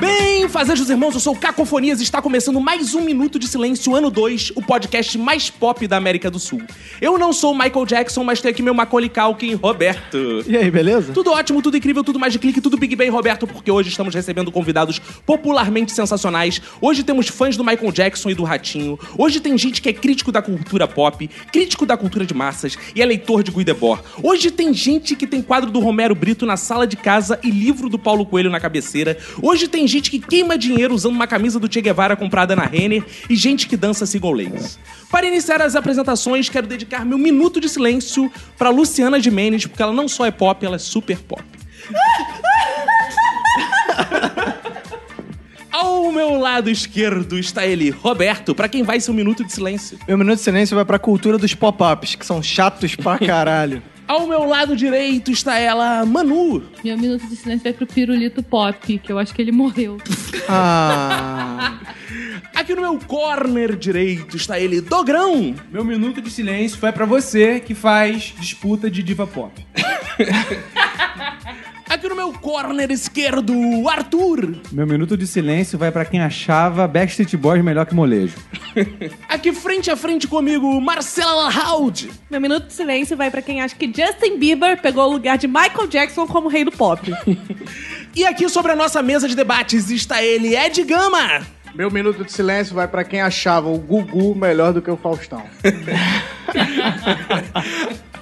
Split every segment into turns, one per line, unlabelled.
Bem, fazejos irmãos, eu sou o Cacofonias e está começando mais um Minuto de Silêncio, ano 2, o podcast mais pop da América do Sul. Eu não sou o Michael Jackson, mas tenho aqui meu Macaulay Culkin, Roberto.
E aí, beleza?
Tudo ótimo, tudo incrível, tudo mais de clique, tudo Big Bang, Roberto, porque hoje estamos recebendo convidados popularmente sensacionais. Hoje temos fãs do Michael Jackson e do Ratinho. Hoje tem gente que é crítico da cultura pop, crítico da cultura de massas e é leitor de Guy Debord. Hoje tem gente que tem quadro do Romero Brito na sala de casa e livro do Paulo Coelho na cabeceira. Hoje tem gente que queima dinheiro usando uma camisa do Che Guevara comprada na Renner e gente que dança single legs. Para iniciar as apresentações, quero dedicar meu minuto de silêncio para Luciana Gimenez, porque ela não só é pop, ela é super pop. Ao meu lado esquerdo está ele, Roberto, para quem vai ser um minuto de silêncio.
Meu minuto de silêncio vai pra cultura dos pop-ups, que são chatos pra caralho.
Ao meu lado direito está ela, Manu.
Meu minuto de silêncio vai pro pirulito pop, que eu acho que ele morreu.
Ah.
Aqui no meu corner direito está ele, Dogrão.
Meu minuto de silêncio vai pra você que faz disputa de diva pop.
Aqui no meu corner esquerdo, Arthur.
Meu minuto de silêncio vai pra quem achava Backstreet Boys melhor que molejo.
Aqui frente a frente comigo, Marcela Lahoud.
Meu minuto de silêncio vai pra quem acha que Justin Bieber pegou o lugar de Michael Jackson como rei do pop.
E aqui sobre a nossa mesa de debates está ele, Ed Gama.
Meu minuto de silêncio vai pra quem achava o Gugu melhor do que o Faustão.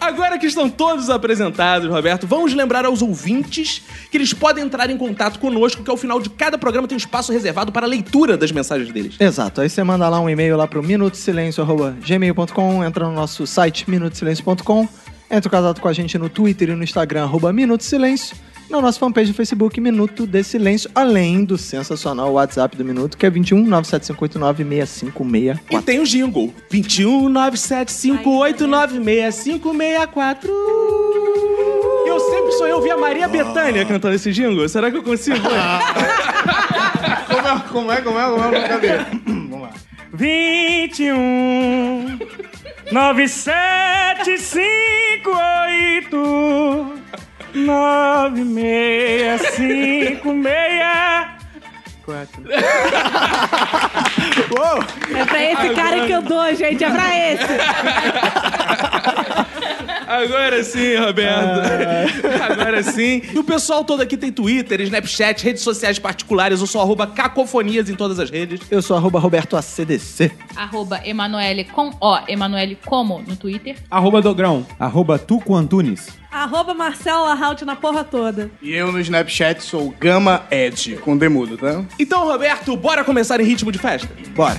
Agora que estão todos apresentados, Roberto, vamos lembrar aos ouvintes que eles podem entrar em contato conosco, que ao final de cada programa tem um espaço reservado para a leitura das mensagens deles.
Exato, aí você manda lá um e-mail lá pro minutosilencio.gmail.com, entra no nosso site minutosilencio.com, entra em contato com a gente no Twitter e no Instagram, arroba Minuto Silêncio, na nossa fanpage do Facebook, Minuto de Silêncio, além do sensacional WhatsApp do Minuto, que é 21 97589
E
6564.
tem o jingle. 21 975896564. Eu sempre sonhei ouvir a Maria Bethânia cantando esse jingle. Será que eu consigo?
Como é, como é, como é, como é? Cadê? Vamos lá.
21 9758
É
9656
É pra esse cara que eu dou, gente, é pra esse.
Agora sim, Roberto. Agora sim. Ah. E o pessoal todo aqui tem Twitter, Snapchat, redes sociais particulares. Eu sou arroba cacofonias em todas as redes.
Eu sou arroba Roberto ACDC.
Arroba Emanuele com O, Emanuele como no Twitter.
Arroba Dogrão. Arroba Tuco Antunes.
Arroba Marcelo Lahout na porra toda.
E eu no Snapchat sou o Gama Ed, com demudo, tá?
Então, Roberto, bora começar em ritmo de festa?
Bora.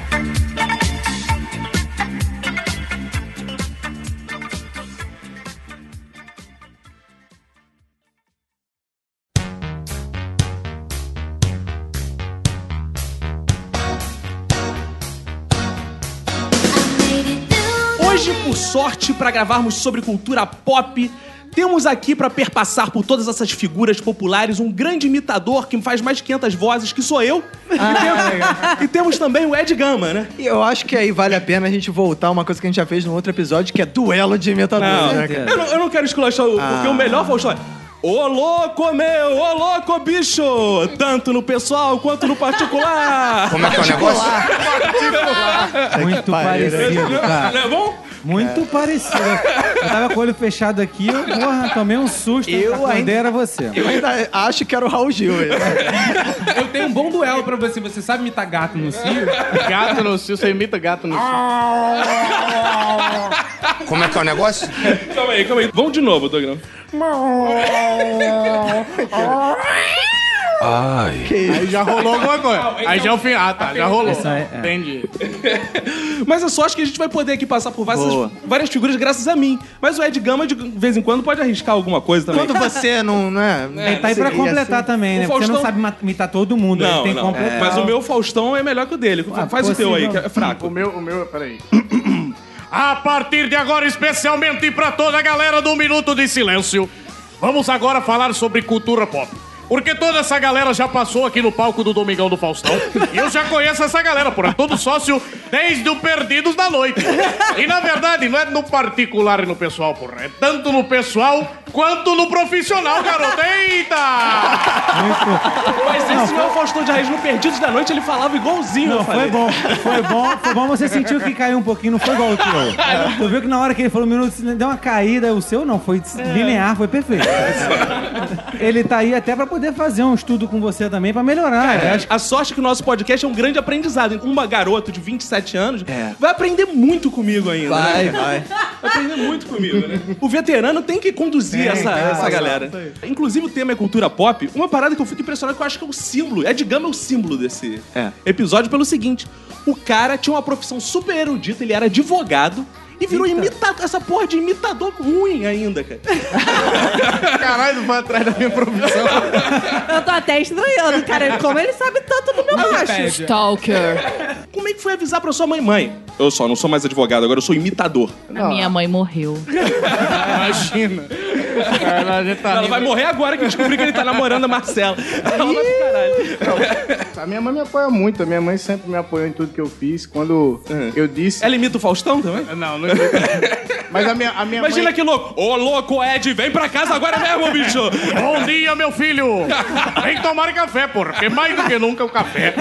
Hoje, por sorte, para gravarmos sobre cultura pop, temos aqui para perpassar por todas essas figuras populares um grande imitador que faz mais de 500 vozes, que sou eu.
Ah,
E temos- e temos também o Ed Gama, né?
E eu acho que aí vale a pena a gente voltar a uma coisa que a gente já fez no outro episódio, que é duelo de imitadores, né, cara?
Eu não, eu não quero esculachar o.
Ah.
Porque o melhor Faustão é. Ô louco meu, ô louco bicho! Tanto no pessoal quanto no particular!
Como é que é o negócio?
Muito
pariu,
parecido, cara.
Não é bom?
Muito parecido. Eu tava com o olho fechado aqui, eu porra, tomei um susto.
Eu
Eu
ainda-
ainda era você. É,
Eu ainda acho que era o Raul Gil. ele.
Eu tenho um bom duelo pra você. Você sabe imitar gato no cio?
Gato no cio, você imita gato no cio.
Como é que é o negócio?
Calma aí, calma aí. Vamos de novo, Dogrão.
Ai.
Aí já rolou alguma coisa. Aí já é o fim. Ah, tá. Já rolou.
Essa é- é.
Entendi.
Mas eu só acho que a gente vai poder aqui passar por várias,
Boa.
várias figuras graças a mim. Mas o Ed Gama, de vez em quando, pode arriscar alguma coisa também.
Quando você não, não é...
Ele tá aí pra completar também,
O
né? Porque você não
Faustão-
sabe ma- imitar todo mundo. ele
Não,
tem que
não.
completar.
Mas o meu Faustão é melhor que o dele.
Ah,
Faz o teu aí, que é
O
fraco.
meu, o meu, peraí.
A partir de agora, especialmente para toda a galera do Minuto de Silêncio, vamos agora falar sobre cultura pop. Porque toda essa galera já passou aqui no palco do Domingão do Faustão. e eu já conheço essa galera, por todo sócio, desde o Perdidos da Noite. E na verdade, não é no particular e no pessoal, porra. É tanto no pessoal quanto no profissional, garoto. Eita!
Mas esse não é o Faustão de Raiz no Perdidos da Noite, ele falava igualzinho. eu
Não,
falei.
foi bom, foi bom, foi bom. Você sentiu que caiu um pouquinho, não foi igual o teu. Tu viu que na hora que ele falou um minuto, deu uma caída, o seu não, foi
É.
linear, foi perfeito. Ele tá aí até pra poder fazer um estudo com você também, pra melhorar. Eu acho que
A sorte é que o nosso podcast é um grande aprendizado. Uma garota de 27 anos vai aprender muito comigo ainda. né?
É. Vai, vai.
Vai aprender muito comigo, né? O veterano tem que conduzir essa, essa galera. Inclusive, o tema é cultura pop. Uma parada que eu fico impressionado que eu acho que é o símbolo. É, digamos, é o símbolo desse
É.
episódio pelo seguinte. O cara tinha uma profissão super erudita, ele era advogado. E virou imitador, essa porra de imitador ruim ainda, cara.
Caralho, vai atrás da minha profissão.
Eu tô até estranhando, cara. Como ele sabe tanto do meu macho?
Stalker.
Como é que foi avisar pra sua mãe? Mãe, eu só não sou mais advogado, agora eu sou imitador.
A minha mãe morreu.
Imagina. Ela, a gente tá
Ela vai morrer agora que descobrir que ele tá namorando a Marcela. Ela vai pro caralho.
A minha mãe me apoia muito. A minha mãe sempre me apoiou em tudo que eu fiz. Quando eu disse.
Uhum. Ela imita o Faustão também?
Não, não. Mas a minha, a minha
Imagina
mãe.
que louco. Ô, louco, Ed, vem pra casa agora mesmo, bicho.
Bom dia, meu filho! Vem
um
tomar café, porra, porque mais do que nunca o café.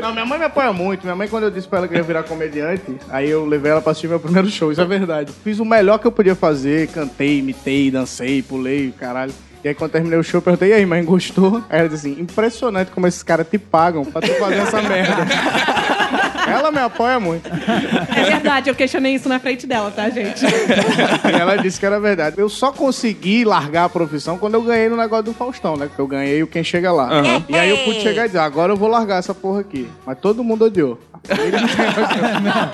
Não, minha mãe me apoia muito. Minha mãe, quando eu disse pra ela que eu ia virar comediante, aí eu levei ela pra assistir meu primeiro show, isso é verdade. Fiz o melhor que eu podia fazer, cantei, imitei, dancei, pulei, caralho. E aí, quando terminei o show, eu perguntei, e aí, mãe, gostou? Aí ela disse assim, impressionante como esses caras te pagam pra tu fazer essa merda. ela me apoia muito.
É verdade, eu questionei isso na frente dela, tá, gente?
E ela disse que era verdade. Eu só consegui largar a profissão quando eu ganhei no negócio do Faustão, né? Porque eu ganhei o Quem Chega Lá. E aí eu pude chegar e dizer, agora eu vou largar essa porra aqui. Mas todo mundo odiou.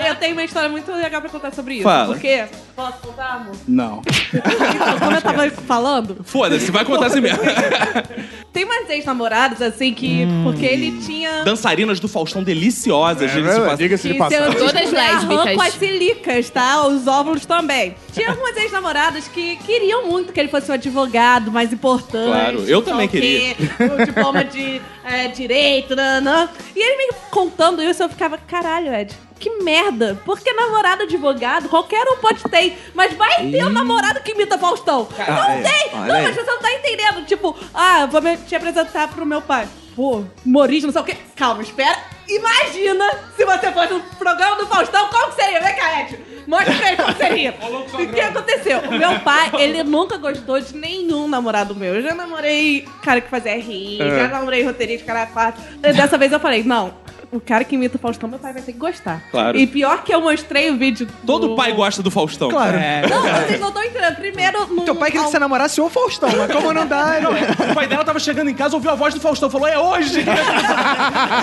Eu tenho uma história muito legal pra contar sobre isso.
Fala.
Porque. Posso contar, amor?
Não.
Então, como eu tava falando,
Foda-se, vai contar assim mesmo.
Tem umas ex-namoradas, assim, que.
Hum.
Porque ele tinha.
Dançarinas do Faustão deliciosas.
É
diga-se de
verdade,
passagem.
Diga-se de
que se eu
passagem.
Todas
tiver a
lésbicas.
rã com as silicas, tá? Os óvulos também. Tinha algumas ex-namoradas que queriam muito que ele fosse um advogado mais importante.
Claro, eu
não
também
sei o quê, Com diploma de é, direito, nanã. E ele me contando isso, eu ficava, caralho, Ed. Que merda! Porque namorado advogado, qualquer um pode ter. Mas vai ter um namorado que imita Faustão. não
é,
tem!
olha
Não,
aí.
mas você não tá entendendo. Tipo, ah, vou me- te apresentar pro meu pai. Pô, Moris, não sei o quê. Calma, espera. Imagina se você fosse no programa do Faustão, como que seria? Vem cá, Ed. Mostra pra ele como seria. o que aconteceu? O meu pai, ele nunca gostou de nenhum namorado meu. Eu já namorei cara que fazia rir, já namorei roteirista, cara quatro. Dessa vez eu falei, não, o cara que imita o Faustão, meu pai vai ter que gostar.
Claro.
E pior que eu mostrei o vídeo
Todo
do-
pai gosta do Faustão. É.
Claro.
Não, vocês não estão entendendo. Primeiro... num-
Teu pai queria que você namorasse o Faustão, mas como não dá... né? ele-
é, O pai dela tava chegando em casa, ouviu a voz do Faustão, falou: é hoje!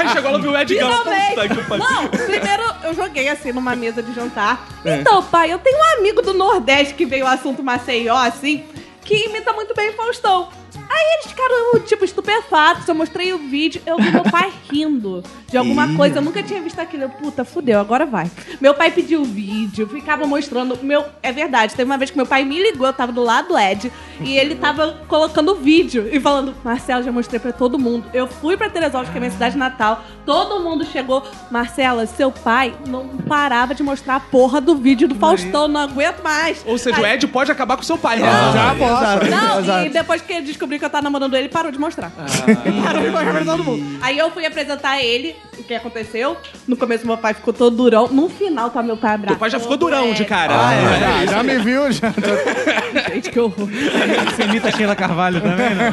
Aí chegou lá ouviu o Ed Gama. Puta que
Finalmente!
pariu.
Não, primeiro eu joguei assim numa mesa de jantar.
É.
Então, pai, eu tenho um amigo do Nordeste que veio o assunto Maceió, assim, que imita muito bem o Faustão. Aí eles ficaram, tipo, estupefatos. Eu mostrei o vídeo, eu vi meu pai rindo de alguma coisa. Eu nunca tinha visto aquilo. Eu, puta, fudeu, agora vai. Meu pai pediu o vídeo, ficava mostrando. Meu, é verdade, teve uma vez que meu pai me ligou, eu tava do lado do Ed, e ele tava colocando o vídeo e falando: Marcelo, já mostrei pra todo mundo. Eu fui pra Teresópolis, que é minha cidade natal, todo mundo chegou. Marcela, seu pai não parava de mostrar a porra do vídeo do Faustão, não aguento mais.
é Ou seja, o Ed pode acabar com seu pai, né?
Já posso.
Não,
Exato.
e depois que ele descobriu que eu tava namorando ele, parou de mostrar.
Ah,
parou de mostrar pra todo mundo. Aí eu fui apresentar ele, o que aconteceu. No começo meu pai ficou todo durão. No final tá meu pai abraço.
O pai já ficou durão de
Ah,
Ah,
cara.
é.
É.
é.
Já, já me viu, já.
Gente, que horror.
você imita Sheila Carvalho também, né?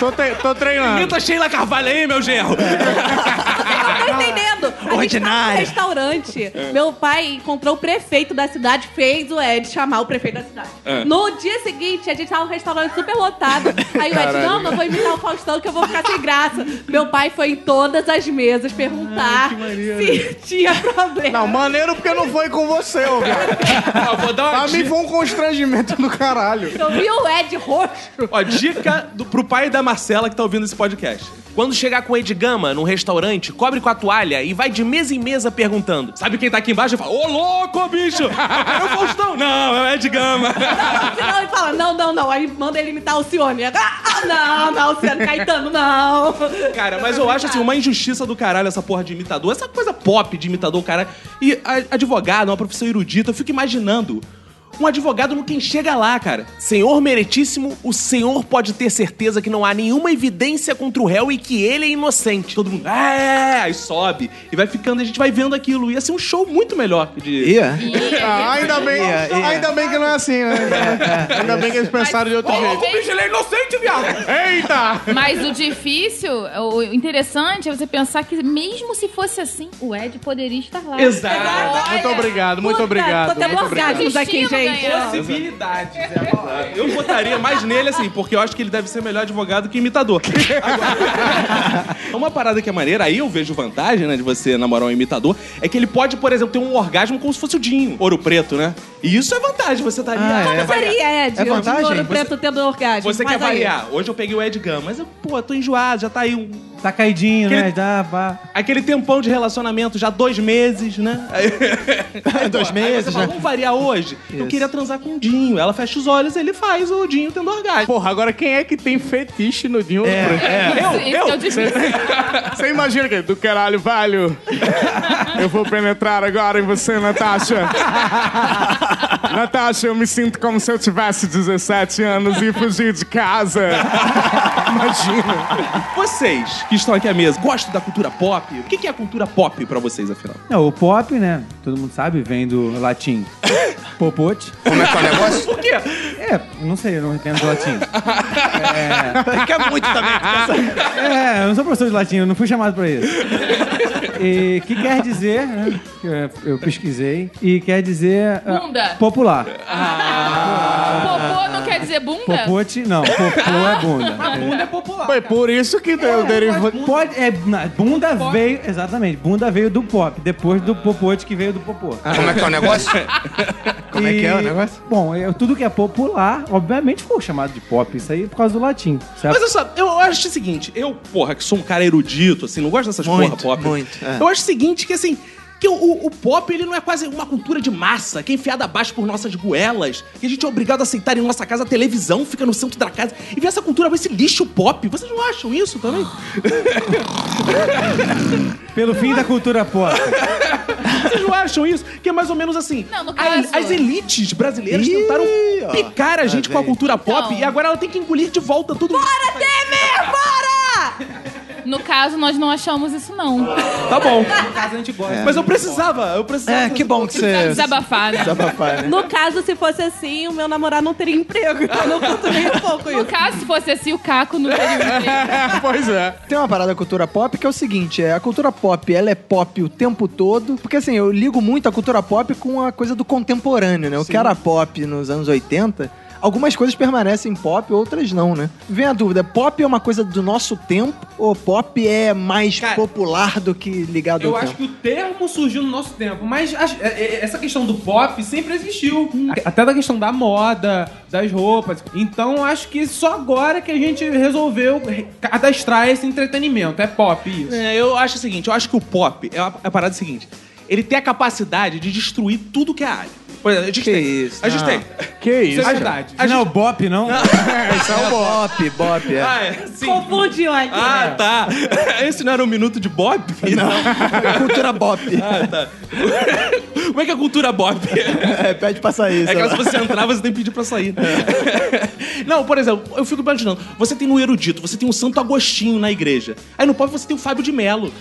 Tô, te- tô treinando.
É.
Imita Sheila Carvalho aí, meu genro.
Ah,
Vocês não estão Tá entendendo. no
ordinária.
restaurante. Meu pai encontrou o prefeito da cidade, fez o Ed chamar o prefeito da cidade.
Ah.
É.
No dia seguinte, a gente tava num restaurante super lotado. Aí o Ed,
Caralho.
não, não vou imitar o Faustão que eu vou ficar sem graça. Meu pai foi em todas as mesas perguntar se tinha problema.
Não, maneiro porque não foi com você, ô viado.
Ó, vou dar uma
Pra mim
dica.
foi um constrangimento do caralho.
Eu vi Então, o Ed roxo.
Ó, dica do, pro pai da Marcela que tá ouvindo esse podcast. Quando chegar com o Edgama num restaurante, cobre com a toalha e vai de mesa em mesa perguntando. Sabe quem tá aqui embaixo? E fala, ô louco, bicho! É o Faustão! Não, é o Edgama!
Não, Senão ele fala, não, não, não. Aí manda ele imitar o Cione. Ah, ah, não, não, Alcione Caetano, não. é
Cara, mas eu acho assim, uma injustiça do caralho essa porra de imitador, essa coisa pop de imitador, cara. E a- advogado, é uma profissão erudita, eu fico imaginando. Um advogado no quem chega lá, cara. Senhor meritíssimo, o senhor pode ter certeza que não há nenhuma evidência contra o réu e que ele é inocente. Todo mundo, é, aí sobe. E vai ficando, a gente vai vendo aquilo. Ia ser um show muito melhor de.
Ia.
Ah, ainda bem,
Ia, ia.
ainda bem que não é assim, né? Ainda bem que eles pensaram de outro jeito.
bicho, ele é inocente, viado!
Eita!
Mas o difícil, o interessante é você pensar que mesmo se fosse assim, o Ed poderia estar lá.
Exato.
Olha,
Muito obrigado, muito
Puta,
obrigado.
Tô tá até
muito obrigado.
morgado aqui,
Estima
gente.
ganhar.
Possibilidades, é a palavra.
Eu votaria mais nele, assim, porque eu acho que ele deve ser melhor advogado que imitador. Agora, uma parada que é maneira, aí eu vejo vantagem, né, de você namorar um imitador, é que ele pode, por exemplo, ter um orgasmo como se fosse o Dinho, ouro preto, né? E isso é vantagem, você tá ali.
Ah,
ah,
é.
vai variar.
Seria, Ed.
É
eu de
vantagem?
ouro
Você-
preto tendo orgasmo.
Você quer
mas aí-
variar. Hoje eu peguei o Ed Gun, mas eu, pô, tô enjoado, já tá aí um.
Tá caidinho,
Aquele-
né? Dá, pá.
Aquele tempão de relacionamento, já dois meses, né? Aí,
Dois
aí você
meses,
fala,
né?
vamos variar hoje? Eu queria transar com o Dinho. Ela fecha os olhos, ele faz o Dinho tendo orgasmo.
Porra, agora quem é que tem fetiche no Dinho?
É.
É,
Isso, isso que é o difícil.
Você imagina que do caralho, velho. Eu vou penetrar agora em você, Natasha. Natasha, eu me sinto como se eu tivesse 17 anos e fugi de casa. Imagina.
Vocês que estão aqui à mesa, gostam da cultura pop? O que que é a cultura pop pra vocês, afinal?
Não, o pop, né? Todo mundo sabe, vem do latim popote.
Como é que é o
um
negócio?
Por quê?
É, não sei, eu não entendo de latim.
Quer muito também.
É, eu não sou professor de latim, eu não fui chamado pra isso. E que quer dizer, né? que, é, Eu pesquisei, e quer dizer. ah,
Bunda. Ah.
Popular.
Popô não quer dizer bunda? Ah!
Popote, não, popô é bunda.
Bunda é popular.
Foi por isso que deu o
É,
derivado.
Pode, é, na- bunda veio, exatamente, bunda veio do pop, depois do popote que veio do popô.
Como é que é o negócio?
Como é que é o
E-
negócio?
Bom, é, tudo que é popular, obviamente, ficou chamado de pop, isso aí é por causa do latim, certo?
Mas olha só, eu acho o seguinte, eu, porra, que sou um cara erudito, assim, não gosto dessas
Muito,
porra pop.
muito, é.
Eu acho o seguinte, que assim, que o, o- o pop, ele não é quase uma cultura de massa, que é enfiada abaixo por nossas goelas, que a gente é obrigado a aceitar em nossa casa a televisão, fica no centro da casa, e vê essa cultura, esse lixo pop. Vocês não acham isso também?
Pelo fim da cultura pop.
Vocês não acham isso? Que é mais ou menos assim.
Não, no
a-
caso-
as elites brasileiras
Ih,
tentaram
ó,
picar a gente
tá
com a
vendo?
cultura pop
Então.
e agora ela tem que engolir de volta tudo
Bora, Temer, bora!
No caso, nós não achamos isso, não.
Tá bom.
No caso, a gente gosta.
Mas eu precisava, eu precisava.
É, que bom que
Pra
você.
Desabafar, né?
Desabafar, né?
No caso, se fosse assim, o meu namorado não teria emprego. Então eu não curto nem um pouco
No
isso.
caso, se fosse assim, o Caco não teria
pois é.
Tem uma parada da cultura pop que é o seguinte, é, a cultura pop, ela é pop o tempo todo, porque assim, eu ligo muito a cultura pop com a coisa do contemporâneo, né? O que era pop nos anos 80, algumas coisas permanecem pop, outras não, né? Vem a dúvida, pop é uma coisa do nosso tempo ou pop é mais
Cara,
popular do que ligado
Eu
ao
acho
tempo?
que o termo surgiu no nosso tempo, mas as- é- é- essa questão do pop sempre existiu. Até da questão da moda, das roupas. Então acho que só agora que a gente resolveu re- cadastrar esse entretenimento. É pop isso.
É, eu acho o seguinte, eu acho que o pop é a, a parada seguinte. Ele tem a capacidade de destruir tudo que é área. Por exemplo, a gente
Que
tem.
isso,
a gente
não.
tem.
Que
Isso
isso?
é verdade.
não é o bop, não? é
Pop, pop, é.
Ah, é, sim.
Confundiu, Ed.
Ah, tá. Esse não era um minuto de bop?
cultura pop.
Ah, tá. Como é que é a cultura bop?
É, pede pra sair.
É
sei
que
lá. É.
se você entrar, você tem que pedir pra sair. Não, por exemplo, eu fico imaginando. Você tem um erudito, você tem um Santo Agostinho na igreja. Aí no pop você tem o Fábio de Melo.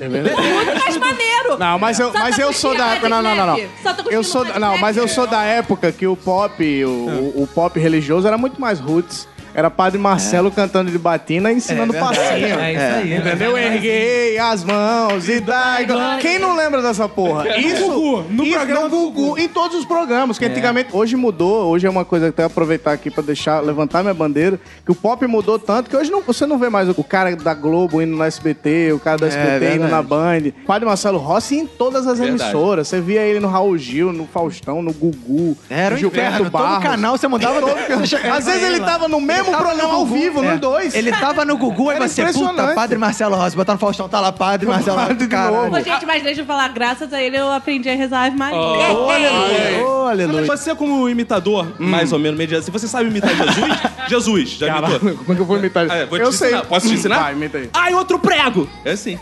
É
Muito mais maneiro.
Não, mas eu,
Só tá
mas eu sou da época.
curtindo
Não, não, não, não.
Fred Knapp. Só tá curtindo
Eu sou,
Fred
não,
Knapp.
É.
mas eu sou da época que o pop, o, o- o pop religioso era muito mais roots. Era Padre Marcelo cantando de batina e ensinando
É verdade.
passinho.
É isso aí.
Entendeu? Erguei as mãos e dai glória. Quem não lembra dessa
É.
porra? Isso
Gugu, no
isso,
programa
no
do
Gugu, em todos os programas, que
É.
é
antigamente hoje mudou, hoje é uma coisa que até aproveitar aqui pra deixar levantar minha bandeira, que o pop mudou tanto que hoje não, você não vê mais o, o cara da Globo indo na SBT, o
É,
cara da SBT indo
verdade.
na Band. Padre Marcelo Rossi em todas as
Verdade.
emissoras, você via ele no Raul Gil, no Faustão, no Gugu,
Era
no
o
Gilberto
um Inferno, todo
Barros.
canal você mudava. Você chegava
Às vezes ele
lá.
tava no mesmo
tava
programa
no
ao
Gugu,
vivo,
é.
no dois.
Ele tava no Gugu, aí
Era
você, puta,
impressionante.
Padre Marcelo Rossi, botar no Faustão, tá lá, Padre Marcelo
Padre
Rossi,
de novo.
caralho.
Pô, gente, mas deixa eu falar, graças a ele eu aprendi a rezar Ave Maria.
Ô, aleluia.
Você, como imitador,
Hum.
mais ou menos, mediano, se você sabe imitar Jesus, Jesus, já imitou?
Como é que eu vou imitar isso?
Ah, é, vou te
eu sei. Hum,
ensinar. Posso te ensinar?
Vai, imita aí.
Ai, outro prego! É assim.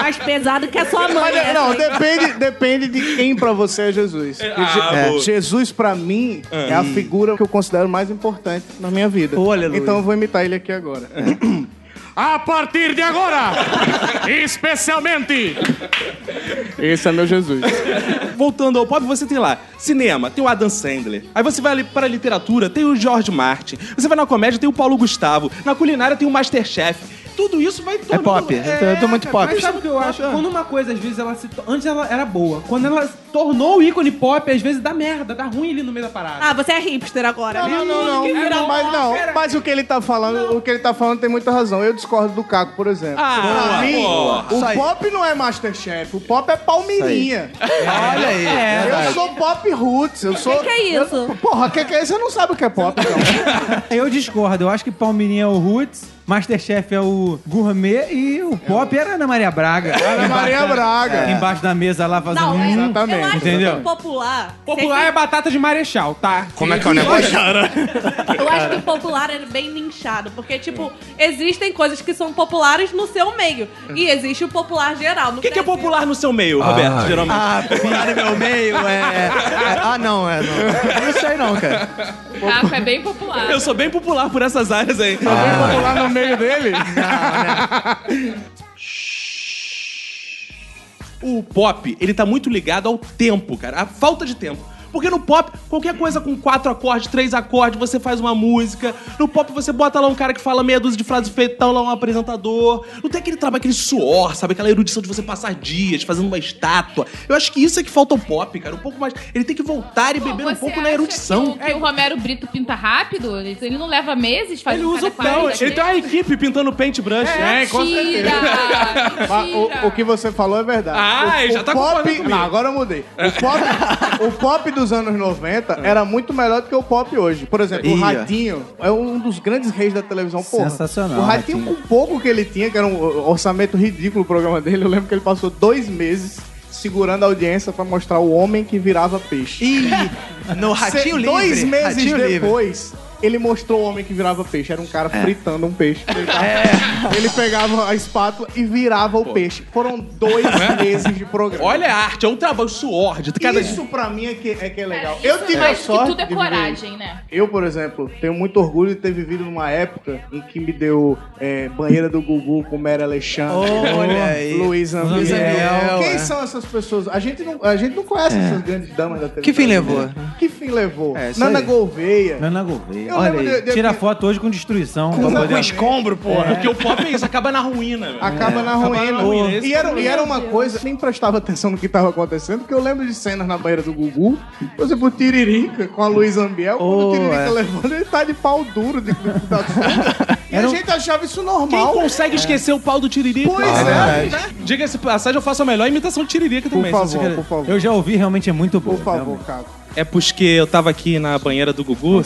Mais pesado que a sua mãe. né?
Mas,
essa,
não,
hein?
depende, depende de quem pra você é Jesus.
ah,
É,
boa. Ah.
Jesus, pra mim, é a figura que eu considero mais importante na minha vida.
Ô, aleluia.
Então eu vou imitar ele aqui agora.
A partir de agora, especialmente
Esse é meu Jesus.
Voltando ao pop, você tem lá cinema, tem o Adam Sandler. Aí você vai ali para a literatura, tem o George Martin. Você vai na comédia, tem o Paulo Gustavo. Na culinária, tem o Masterchef. Tudo isso vai... É,
É pop, eu tô muito pop.
Mas sabe o que eu acho?
ah.
Quando uma coisa, às vezes, ela se. to- Antes ela era boa. Quando ela se tornou o ícone pop, às vezes dá merda, dá ruim ali no meio da parada.
Ah, você é hipster agora.
Não,
né?
não, não, não.
Que
é
viral.
Mas não, mas o que ele tá falando, o que ele tá falando tem muita razão. Eu discordo do Caco, por exemplo.
Ah,
pra mim,
porra.
o
Isso aí.
pop não é Masterchef, o pop é Palmeirinha. É,
Olha aí.
É.
é
eu sou pop roots, eu sou.
que é isso?
eu- porra, o que, que é isso? Você não sabe o que é pop, não.
Eu discordo. Eu acho que Palmeirinha é o Roots, Masterchef é o Gourmet e o Pop era Ana Maria Braga. É.
Ana Maria Braga.
Embaixo da mesa lá fazendo...
Não,
hum.
mas eu acho
Exatamente.
Entendeu?
é
que popular...
Popular é batata de marechal, tá?
Como é que é o negócio?
Eu acho que o popular é bem nichado, porque, tipo, existem coisas que são populares no seu meio. E existe o popular geral.
O que, que é popular no seu meio, Roberto, geralmente?
Ah, piada em meu meio, é... é- Ah, não, é, não. Eu Não sei não, cara.
Caco é bem popular.
Eu sou bem popular por essas áreas aí.
Lá no meio dele.
O pop, ele tá muito ligado ao tempo, cara. A falta de tempo. Porque no pop, qualquer coisa com quatro acordes, três acordes, você faz uma música. No pop, você bota lá um cara que fala meia dúzia de frases feitas, tá lá um apresentador. Não tem aquele trabalho, aquele suor, sabe? Aquela erudição de você passar dias fazendo uma estátua. Eu acho que isso é que falta ao pop, cara. Um pouco mais. Ele tem que voltar e
Pô,
beber um
você
pouco
acha
na erudição.
Que o, que o Romero Brito pinta rápido? Ele, ele não leva meses, faz
Ele
um
usa o
cada
pau.
40
Ele
Então é
tem uma equipe pintando paintbrush. É,
Mentira!
Mas
Mentira!
o, o que você falou é verdade.
Ah,
o,
ele já
o
tá concordando
pop.
comigo. É.
Não, agora eu mudei. O pop, o pop dos anos 90 era muito melhor do que o pop hoje. Por exemplo, o
Ia.
Ratinho é um dos grandes reis da televisão. Porra,
Sensacional,
O Ratinho, com o pouco que ele tinha, que era um orçamento ridículo o programa dele, eu lembro que ele passou dois meses segurando a audiência pra mostrar o homem que virava peixe.
Ih, no Ratinho
Se-
Livre.
Dois meses
Ratinho Livre. É.
depois, ele mostrou o homem que virava peixe. Era um cara fritando um peixe. Ele, tava- ele pegava a espátula e virava o peixe. Foram dois meses de programa.
Né? Olha a arte, é um trabalho suor de cada
isso pra mim é que é, que é legal.
Cara,
Eu
isso
tive a
mais
sorte.
Que tudo é
de viver
coragem, né?
eu, por exemplo, tenho muito orgulho de ter vivido numa época em que me deu é, banheira do Gugu com Mera Alexandre,
Olha aí.
Luiz
Luiz
Ambiel.
Ambiel,
Quem
é.
são essas pessoas? A gente não, a gente não conhece essas grandes damas da TV.
Que fim levou?
Que fim levou?
É, isso
Nana
aí.
Gouveia.
Ana Gouveia.
Eu
Olha
lembro
aí.
de- de-
Tira
de-
foto hoje com destruição. pra
Exato.
poder-
é um escombro, porra.
Porque o pop é isso, acaba na ruína. velho.
Acaba na ruína.
É. na ruína, esse é
E era, e era uma coisa, nem prestava atenção no que tava acontecendo, porque eu lembro de cenas na banheira do Gugu, por exemplo, o Tiririca com a Luiz Ambiel, quando
Oh,
o Tiririca
é.
levando, ele tá de pau duro de, de, da sunga. E a gente achava isso
um Quem
normal. É.
consegue esquecer o pau do Tiririca?
Pois
Ah,
é.
Diga-se passagem, eu faço a melhor imitação de Tiririca
Por
também. se você
favor,
quer.
por favor.
Eu já ouvi, realmente é muito bom.
Por favor, Caco.
É porque eu tava aqui na banheira do Gugu.
é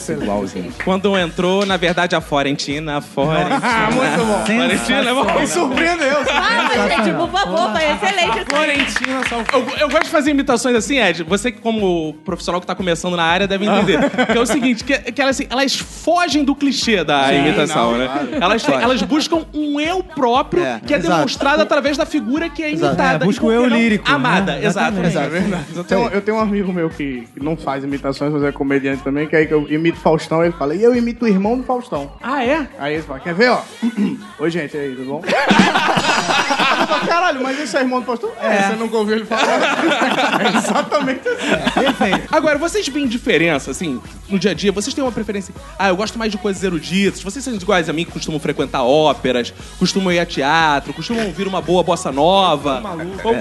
Quando entrou, na verdade, a Florentina, a Florentina.
Ah, muito bom.
Florentina, é uma
Me surpreendeu.
Ah, mas, gente, por favor, foi excelente.
Florentina salvou. Eu, eu gosto de fazer imitações assim, Ed. Você, que como profissional que tá começando na área, deve entender.
Ah.
Que é o seguinte: que, que elas, assim, elas fogem do clichê da imitação, né? Elas, têm- elas buscam um eu próprio
É,
que é
exato.
demonstrado através da figura que é
Exato.
imitada.
É, busca
E,
o
por
eu
que não,
lírico, né? É
Amada,
É,
exato. Então,
Exato.
Eu tenho, eu tenho um amigo meu que que não faz imitações, mas é comediante também, que aí que eu imito Faustão, ele fala, e eu imito o irmão do Faustão.
Ah, é?
Aí eles falam, quer ver, ó? Oi, gente, aí, tudo bom? Porra, Ah, caralho, mas esse é irmão do pastor? É, você nunca ouviu ele falar. É exatamente assim.
Agora, vocês veem diferença, assim, no dia a dia? Vocês têm uma preferência? Ah, eu gosto mais de coisas eruditas. Vocês são iguais a mim que costumam frequentar óperas, costumam ir a teatro, costumam ouvir uma boa bossa nova. Ou...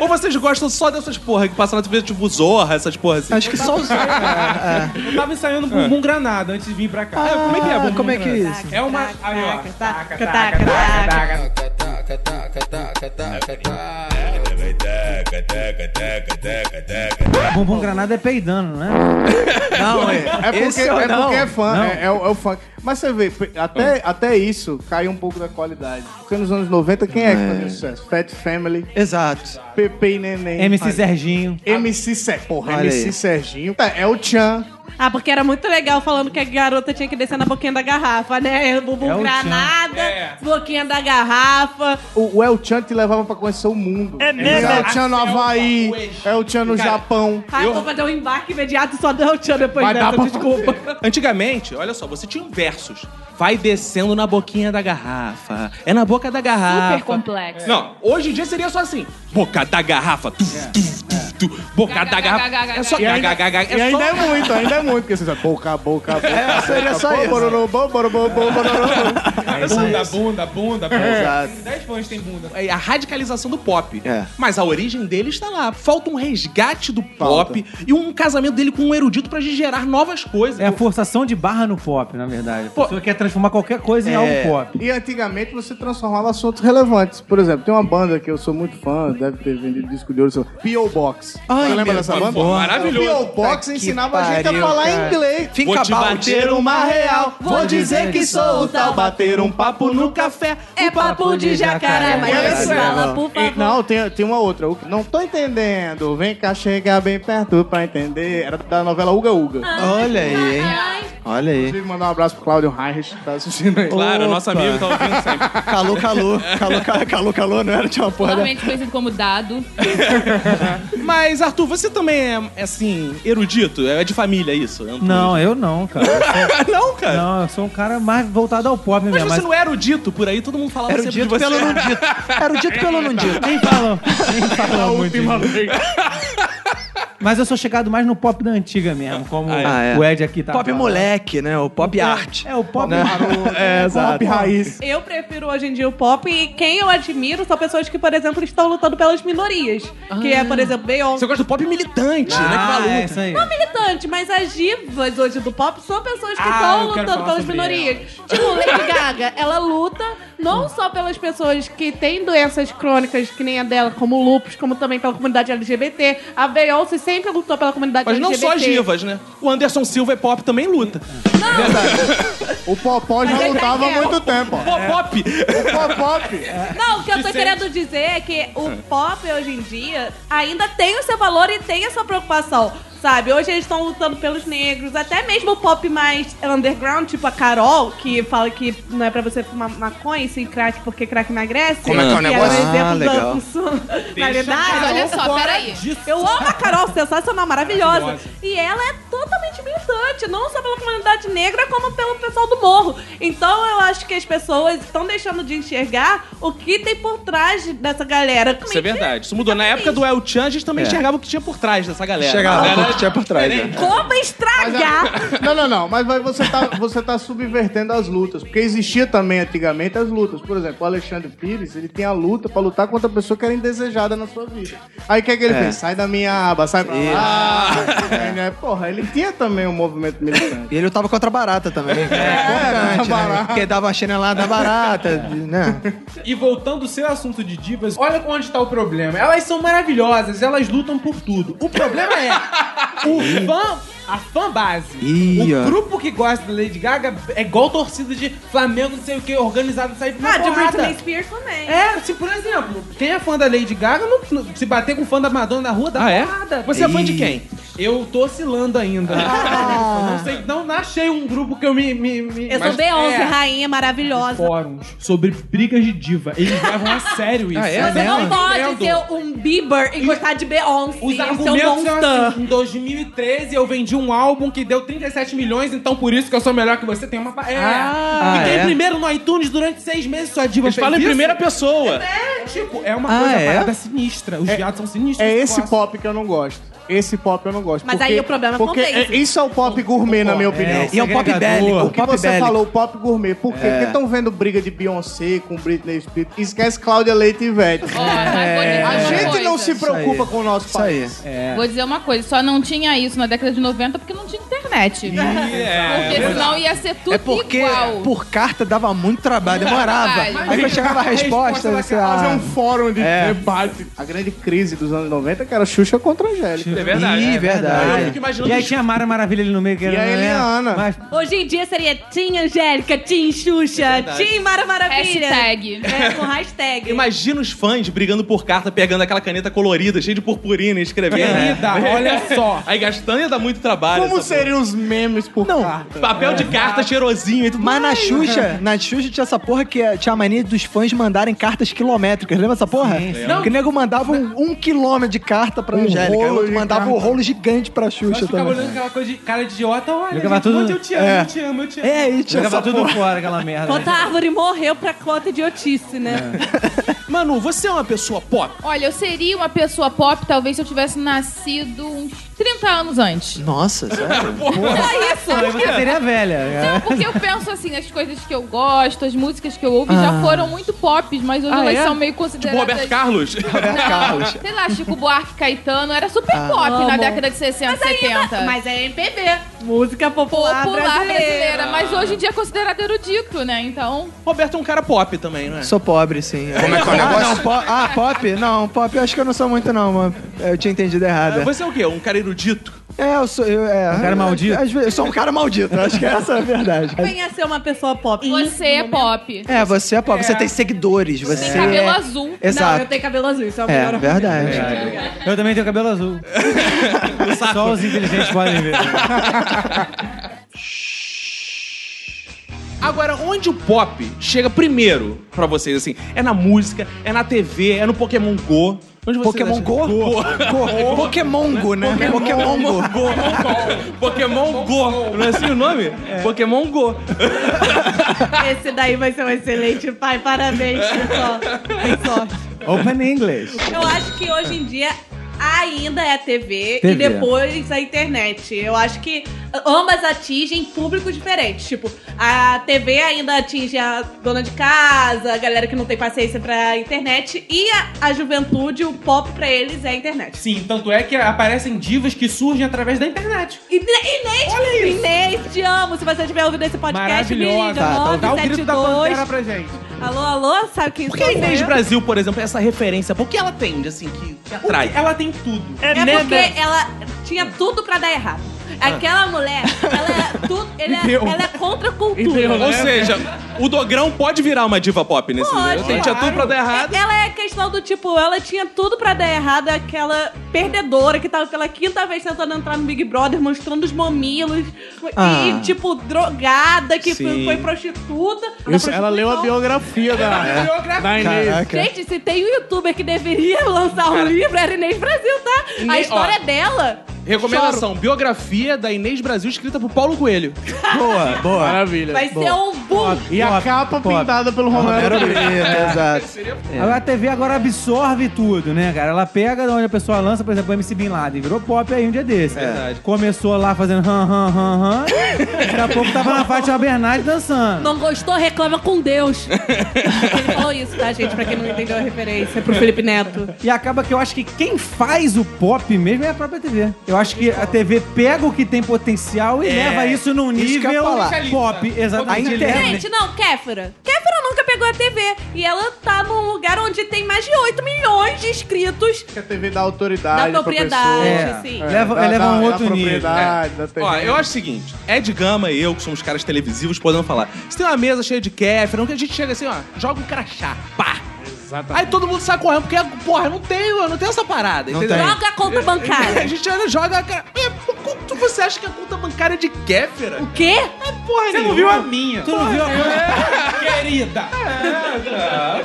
Ou vocês gostam só dessas porra que passam na TV, tipo Zorra, essas porras assim?
Acho que só os. É,
Eu tava ensaiando bumbum granada antes de vir pra cá.
Ah, como é que é?
Bumbum
Como é que é
Granada?
isso?
É uma. Aí, ó.
Taca, taca, taca, taca.
Bumbum Granada é peidando, né?
Não, é.
É porque
Esse
é,
eu não. Hum.
porque é fã,
Não.
é, é o, é o funk. Mas você vê, até, até isso cai um pouco da qualidade. Porque nos anos 90, quem é que fazia sucesso? Fat Family,
Exato.
Pepe e Neném.
MC Serginho.
MC, Ser... Porra,
Olha
MC
aí.
Serginho. Tá, É o Tchan.
Ah, porque era muito legal falando que a garota tinha que descer na boquinha da garrafa, né? Bumbum
É o É. tchan.
granada, boquinha da garrafa.
O, o El Chan te levava pra conhecer o mundo. É mesmo? É o Chan no Havaí, é o Chan no Japão.
Ai, vou fazer um embarque imediato só dá o tchan depois
Vai
dessa,
dar pra
desculpa.
Antigamente, olha só, você tinha um versos. Vai descendo na boquinha da garrafa. É na boca da garrafa.
Ah,
Super complexo.
Não, hoje em dia seria só assim. Boca da garrafa. Tu, tu, tu, tu, boca
Gá,
da
gá,
garrafa.
gá, gá,
é só
É, E ainda,
gá, gá, gá,
e
é
ainda
só...
é muito, ainda é muito. Porque você sabe, boca, boca, boca. É,
seria só isso.
Bororô, bo- bororô, bo- bororô.
Bunda, bunda, bunda,
É.
bunda.
Exato.
Dez fãs tem bunda.
É a radicalização do pop.
É.
Mas a origem dele está lá. Falta um resgate do
Falta.
pop e um casamento dele com um erudito pra gerar novas coisas.
É a forçação de barra no pop, na verdade. A pessoa quer transformar qualquer
É.
coisa em algo pop.
E antigamente você transformava assuntos relevantes. Por exemplo, tem uma banda que eu sou muito fã, deve ter vendido disco de ouro, seu P.O. Box.
Ai,
você lembra
meu
dessa
Deus,
banda?
pô, maravilhoso.
Tá O P.O. Box
Puta que
ensinava a gente
pariu,
a falar
cara.
inbalde.
Fica
Vou te
balde.
bater uma real,
vou dizer que sou o tal,
bater um papo no café.
É papo de jacaré, mas
Olha
ela
só.
fala, por
E-
favor.
Não, tem, tem uma outra. O- Não tô entendendo. Vem cá, chega bem perto pra entender. Era da novela Uga Uga.
Olha aí, hein? Olha aí.
Inclusive, mandar um abraço pro Claudio Reich, que tá assistindo aí.
Claro,
Opa.
nosso amigo tá ouvindo sempre.
Calor, calor. Calor, calor, calor, calor, não era? Tinha uma porra da...
Normalmente conhecido como
é
dado.
Mas, Arthur, você também é, assim, erudito? É de família isso? É um-
Não, eu não, cara.
Ah, não, cara.
Não, eu sou um cara mais voltado ao pop
Mas
mesmo.
você não é erudito por aí, todo mundo falava
Era o
sempre
dito
de você.
pelo não dito. Era o dito pelo não dito.
Nem falam, nem
É
falam muito. disso. Mas eu sou chegado mais no pop da antiga mesmo, como
Ah, é.
o Ed aqui tá.
Pop
falando.
moleque, né? O pop arte.
É, o pop
Né?
maroto.
É, exato.
Pop Raiz.
Eu prefiro hoje em dia o pop e quem eu admiro são pessoas que, por exemplo, estão lutando pelas minorias. Que é, por exemplo, Beyoncé.
Ah. Você gosta do pop militante, né? Que
Ah,
maluco.
é isso aí.
Não militante, mas as divas hoje do pop são pessoas que
Ah,
estão
eu quero
lutando
falar
pelas
sobre
minorias. Tipo, Lady Gaga, ela luta não só pelas pessoas que têm doenças crônicas, que nem a dela, como lupus, como também pela comunidade LGBT. A Beyoncé sempre lutou pela comunidade
Mas não
LGBT.
só as divas, né? O Anderson Silva é pop também luta. É
O Popó já
Mas ele
lutava há
é
muito tempo. ó.
Pô, Pop! É.
O Popop.
Não, o que eu tô querendo dizer é que o pop hoje em dia ainda tem o seu valor e tem a sua preocupação. Sabe, hoje eles estão lutando pelos negros, até mesmo o pop mais underground, tipo a Carol, que fala que não é pra você fumar maconha e sem crack porque crack emagrece.
Como é que é o negócio?
Que era
Ah,
um
legal.
exemplo da
Mas olha
funcionalidade.
só, peraí.
Eu amo a Carol, sensacional, maravilhosa. E ela é totalmente militante, não só pela comunidade negra, como pelo pessoal do morro. Então eu acho que as pessoas estão deixando de enxergar o que tem por trás dessa galera.
Isso é verdade. Isso mudou. Na época do El Chan, a gente também enxergava o que tinha por trás dessa galera.
É. Chegava
Era-
um pouco tinha por trás. né?
Como estragar?
Não, não, não. Mas vai- você tá, você tá subvertendo as lutas. Porque existia também antigamente as lutas. Por exemplo, o Alexandre Pires, ele tem a luta pra lutar contra a pessoa que era indesejada na sua vida. Aí o que é que ele fez? Sai da minha aba, sai pra lá. É, né? Porra, ele tinha também um movimento militante.
E ele lutava contra a barata também. É,
contra a
importante, né?
barata.
Porque dava a chinelada na barata, né?
E voltando ao seu assunto de divas, olha onde tá o problema. Elas são maravilhosas, elas lutam por tudo. O problema é o fã, a fã base.
Ih, ó.
o grupo que gosta da Lady Gaga é igual torcida de Flamengo, não sei o que, organizado, sai pra
Ah, de
porrada.
Britney Spears também.
É, se por exemplo, quem é fã da Lady Gaga, não- não- se bater com fã da Madonna na rua, dá
Ah, é?
porrada.
Você é fã de quem?
Eu tô oscilando ainda.
Ah.
Eu não sei, não achei um grupo que eu me. me, me
Eu sou
Mas-
B11,
é,
rainha maravilhosa.
Fóruns sobre brigas de diva. Eles levam a sério isso.
Ah, é? Você não pode ter um Bieber e gostar de B11.
Os
Isso é um
argumentos são
monstro.
Tá assim, em 2013 eu vendi um álbum que deu 37 milhões, então por isso que eu sou melhor que você. Tem uma... pa- É.
Ah,
Fiquei
é?
primeiro no iTunes durante seis meses, sua diva
Eles
fez
falam em
isso?
primeira pessoa.
É, tipo, é uma
Ah,
coisa
é?
parada sinistra. Os
É-
viados são sinistros.
É esse
Nossa.
pop que eu não gosto. Esse pop eu não gosto.
Mas aí o problema é
porque
fanbase.
é- isso é o pop gourmet, na minha opinião.
e é um pop
Segregador.
bélico,
O que
pop
você
bélico.
falou, o pop gourmet. Por quê?
É.
Porque estão vendo briga de Beyoncé com Britney Spears. Esquece Cláudia Leite e Vete.
Ó, mas vou dizer
A
uma
gente
coisa.
não se preocupa
aí.
com o nosso
Isso aí.
país.
um
É.
Vou dizer uma coisa, só não tinha isso na década de 90 porque não tinha internet.
é
porque senão ia ser tudo
É porque
igual.
por carta dava muito trabalho, demorava.
trabalho.
Aí quando chegava a resposta, você.
Fazer
Ah,
um fórum de
É.
debate. A grande crise dos anos 90 que era Xuxa contra a Angélica.
É verdade.
Ih, verdade.
Eu fico imaginando
E aí tinha a Mara Maravilha ali no meio, que era.
E a
né?
É,
Eliana.
Mas
Hoje em dia seria Tim Angélica, Tim
É
Xuxa, Tim Mara Maravilha.
Hashtag.
É, com hashtag.
Imagina os fãs brigando por carta, pegando aquela caneta colorida, cheia de purpurina e escrevendo. É.
Querida, olha só.
Aí gastando ia dar muito trabalho.
Como
essa
seriam os memes por
Não.
carta?
porra. Papel de carta cheirosinho e tudo
Mas na Xuxa, na Xuxa tinha essa porra que eh, tinha a mania dos fãs mandarem cartas quilométricas. Lembra essa porra? Que o nego mandava um, um quilômetro de carta
Um
pra Angélica.
rolo
O outro
de
mandava
carta.
um rolo gigante pra
Eu acho
Xuxa
que ficava
também.
Tá olhando aquela coisa de cara de idiota, olha,
Jogava
gente,
tudo-
onde eu te amo,
É.
eu te amo, eu te amo.
É, aí tinha essa
jogava tudo
porra.
fora aquela
né?
merda. né?
Quanta árvore morreu pra conta de otice, né?
mais. Manu, você é uma pessoa pop.
Olha, eu seria uma pessoa pop talvez se eu tivesse nascido uns 30 anos antes.
Nossa, sério?
Era isso.
Aí você seria velha. é.
Não, porque eu penso assim, as coisas que eu gosto, as músicas que eu ouvi já foram muito pop, mas hoje
Ah,
elas
é?
são meio
Ah. Tipo
consideradas.
Roberto Carlos.
Não,
Carlos.
Sei lá, Chico Buarque, Caetano, era super pop na
Amo.
década de 60, 70.
Mas é MPB. Música popular,
popular brasileira.
brasileira.
mas hoje em dia é considerado erudito, né? Então,
Roberto é um cara pop também, não é?
Sou pobre, sim.
Como é que é o
Ah, não,
negócio?
po- ah, pop? Não, pop eu acho que eu não sou muito, não. mano. Eu tinha entendido errado.
Você é o quê? Um cara erudito?
É, eu sou. Eu, é, um
cara maldito?
eu sou um cara maldito, acho que essa é a verdade.
Venha ser uma pessoa pop.
você é pop.
É, você é pobre, você tem seguidores, você.
Tem cabelo azul.
Exato.
Não, eu tenho cabelo azul, isso é o
É,
melhor.
verdade.
Eu também tenho cabelo azul. Só os inteligentes podem ver.
Agora, onde o pop chega primeiro pra vocês, assim? É na música, é na TV, é no Pokémon Go. Onde vocês
Pokémon
acham-
Go? Go. Pokémon Go, né? Pokémon Go.
Pokémon Go. Não é assim o nome? Pokémon Go.
Esse daí vai ser um excelente pai, parabéns, pessoal. Tem sorte.
Open English.
Eu acho que hoje em dia ainda é a TV,
TV.
e depois a internet. Eu acho que ambas atingem públicos diferentes. Tipo, a TV ainda atinge a dona de casa, a galera que não tem paciência pra internet e a, a juventude, o pop pra eles é a internet.
Sim, tanto é que aparecem divas que surgem através da internet.
E- Inês, Inês, te amo. Se você estiver ouvindo esse podcast, me
Maravilhosa. Então
liga.
Dá o grito da pantera
972.
pra gente.
Alô, alô, sabe quem
Por que a
sou
Inês
eu?
Brasil, por exemplo, é essa referência? Por que ela tem, assim, que, que atrai?
Ela tem tudo.
É porque ela tinha tudo pra dar errado.
Ah.
Aquela mulher, ela é, tudo, ele é-
Entendeu?
ela é contra a cultura.
né?
Ou seja, o Dogrão pode virar uma diva pop nesse
Pode,
momento. Tem tinha tudo pra dar errado.
É- Ela é questão do tipo, ela tinha tudo pra dar errado, aquela perdedora que tava pela quinta vez tentando entrar no Big Brother, mostrando os mamilos.
Ah.
E, tipo, drogada, que
Sim.
foi, foi prostituta. então, na
Isso, ela leu a
prostituição.
biografia
É.
da, da Inês.
Caraca.
Gente, se tem um youtuber que deveria lançar um livro, era Inês Brasil, tá? a
Inês-
história dela.
Recomendação: biografia da Inês Brasil escrita por Paulo Coelho.
Boa, boa.
Maravilha.
Vai ser um boom.
E a capa pintada pelo Romero.
Romero Brito, exato.
Agora A TV agora absorve tudo, né, cara? Ela pega de onde a pessoa lança, por exemplo, o MC Bin Laden. Virou pop aí um dia desse.
Verdade.
Começou lá fazendo hum, hum, hum, hum. Daqui a pouco tava na Fátima Bernardes dançando.
Não gostou, reclama com Deus. Ele falou isso, tá, gente? Pra quem não entendeu a referência, pro Felipe Neto.
E acaba que eu acho que quem faz o pop mesmo é a própria TV. Eu acho que a TV pega o que tem potencial e leva isso num
É, isso que eu ia
nível
falar.
pop. Exatamente.
é A internet.
Gente, não, Kéfera. Kéfera nunca pegou a TV. E ela tá num lugar onde tem mais de 8 milhões de inscritos.
Que a TV dá autoridade.
Dá propriedade,
pra pessoa.
sim.
Leva-
dá-
leva
dá-
um
dá
outro nível.
propriedade, dá TV.
É. Ó, eu acho o seguinte: Ed Gama e eu, que somos caras
Ah,
televisivos, podemos falar. Se tem uma mesa cheia de kefir, não que a gente chega assim, ó, joga um crachá, pá.
Exatamente.
Aí todo mundo sai correndo, porque, porra, eu não tenho, eu não tenho essa parada, entendeu?
tem.
Joga a conta
A
bancária.
gente ainda joga. cara, é, quanto você acha que a conta bancária é de Kéfera? É
O quê?
Porra,
Você não viu a minha?
Tu não viu a,
Querida!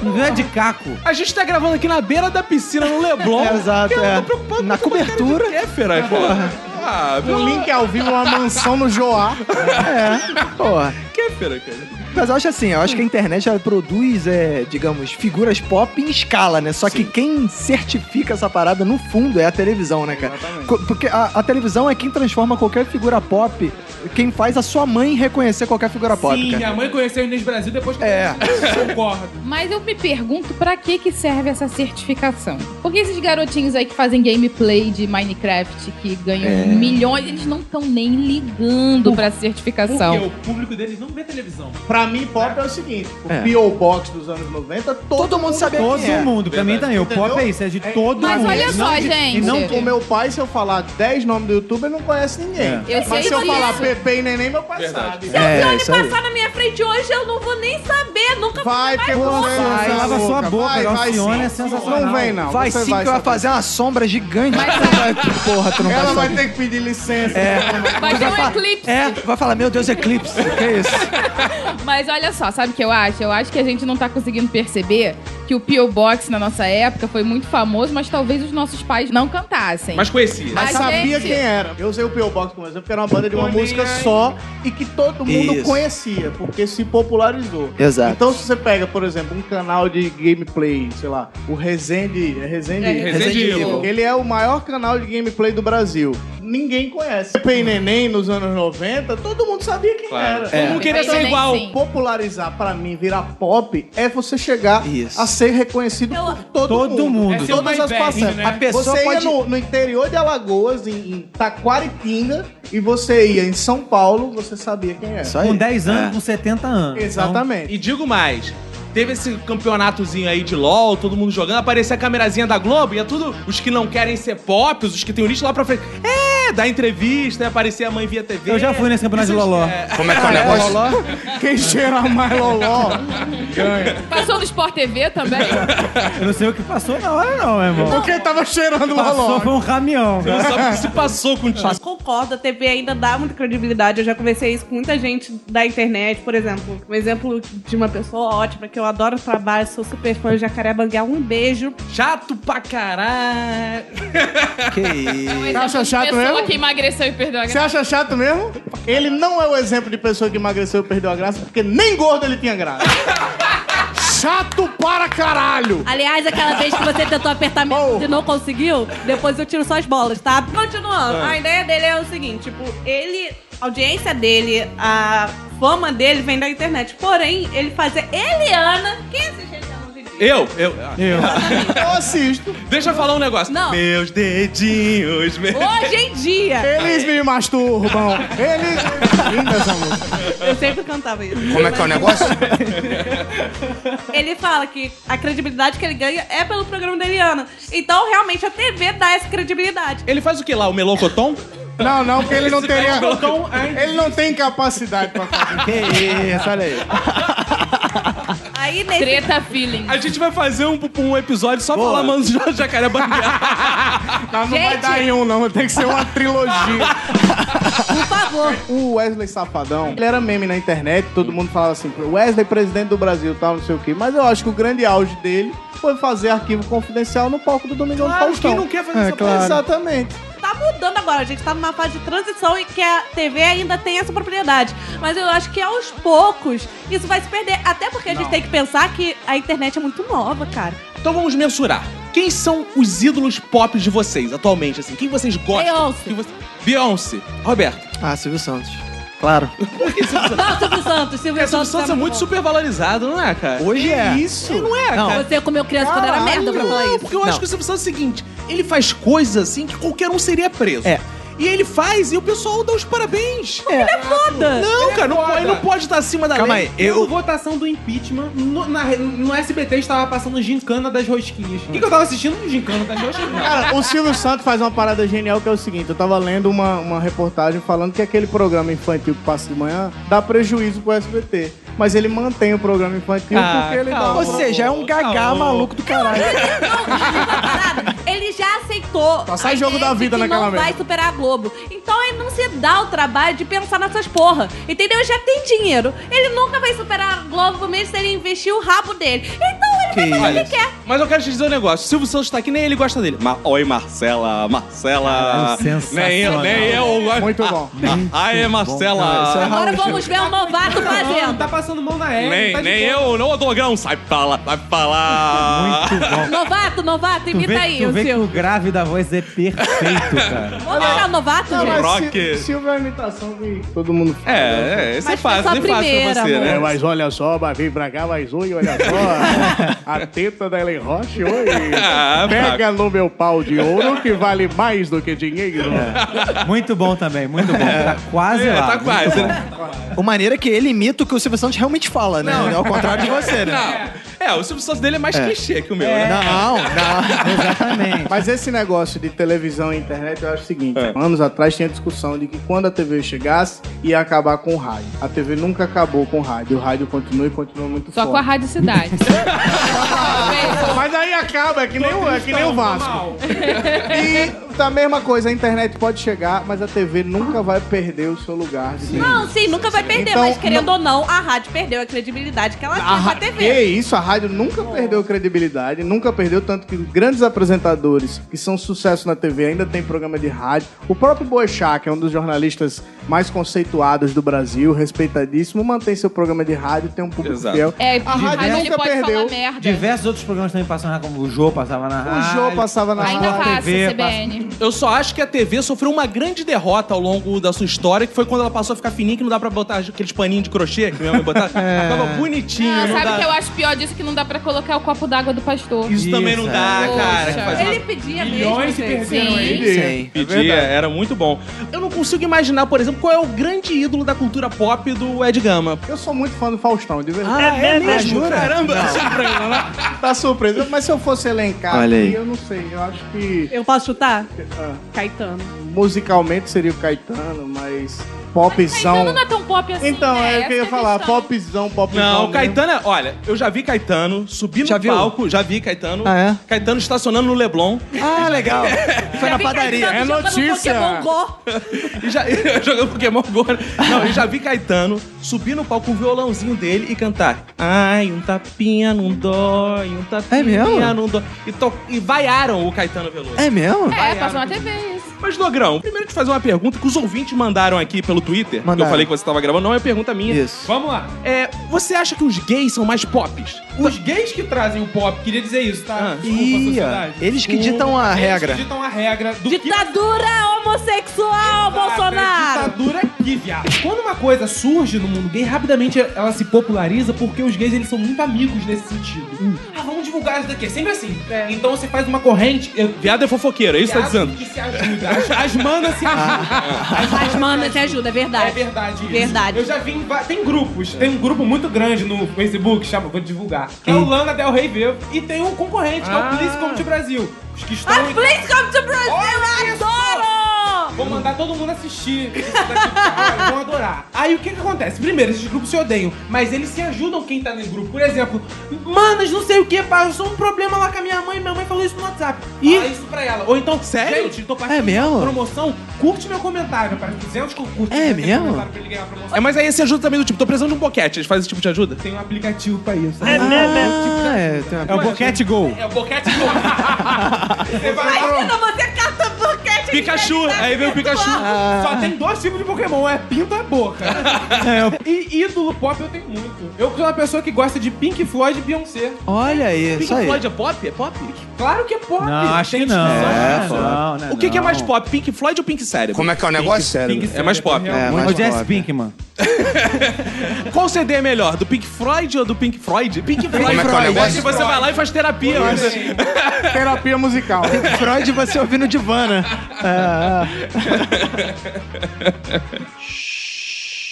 não
É
viu a de caco?
É, A gente tá gravando aqui na beira da piscina, no Leblon.
É, exato,
Eu
é.
tô preocupado
Na
com a bancária
cobertura. É.
de Kéfera, porra. Ah,
Um link ao vivo, uma mansão no Joá.
É, porra.
Kéfera, cara.
Mas eu acho assim, eu
Hum.
acho que a internet ela produz, é, digamos, figuras pop em escala, né? Só que quem certifica essa parada, no fundo, é a televisão, né, cara? Co- Porque a, a televisão é quem transforma qualquer figura pop, quem faz a sua mãe reconhecer qualquer figura pop,
Sim,
cara.
minha mãe conheceu o Inês Brasil depois que
É.
eu concordo.
Mas eu me pergunto pra que que serve essa certificação? Porque esses garotinhos aí que fazem gameplay de Minecraft, que ganham milhões, eles não estão nem ligando pra certificação.
Porque o público deles não vê televisão.
Pra mim, pop é o seguinte: o
É.
P.O. Box dos anos 90, todo,
Todo mundo sabia
Todo
quem é.
mundo. Pra mim também. O pop
Entendeu?
é isso. É de todo
Mas
mundo.
olha só,
Não de-
gente.
E não o meu pai, se eu falar 10 nomes do youtuber, não conhece ninguém.
É. Eu
Mas
sei
se eu
disso.
falar Pepe e Neném, meu pai sabe.
É,
Se passar na minha frente hoje, eu não vou nem saber. Nunca
Vai, porque você...
Você lava sua boca,
vai, vai
Alcione
sim.
é sensacional.
Não vem, não.
Vai
Você
sim que vai
saber.
fazer uma sombra gigante.
Mas-
Tu vai- Porra, tu não
Ela
vai
vai
saber.
ter que pedir licença.
Vai ter um eclipse.
É, tu vai falar, meu Deus, eclipse. Que isso?
Mas olha só, sabe o que eu acho? Eu acho que a gente não tá conseguindo perceber que o P.O. Box na nossa época foi muito famoso, mas talvez os nossos pais não cantassem.
Mas conheci.
Mas,
Mas sabia
gente-
quem era. Eu usei o P.O. Box como exemplo, porque era uma banda de uma música só e que todo mundo
Isso.
conhecia, porque se popularizou.
Exato.
Então, se você pega, por exemplo, um canal de gameplay, sei lá, o Resende... É Resende?
Resident Evil.
Ele é o maior canal de gameplay do Brasil. Ninguém conhece. Pepe e Neném, nos anos 90, todo mundo sabia quem
Claro.
era.
Todo mundo queria ser igual.
Sim.
Popularizar, pra mim, virar pop, é você chegar
Isso.
a ser reconhecido por todo,
Todo mundo. É
Em
ser o
todas
mais
as
velho,
passagens.
né?
A pessoa
você ia
pode-
no, no interior de Alagoas, em, em Taquaritinga, e você ia em São Paulo, você sabia quem era.
Isso aí.
Com 10 anos,
É.
com 70 anos.
Exatamente.
E digo mais. Teve esse campeonatozinho aí de LOL, todo mundo jogando, aparecia a camerazinha da Globo, e é tudo os que não querem ser pop, os que tem o nicho lá pra frente. É, dá entrevista, né? aparecia a mãe via TV.
Eu já fui nesse campeonato de
Esses-
loló.
é,
Como é que é o negócio?
Quem cheira mais loló?
Passou no Sport TV também?
Eu não sei o que passou na hora, não, meu irmão.
Porque tava cheirando
Passou
loló.
foi um caminhão, cara.
não sabe o que se passou contigo.
Eu concordo, a TV ainda dá muita credibilidade. Eu já conversei isso com muita gente da internet, por exemplo. Um exemplo de uma pessoa ótima, que eu adoro o trabalho, sou super fã de Jacaré Banguel. Um beijo.
Chato pra caralho.
Que isso?
Mas
acha
é uma
chato
pessoa
mesmo?
que emagreceu e perdeu a
Você
graça.
acha chato mesmo? Ele não é o exemplo de pessoa que emagreceu e perdeu a graça, porque nem gordo ele tinha graça. chato para caralho!
Aliás, aquela vez que você tentou apertar minha
Oh.
bunda e não conseguiu, depois eu tiro só as bolas, tá? Continuando,
Ah.
a ideia dele é o seguinte, tipo, ele... A audiência dele, a fama dele vem da internet. Porém, ele fazer Eliana... Quem assiste Eliana hoje em dia?
Eu, eu.
Eu assisto.
Deixa eu falar um negócio.
Não.
Meus dedinhos, meus.
Hoje em dia!
Eles me masturbam. Eles. Linda essa música.
Eu sempre cantava isso.
Como é que é o negócio?
Ele fala que a credibilidade que ele ganha é pelo programa da Eliana. Então, realmente, a TV dá essa credibilidade.
Ele faz o que lá? O melocotom?
Não, não, porque ele não
é
teria.
um
Então, aí,
Ele não tem capacidade pra fazer.
Que isso, olha aí.
Aí, nesse...
Treta feeling.
A gente vai fazer um, um episódio só falando mano de jacaré banguela.
Não, não vai
Gente. ah,
dar em um, não. Tem que ser uma trilogia. Por favor. O Wesley Safadão, ele era meme na internet, todo mundo falava assim, Wesley presidente do Brasil, tal, não sei o quê. Mas eu acho que o grande auge dele foi fazer arquivo confidencial no palco do Domingão do Faustão.
Quem não quer fazer
É,
essa
claro.
Exatamente.
tá mudando agora. A gente tá numa fase de transição em que a TV ainda tem essa propriedade. Mas eu acho que aos poucos isso vai se perder. Até porque a gente tem que pensar que a internet é muito nova, cara.
Então vamos mensurar. Quem são os ídolos pop de vocês atualmente, assim? Quem vocês gostam?
Beyoncé.
Quem você- Beyoncé. Roberto.
Ah, Silvio Santos. Claro.
Não, Silvio Santos, Silvio
Porque
Santos.
Santos é muito supervalorizado, não é, cara?
Hoje é.
Isso.
Não é,
Não.
cara?
Você comeu criança quando era merda pra falar
Não,
isso.
porque eu acho
Não.
que o Silvio Santos é o seguinte, ele faz coisas assim que qualquer um seria preso.
É.
E ele faz e o pessoal dá os parabéns.
É,
Foda!
Não, cara, não,
foda.
ele é não pode estar acima da
Calma
lei.
aí, eu... votação do impeachment no, na, no SBT estava passando gincana das rosquinhas. O que, que eu tava assistindo? Gincana das rosquinhas.
Cara, o Silvio Santos faz uma parada genial que é o seguinte: eu tava lendo uma, uma reportagem falando que aquele programa infantil que passa de manhã dá prejuízo pro SBT. Mas ele mantém o programa infantil
Ah,
porque ele dá.
calma.
Ou seja, é um gagá maluco do caralho.
parada. Ele já aceitou.
Só sai
a
jogo
ideia
da
de
vida
que
naquela
não
merda.
vai superar a Globo. Então ele não se dá o trabalho de pensar nessas porra. Entendeu? Ele já tem dinheiro. Ele nunca vai superar a Globo mesmo se ele investir o rabo dele. Então ele vai fazer o que quer.
Mas eu quero te dizer um negócio. Silvio Santos tá aqui, nem ele gosta dele. Ma- Oi, Marcela, Marcela.
É sensacional.
Nem eu, nem eu gosto. Ah,
Muito bom.
Aê, Marcela.
Agora vamos
Tá
ver o novato
Não,
fazendo.
tá passando mão na L.
Nem,
tá de
nem
boa.
eu, não, Dogão. Sai pra lá, sai pra lá.
um Novato, novato,
Tu vê,
imita aí
tu
o
vê que
seu.
o grave da voz é perfeito, cara.
Vamos tirar o novato,
Não,
gente?
mas
Rock.
Sil- Silvio é uma imitação que todo mundo faz.
É, é, isso é
Mas foi só
fácil,
a
nem fácil pra
primeira,
você,
amor.
É,
né?
mas olha só, mas vem pra cá, mas oi, olha só. A teta da Ellen Roche, oi.
Ah,
Pega no meu pau de ouro que vale mais do que dinheiro.
Muito bom também, muito bom. Tá quase
É,
lá.
tá quase, né?
O maneira é que ele imita o que o Silvio Santos realmente fala, né?
é
Ao contrário de você, né?
É, o Silvio Santos dele é mais clichê que o meu, né?
Não, não.
Exatamente.
Mas esse negócio de televisão e internet, eu acho o seguinte: anos atrás tinha a discussão de que quando a TV chegasse, ia acabar com o rádio. A TV nunca acabou com o rádio. O rádio continua e continua muito
Só
forte.
com a Rádio Cidade.
Mas aí acaba, é que nem, o, é que nem o Vasco. E da mesma coisa, a internet pode chegar, mas a TV nunca vai perder o seu lugar. de televisão.
Não, sim, nunca vai perder,
Então,
mas querendo ou não, a rádio perdeu a credibilidade que ela tinha com
ra-
a TV.
Que isso, a rádio nunca perdeu credibilidade, nunca perdeu, tanto que grandes apresentadores que são sucesso na TV ainda tem programa de rádio. O próprio Boechat, que é um dos jornalistas mais conceituados do Brasil, respeitadíssimo, mantém seu programa de rádio, tem um público
Exato.
fiel.
É,
a rádio
mas ele
nunca
pode falar
perdeu.
merda.
Diversos outros programas também passam na como o Jô passava na
O
rádio.
Jô passava na
Ainda
rádio.
passa,
TV,
CBN.
Eu só acho que a TV sofreu uma grande derrota ao longo da sua história, que foi quando ela passou a ficar fininha, que não dá pra botar aqueles paninhos de crochê que minha mãe botava. Ficava bonitinho,
Não,
não,
sabe
dá.
que eu acho pior disso que não dá pra colocar o copo d'água do pastor.
Isso, também não
Isso,
dá,
é.
cara. que
Poxa.
fazia
Ele pedia mesmo,
Milhões que
gente.
perderam
Sim.
aí.
Sim. É
Pedia, É era muito bom. Eu não consigo imaginar, por exemplo, qual é o grande ídolo da cultura pop do Ed Gama.
Eu sou muito fã do Faustão, de verdade.
Ah,
é, mesmo? Caramba!
Tá surpresa, mas se eu fosse elencar
Olha aí.
aqui, eu não sei. Eu acho que
Eu posso chutar?
ah,
Caetano.
musicalmente seria o Caetano, mas
Caetano
popzão.
não é tão pop assim.
Então,
né?
é o
Essa
que eu ia
a
falar,
questão.
popzão, popzão.
Não, o
mesmo.
Caetano é. Olha, eu já vi Caetano subir no
Já viu?
palco, já vi Caetano.
Ah, é?
Caetano estacionando no Leblon. É
Ah, legal. Foi na
Já vi Caetano
padaria.
jogando
notícia.
Pokémon Go.
E já jogando Pokémon Go. né? Não, eu já vi Caetano subir no palco com o violãozinho dele e cantar. Ai, um tapinha não dói, um tapinha
É mesmo?
não dói. E, to- e vaiaram o Caetano Veloso.
É mesmo?
É, passou na TV isso.
Mas, Logrão, primeiro te fazer uma pergunta que os ouvintes mandaram aqui pelo Twitter. que Eu
Mandaram.
falei que você tava gravando, não é pergunta minha.
Isso.
Vamos lá.
É, você acha que os gays são mais pops?
Os gays que trazem o pop, queria dizer isso, tá?
Ah.
Desculpa,
Ia.
sociedade.
Eles que ditam a regra.
Um, Eles que ditam a regra do que
Ditadura É homossexual, Bolsonaro.
Ditadura aqui, viado. Quando uma coisa surge no mundo gay, rapidamente ela se populariza porque os gays eles são muito amigos nesse sentido.
Hum.
Ah, vamos divulgar isso daqui. É sempre assim. Então você faz uma corrente. Eu,
Viado é fofoqueiro, é isso que tá dizendo?
Que se ajuda. Ah. As, as manas
Ah.
se ajudam.
As manas te ajudam, é
É
verdade.
verdade isso.
Verdade.
Eu já vi em va- Tem grupos. Tem um grupo muito grande no Facebook, chama, vou divulgar. Que é o Lana Del Rey Vivo. E tem um concorrente, que é
Ah.
o Please Come to Brasil. Os que estão.
Ah,
em-
please come to Brazil,
Olha
eu adoro.
Vou mandar todo mundo assistir. isso tá daqui, cara, Eles vão adorar. Aí o que que acontece? Primeiro, esses grupos se odeiam, mas eles se ajudam quem tá no grupo. Por exemplo, manas, não sei o que, passou um problema lá com a minha mãe, minha mãe falou isso no WhatsApp. E
Ah,
isso pra ela. Ou então,
Sério?
Gente, tô passando
É mesmo?
promoção, curte meu comentário. Para 200 cu- curtidas,
É
tem
mesmo?
comentário pra um ele ganhar a promoção.
É, mas aí esse ajuda também do tipo, tô precisando de um boquete, eles fazem esse tipo de ajuda?
Tem um aplicativo pra isso. É,
Ah, é.
um
Tem
É o Boquete Gol.
o boquete Gol. Você vai lá,
Imagina você cata boquete.
Pikachu! Aí vem o Pikachu.
Ah.
Só tem dois tipos de Pokémon, é pinto e é boca.
É,
E ídolo pop eu tenho muito. Eu sou uma pessoa que gosta de Pink Floyd e Beyoncé.
Olha aí,
Pink
isso aí.
Floyd é pop? É pop?
Claro que é pop.
Não, acho
Tem
que não.
discussão.
É, não, não,
O que, que é mais
não.
pop, Pink Floyd ou Pink Cérebro?
Como é que é o negócio? Sério.
Pink
velho?
É mais pop.
É,
mais
o Jess
pop.
Pinkman.
Qual CD é melhor? Do Pink Floyd ou do Pink Freud? Pink Floyd.
Como é que é o negócio?
Você vai lá e faz terapia.
é.
Terapia musical.
Freud você ouvindo né? Divana. É,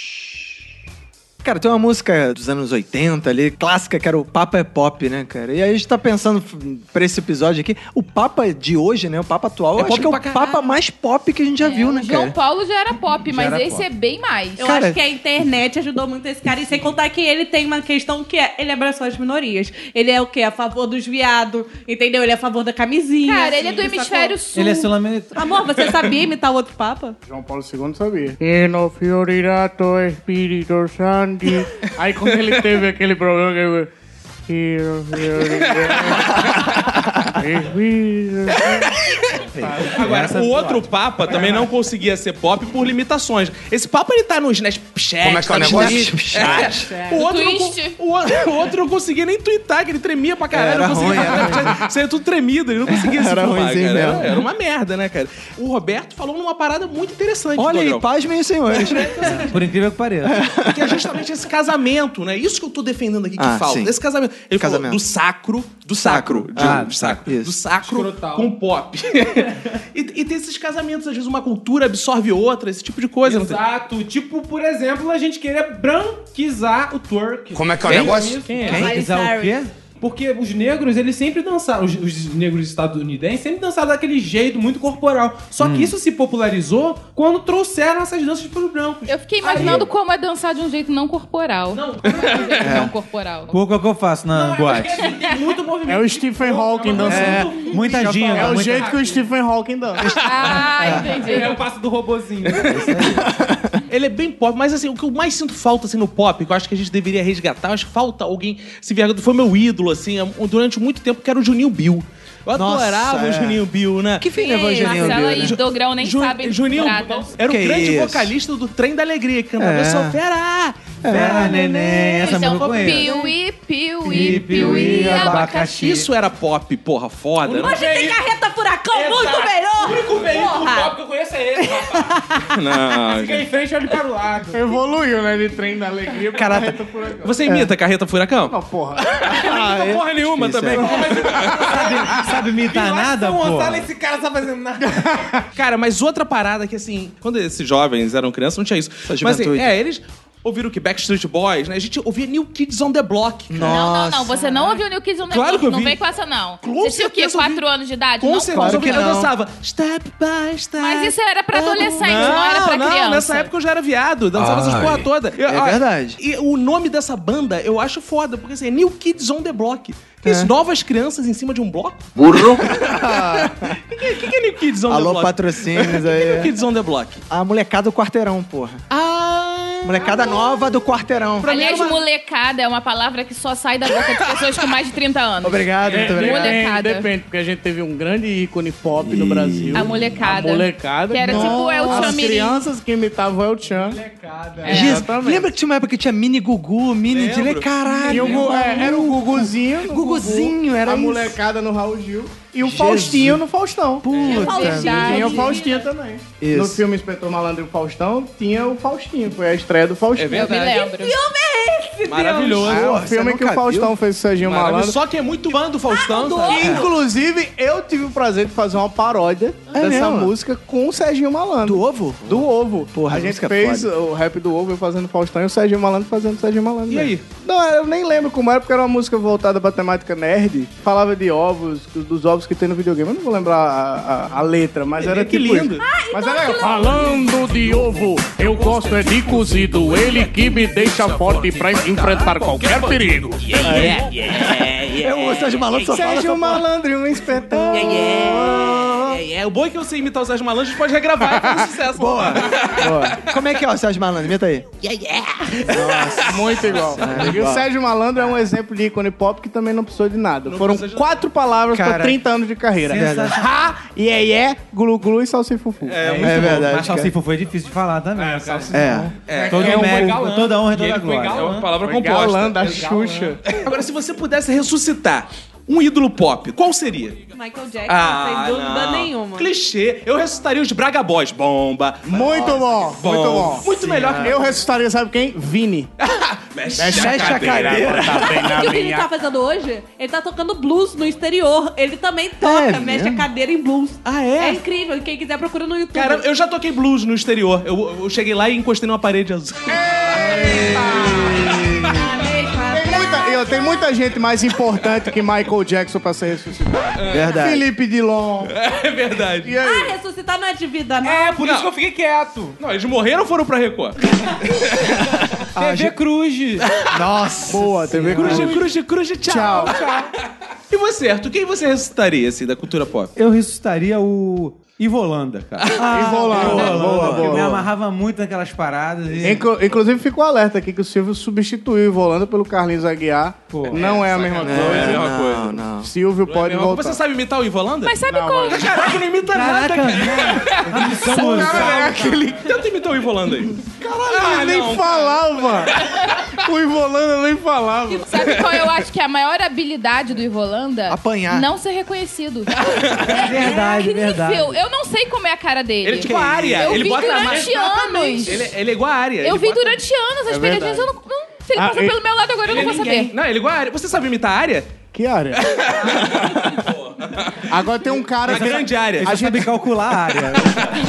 Cara, tem uma música dos anos 80 ali, clássica, que era o Papa é Pop, né, cara? E aí a gente tá pensando f- pra esse episódio aqui, o Papa de hoje, né, o Papa atual, eu acho
pop
que é o
pra caralho.
Papa mais pop que a gente já
É,
viu, né,
João
cara?
Paulo já era pop, mas
era
esse
pop.
é bem mais.
Eu
Cara-
acho que a internet ajudou muito esse cara. E sem contar que ele tem uma questão que é, ele abraçou as minorias. Ele é o quê? A favor dos viados, entendeu? Ele é a favor da camisinha.
Cara, ele é
assim,
do
sacou?
hemisfério sul.
Ele é sul-americano.
Amor, você sabia imitar o outro papa?
João Paulo II sabia. E no fiorirato
um
Espírito Santo. Aí quando ele teve aquele problema que ele... E no fiorirato Espírito Santo.
Agora,
é
o outro Papa também não conseguia ser pop por limitações. Esse Papa, ele tá no Snapchat.
Como é que é o
tá no
negócio?
Twitter. É. O, outro não,
Twist.
con- o o- o outro não conseguia nem twittar, que ele tremia pra caralho.
Era
não conseguia
ruim, era
Saiu tudo tremido, ele não conseguia se
Era
filmar,
ruimzinho
cara. Era,
mesmo.
era uma merda, né, cara? O Roberto falou numa parada muito interessante.
Olha aí,
Dogrão.
pasmem os senhores.
Por incrível que pareça.
que é justamente esse casamento, né? Isso que eu tô defendendo aqui que
Ah,
falta.
sim.
Esse casamento. Ele
Casamento.
falou do sacro, do sacro, de-
um
Ah,
do sacro,
isso.
do sacro
Escrotal.
com pop. e, e tem esses casamentos, às vezes uma cultura absorve outra, esse tipo de coisa. não tem?
Exato. Tipo, por exemplo, a gente querer branquizar o twerk.
Como é que é o
Quem?
negócio?
Quem?
Quem?
Miley
Isar o quê?
Porque os negros, eles sempre dançaram, os, os negros estadunidenses sempre dançaram daquele jeito muito corporal. Só que isso se popularizou quando trouxeram essas danças para os brancos.
Eu fiquei imaginando como é dançar de um jeito não corporal. Não, não corporal.
Pouco é o que eu faço na boate.
Tem muito movimento.
É o Stephen Hawking
É,
dançando.
Tá
muita ginga.
É o
muita-
jeito que o Stephen Hawking dança.
Ah, entendi.
É o passo do robozinho.
Ele é bem pop, mas assim, o que eu mais sinto falta assim, no pop, que eu acho que a gente deveria resgatar, eu acho que falta alguém se vergonha. Foi meu ídolo, assim, durante muito tempo, que era o Juninho Bill. Eu
Nossa,
adorava
é.
o Juninho Bill, né?
Que fim levou o
Ei,
Juninho
Marcela
Bill, né?
e Dogrão nem
Ju-
sabem do que
Juninho
trata.
era o
Que
grande
isso.
vocalista do Trem da Alegria, que cantava
É.
Eu sou fera!
Pera, neném. Essa
Então,
música eu conheço.
piuí,
Piuí,
piuí, piuí,
piuí,
abacaxi.
abacaxi.
Isso era pop, porra, foda. né?
Hoje tem carreta furacão, muito melhor! Porra!
que eu conheço é ele, rapaz. Não. Fica em frente e olha para o lado. tá-
Evoluiu, né? De trem da alegria. pra
Caraca.
carreta furacão.
Você imita Carreta Furacão?
Não, porra.
É. Ah, é
porra nenhuma
difícil,
também.
é.
Sabe imitar nada,
São Gonçalo,
pô?
esse cara tá fazendo nada.
Cara, mas outra parada que assim, quando esses jovens eram crianças, não tinha isso. Mas assim,
juventude.
é, eles ouviram o que Backstreet Boys, né? A gente ouvia New Kids on the Block. cara.
Não, não,
Nossa.
não. Você não ouviu o New Kids on the
Claro
Block.
que eu
Não
vi.
vem com essa, não.
Com
Você tinha o quê?
certeza eu vi.
4 anos de idade?
Com
não,
certeza,
pô.
claro que
eu
não.
dançava Step by Step.
Mas isso era pra
by-
adolescente, não era pra
não,
criança.
nessa época eu já era viado, dançava essas porra toda. Eu-
É
ó,
verdade.
E o nome dessa banda eu acho foda, porque assim, é New Kids on the Block. Que
É.
isso, novas crianças em cima de um bloco? Burro! O que, que- que é New Kids on the
Alô,
Block?
patrocínios
Que é New
aí.
Kids on the Block.
A molecada do quarteirão, porra.
Ah!
Molecada nova do quarteirão.
Aliás, molecada é uma palavra que só sai da boca de pessoas com mais de 30 anos.
É,
Obrigado,
É,
muito obrigado.
Molecada.
Depende, porque a gente teve um grande ícone pop no Brasil.
A molecada.
A molecada.
Que era tipo o El Chan
As
Mirim.
crianças que imitavam é o El Chan.
Giz,
Exatamente.
lembra que tinha uma época que tinha mini Gugu, mini de Dile?
E
Caralho.
o Gu- é, era o Guguzinho. no
Guguzinho, era
A
isso.
molecada no Raul Gil. E o Faustinho no Faustão.
Puta.
Verdade.
Tinha o Faustinho também.
Isso.
No filme Inspetor Malandro e o Faustão, tinha o Faustinho. Foi a estreia do Faustinho. É
Eu me lembro.
Maravilhoso.
É um
Porra,
filme
você
que o
nunca
Faustão fez com o Serginho
Maravilhoso.
Malandro.
Só que é muito fã do Faustão. sabe?
Que, Inclusive, eu tive o prazer de fazer uma paródia
É
dessa
mesmo?
música com o Serginho Malandro.
Do ovo?
Do ovo.
Porra,
a
a
gente
música é
fez
foda.
o rap do ovo, eu fazendo Faustão e o Serginho Malandro fazendo o Serginho Malandro.
E
mesmo. Não, eu nem lembro como era, porque era uma música voltada pra temática nerd. Falava de ovos, dos ovos que tem no videogame. Eu não vou lembrar a, a- a letra,
É,
mas era
que
tipo
lindo.
isso.
então
mas era
é um
legal.
Falando de ovo, eu gosto é de cozido. Ele que me deixa forte pra enfrentar qualquer perigo.
É o Sérgio Malandro só fala
Serginho
essa porra.
Malandro e um inspetor.
É, é, o bom é que eu sei imitar o Sérgio Malandro, a gente pode regravar e fazer um sucesso. Boa.
Ó, Como é que é o Sérgio Malandro? Imita aí.
É.
Muito igual. E o Sérgio Malandro é um exemplo de ícone pop que também não precisou de nada. Foram
precisou de-
quatro palavras pra
Cara,
30 anos de carreira.
sensacional.
Ha, iê, iê, glu, glu e salsifufu.
É, verdade.
Mas
cara.
salsifa foi difícil de falar também. cara.
É.
Todo
É um
mérito,
galã.
toda honra e
E
toda
É
É
ele foi
glória.
galã.
palavra
Foi galã da Xuxa.
Agora, se você pudesse ressuscitar um ídolo pop, qual seria?
Michael Jackson,
Ah,
É, sem dúvida
não.
nenhuma.
Clichê. Eu ressuscitaria os Braga Boys. Bomba.
Muito bom, muito bom.
Muito melhor que
Eu ressuscitaria, sabe quem? Vini.
Mexe,
Fecha a cadeira.
Tá bem
O
na
que o Vini
minha
tá fazendo hoje? Ele tá tocando blues no exterior. Ele também toca,
É
mexe a
mesmo?
cadeira em blues.
Ah,
É
é?
incrível. Quem quiser procura no YouTube.
Cara, eu já toquei blues no exterior. Eu, eu cheguei lá e encostei numa parede azul.
Tem muita, eu- tem muita gente mais importante que Michael Jackson pra ser ressuscitado.
Verdade.
Felipe Dilon.
É verdade.
E aí?
Ah, ressuscitar não é de vida, não.
É, por
Não.
isso que eu fiquei quieto.
Não, eles morreram ou foram pra Record?
TV Cruz.
Nossa.
Boa, TV
Cruz,
Cruz.
cruz, cruz, tchau. Tchau. E você, Arthur, quem você ressuscitaria, assim, da cultura pop?
Eu ressuscitaria o Ivolanda, cara.
E vou
Ah,
lá. Boa, Ah, boa,
que eu me
boa.
amarrava muito naquelas paradas. E...
Inclu- Inclusive, fica um alerta aqui que o Silvio substituiu o Volando pelo Carlinhos Aguiar. não é, a mesma
É a
coisa.
mesma coisa. é
Silvio pode voltar.
Você sabe imitar o Ivo Holanda?
Mas sabe qual?
Caraca, não imita nada,
Caraca,
cara.
né? A missão
Cara, é
Gonçalo.
aquele
Tenta imitar o Ivo Holanda aí.
cara
Ah,
nem
não,
falava. O Ivolanda nem falava.
Sabe qual eu acho que é a maior habilidade do Ivolanda?
Apanhar.
Não ser reconhecido.
Verdade,
É Incrível.
verdade.
Eu não sei como é a cara dele.
Ele é tipo a área.
Eu
ele
vi
bota a
durante anos.
Ele, ele é igual a área.
Eu vi durante anos as pegadinhas. Eu não, não- se ele
Ah,
passar
ele-
pelo meu lado agora, eu não vou saber.
Não, ele é igual a área. Você sabe imitar a área?
Que área? Agora tem um cara
A grande área.
A gente sabe calcular
é
a área.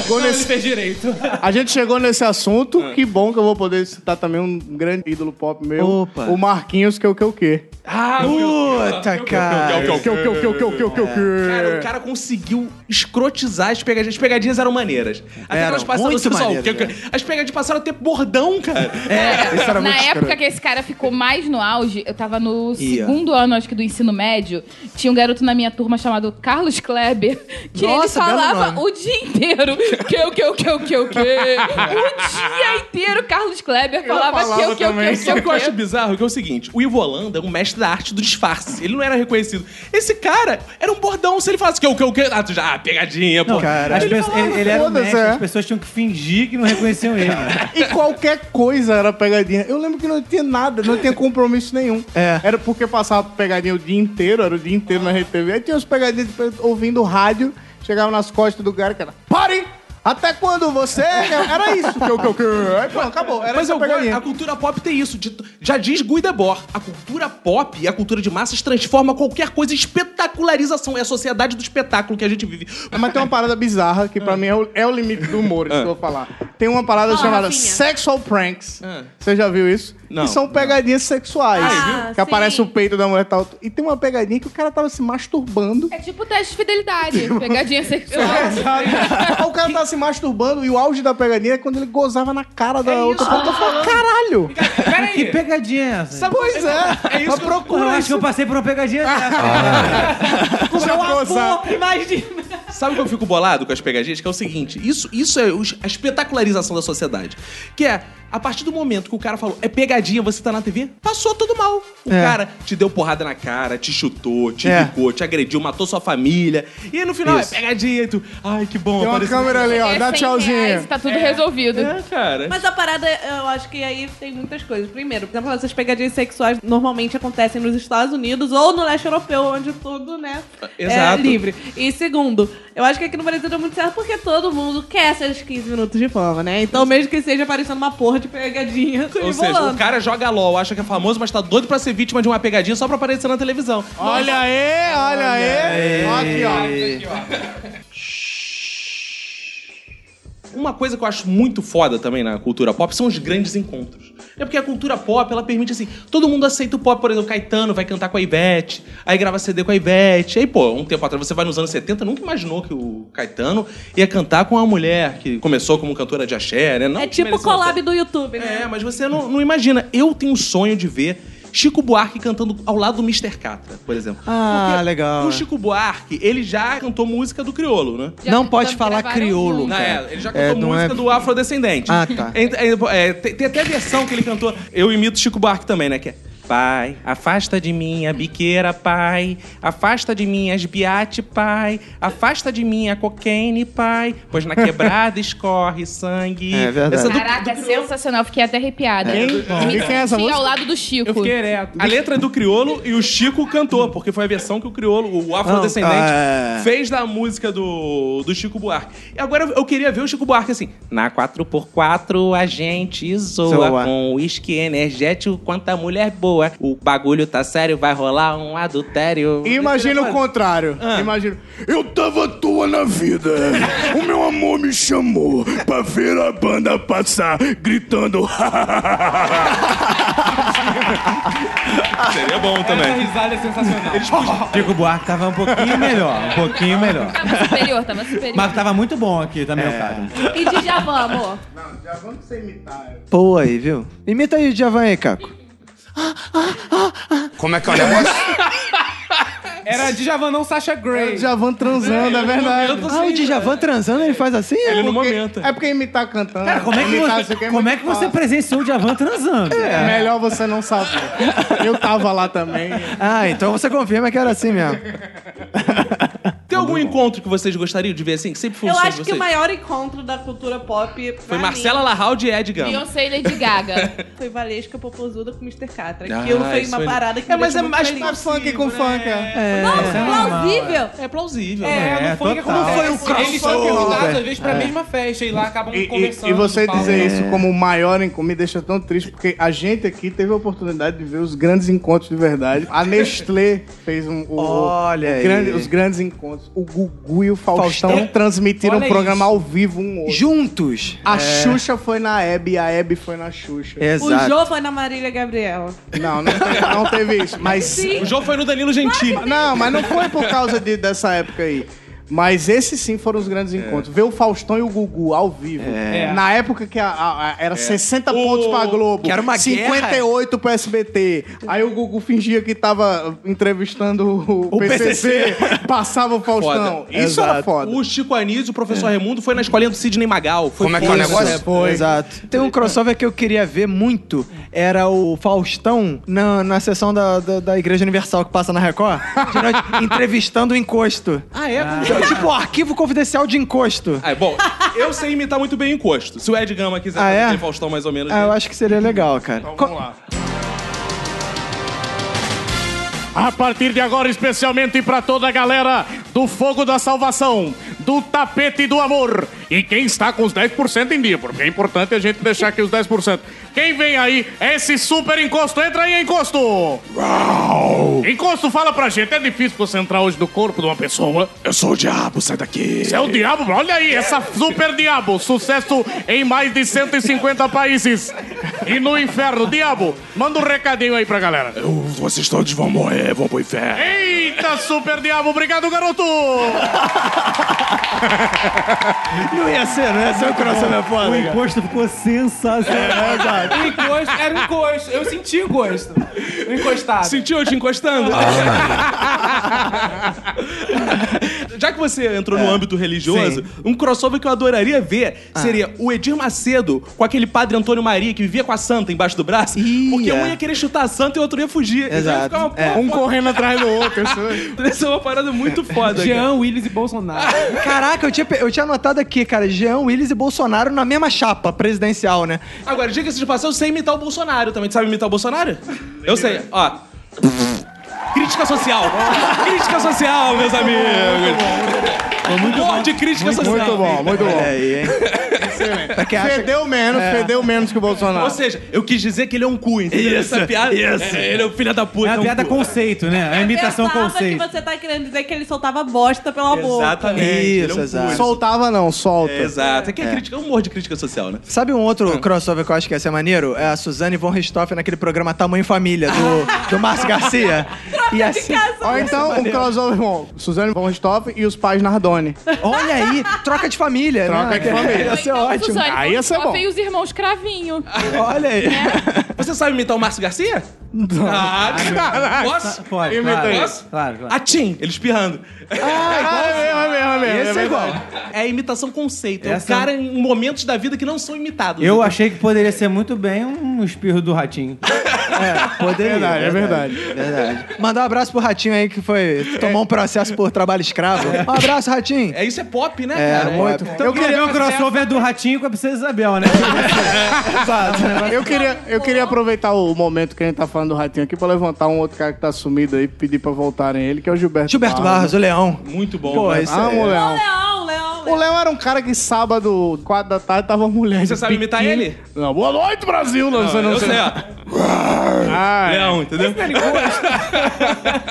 chegou nesse-
fez direito.
A gente chegou nesse assunto.
Ah.
Que bom que eu vou poder citar também um grande ídolo pop meu.
Opa.
O Marquinhos, que é o que eu que.
Ah,
Puta, cara.
Que é o que o que o que o que o que o
Cara, o
que.
cara conseguiu escrotizar as pegadinhas. As pegadinhas eram maneiras. Até que
Eram,
elas passaram a
muito
ser só o
maneiras,
que- As pegadinhas passaram a ter bordão, cara.
É,
Isso era
na
muito
época
escroto.
que esse cara ficou mais no auge, eu tava no
Ia.
segundo ano, acho que, do ensino médio. Tinha um garoto na minha turma chamado Carlos Kleber, que
Nossa,
ele
belo
falava
nome.
o dia inteiro. Que, o que, o que, o que, o que. O
Ah,
dia inteiro, Carlos Kleber falava, que, o que, o que, o que,
Sabe o assim, que eu
o
acho
que.
bizarro? Que é o seguinte: o Ivo Holanda é um mestre da arte do disfarce. Ele não era reconhecido. Esse cara era um bordão. Se ele falasse que o que o que. Ah, tu já. Ah, pegadinha, pô.
As pessoas- ele, ele era o
Foda-se,
mestre,
é.
as pessoas tinham que fingir que não reconheciam ele.
E qualquer coisa era pegadinha. Eu lembro que não tinha nada, não tinha compromisso nenhum.
É.
Era porque passava pegadinha o dia inteiro, era o dia inteiro na Rede TV. Aí tinha os pegadinhas de pe- ouvindo rádio, chegava nas costas do cara e cara, parem! Até quando você. Era isso que eu que eu que. eu- Aí pronto, acabou. Era
Mas
essa
eu gosto,
pegadinha.
a cultura pop tem isso. de- já diz Guy Debord. A cultura pop e a cultura de massas transforma qualquer coisa em espetacularização. É a sociedade do espetáculo que a gente vive.
Mas tem uma parada bizarra que pra mim é o, é o limite do humor, isso que eu vou falar. Tem uma parada
Fala,
chamada
Rafinha.
sexual pranks.
Ah.
Você já viu isso?
Não,
Que são pegadinhas sexuais.
Ah,
que
sim.
aparece o peito da mulher e tal. E tem uma pegadinha que o cara tava se masturbando.
É tipo teste de fidelidade, pegadinha sexual.
o cara tava se masturbando e o auge da pegadinha é quando ele gozava na cara da outra pessoa. Eu falava, caralho!
Que pegadinha é essa?
Sabe-
Pois é!
É isso que eu-
Eu acho que eu passei por uma pegadinha dessa.
Ah. Já gozava.
Sabe que eu fico bolado com as pegadinhas? Que é o seguinte: isso, isso é os- a espetacularização da sociedade. Que é, a partir do momento que o cara falou, é pegadinha, você tá na TV, passou tudo mal. O
É.
cara te deu porrada na cara, te chutou, te
É.
picou, te agrediu, matou sua família. E aí, no final
Isso.
é pegadinha e tu. Ai, que bom.
Tem uma
apareceu-
câmera ali, ó.
É
Dá
100 reais e
tchauzinho.
Tá tudo resolvido.
É, cara.
Mas a parada, eu acho que aí tem muitas coisas. Primeiro, por exemplo, essas pegadinhas sexuais normalmente acontecem nos Estados Unidos ou no leste europeu, onde tudo, né,
Exato.
é livre. E segundo, eu acho que aqui no Brasil deu muito certo porque todo mundo quer esses 15 minutos de fama, né? Então mesmo que seja parecendo uma porra de pegadinha,
Ou seja, o cara joga LOL, acha que é famoso, mas tá doido pra ser vítima de uma pegadinha só pra aparecer na televisão.
Olha aí, olha aí. Ó aqui, ó.
Uma coisa que eu acho muito foda também na cultura pop são os grandes encontros. É porque a cultura pop, ela permite assim, todo mundo aceita o pop, por exemplo, Caetano vai cantar com a Ivete, aí grava CD com a Ivete. Aí, pô, um tempo atrás você vai nos anos 70, nunca imaginou que o Caetano ia cantar com uma mulher que começou como cantora de axé, né? Não
é tipo
desmerecendo
o
a
collab do YouTube, né?
é, mas você não, não imagina. Eu tenho um sonho de ver Chico Buarque cantando ao lado do Mr. Catra, por exemplo.
Ah, legal.
O Chico Buarque, ele já cantou música do criolo, né?
Já
Não pode
tanto
falar
gravaram
crioulo,
muito.
Não, é,
cara.
ele já
É,
cantou
não
música
é-
do afrodescendente.
Ah, tá.
É, é, é, tem, tem até a versão que ele cantou. Eu imito Chico Buarque também, né? Que é. Pai, afasta de mim a biqueira, pai. Afasta de mim as biate, pai. Afasta de mim a cocaine, pai. Pois na quebrada escorre sangue.
É verdade.
Essa do-
Caraca, sensacional. Fiquei até arrepiada.
Quem? Bom.
Me
Quem é essa
senti
música?
ao lado do Chico.
Eu fiquei ereto.
A letra é do Criolo e o Chico cantou, porque foi a versão que o Criolo, o afrodescendente,
Ah, é.
fez da música do, do Chico Buarque. E agora eu- eu queria ver o Chico Buarque assim. Na 4x4 a gente zoa,
Zoa.
com uísque energético quanta mulher boa. O bagulho tá sério, vai rolar um adultério.
Imagina o contrário. Imagina. Eu tava à toa na vida. O meu amor me chamou pra ver a banda passar gritando.
Seria bom também.
Essa risada é sensacional.
Chico Buarque tava um pouquinho melhor, um pouquinho melhor.
Tava Tá superior, tava superior.
Mas tava muito bom aqui também,
É.
o cara.
E Djavan, amor?
Já vamos sem imitar.
Pô aí, viu? Imita aí o Djavan aí, Caco.
Como é que é o negócio?
Era Djavan, não Sasha Grey.
Javan transando, é verdade.
Ah, o Djavan transando, ele faz assim?
Ele não
Porque-
momento.
É porque imitar cantando.
Cara, como é que
imitar isso
você,
aqui
como é
tá, muito
que você
fácil.
presenciou o Djavan transando?
É melhor você não saber. Eu tava lá também.
Ah, então você confirma que era assim mesmo.
Tem algum encontro que vocês gostariam de ver assim, que sempre foi um
Eu
sonho de
acho que
vocês?
o maior encontro da cultura pop pra
Foi
mim,
Marcela Larraud e Ed Gama.
Beyoncé e Lady Gaga.
foi Valesca Popozuda com Mr. Catra.
Ah,
Aquilo foi
isso
uma
foi-
parada que
É,
me
mas é
deixou muito
mais
feliz.
Tá funk com funk, é.
Não,
normal,
plausível.
É plausível.
É,
né?
é,
É,
no funk é como
total.
foi
Foi
o
um
cross. Eles são
crossover.
convidados, às vezes, pra mesma festa e lá acabam
E, e-
conversando.
e você
falam.
dizer
É.
isso como o maior encontro me deixa tão triste, porque a gente aqui teve a oportunidade de ver os grandes encontros de verdade. A Nestlé fez um, o-
Olha
o
aí.
grande- os grandes encontros. O Gugu e o Faustão,
Faustão.
transmitiram
Olha
o programa
isso.
ao vivo um outro.
Juntos.
A Xuxa foi na Hebe, a Hebe foi na Xuxa.
É,
O
É. Exato.
Jô foi na Marília Gabriela.
Não, não teve, não teve isso. Mas.
O jogo foi no Danilo Gentili.
Não, mas não foi por causa de- dessa época aí. Mas esses sim foram os grandes encontros. Ver o Faustão e o Gugu ao vivo.
É.
Na época que a- a- a- era 60 pontos pra Globo.
Que era uma
58 pro SBT. Aí o Gugu fingia que tava entrevistando o,
O
PCC, passava o
É.
Faustão.
Foda.
Isso era foda.
O Chico Anísio, o professor Raimundo, foi na escolinha do Sidney Magal. Foi
Como é que é o
foda.
negócio?
Foi. Exato. Tem um crossover que eu queria ver muito. Era o Faustão na, na sessão da, da, da Igreja Universal que passa na Record. de noite, entrevistando o encosto.
Ah, é?
Tipo, o arquivo confidencial de encosto.
Ah, bom, eu sei imitar muito bem o encosto. Se o Ed Gama quiser
Ah,
fazer
é?
aquele Faustão mais ou menos.
Ah,
né?
eu acho que seria legal, cara.
Então, vamos lá. A partir de agora, especialmente para toda a galera do Fogo da Salvação, do Tapete do Amor. E quem está com os 10% em dia, porque é importante a gente deixar aqui os 10%. Quem vem aí é esse super encosto. Entra aí, encosto! Encosto, fala pra gente. É difícil concentrar hoje do corpo de uma pessoa.
Eu sou o diabo, sai daqui.
Isso é o diabo, olha aí, essa super diabo, sucesso em mais de 150 países. E no inferno, diabo, manda um recadinho aí pra galera.
Eu- vocês todos vão morrer, vão pro inferno.
Eita, super diabo, obrigado, garoto!
Não ia ser, não ia ser um
É.
crossover
O
foda. cara.
encosto ficou
É
sensacional.
O encosto era um encosto. Eu senti o gosto. O encostado.
Sentiu eu te encostando?
Ah,
Já que você entrou
É.
no âmbito religioso, um crossover que eu adoraria ver
Ah.
seria o Edir Macedo com aquele padre Antônio Maria que vivia com a santa embaixo do braço.
Ia.
Porque
É.
um ia querer chutar a santa e o outro ia fugir. Então
é.
Ia
Exato.
ficar uma,
É.
porra,
Um correndo atrás do outro. isso-
Isso é uma parada muito foda. cara.
Jean, Willis e Bolsonaro.
Caraca, eu tinha, pe- eu tinha anotado aqui, cara, Jean, Willis e Bolsonaro na mesma chapa presidencial, né?
Agora, diga-se de passagem, eu sei imitar o Bolsonaro também. Tu sabe imitar o Bolsonaro? Eu sei, ó. Crítica social. crítica social, meus amigos. Muito bom. de crítica social.
Muito bom, muito bom.
Olha aí, hein? Excelente. Pra quem acha É. que-
Fedeu menos, fedeu menos que o Bolsonaro.
É. Ou seja, eu quis dizer que ele é um cu, entendeu?
Isso,
Essa piada.
isso.
É, ele é um filho da puta.
É a
um
piada
cu.
conceito, né? A imitação
Pensava que
conceito.
você tá querendo dizer que ele soltava bosta pela boca.
Exatamente. ele é um
Isso,
cu.
exato.
Soltava não, solta.
Exato. É que é, crítica, é humor de crítica social, né?
Sabe um outro crossover que eu acho que ia ser maneiro? É a Suzane von Richthofen naquele programa Tamanho Família, do, do Márcio Garcia. E assim,
Ou então o crossover bom, Suzane von Richthofen e os pais Nardoni.
olha aí, troca de família,
Troca
né?
de família.
Ia ser ótimo.
Suzane,
Então, Aí ia ser
Só
bom.
veio os irmãos Cravinho.
Olha aí.
Você sabe imitar o Márcio Garcia? Não. Ah, caralho. Posso?
Pode,
Imita
claro,
aí.
Posso? claro, claro.
Atim, ele espirrando.
Ah, é mesmo, é mesmo, é mesmo.
Esse é igual.
É a imitação conceito. É o
Essa-
cara em momentos da vida que não são imitados.
Eu achei que poderia ser muito bem um espirro do ratinho.
É, poderia.
Verdade, é verdade.
Verdade.
Mandar um abraço pro Ratinho aí que foi tomar um processo por trabalho escravo. Um abraço, Ratinho.
É, isso é pop, né,
É,
cara?
muito.
Eu queria ver um crossover do Ratinho com a Princesa Isabel, né?
Eu queria, eu queria aproveitar o momento que a gente tá falando do Ratinho aqui pra levantar um outro cara que tá sumido aí, pedir pra voltarem ele, que é o Gilberto,
Gilberto Barros, o Leão.
Ah, Muito bom.
Pô,
né?
esse
Ah, o
é...
Leão.
Leão, Leão,
O
Leão.
Léo era um cara que sábado, quatro da tarde, tava mulher.
Você sabe imitar ele?
Não, boa noite, Brasil!
Não,
lançando
eu
um-
sei, ó.
Ah, é.
Leão, entendeu?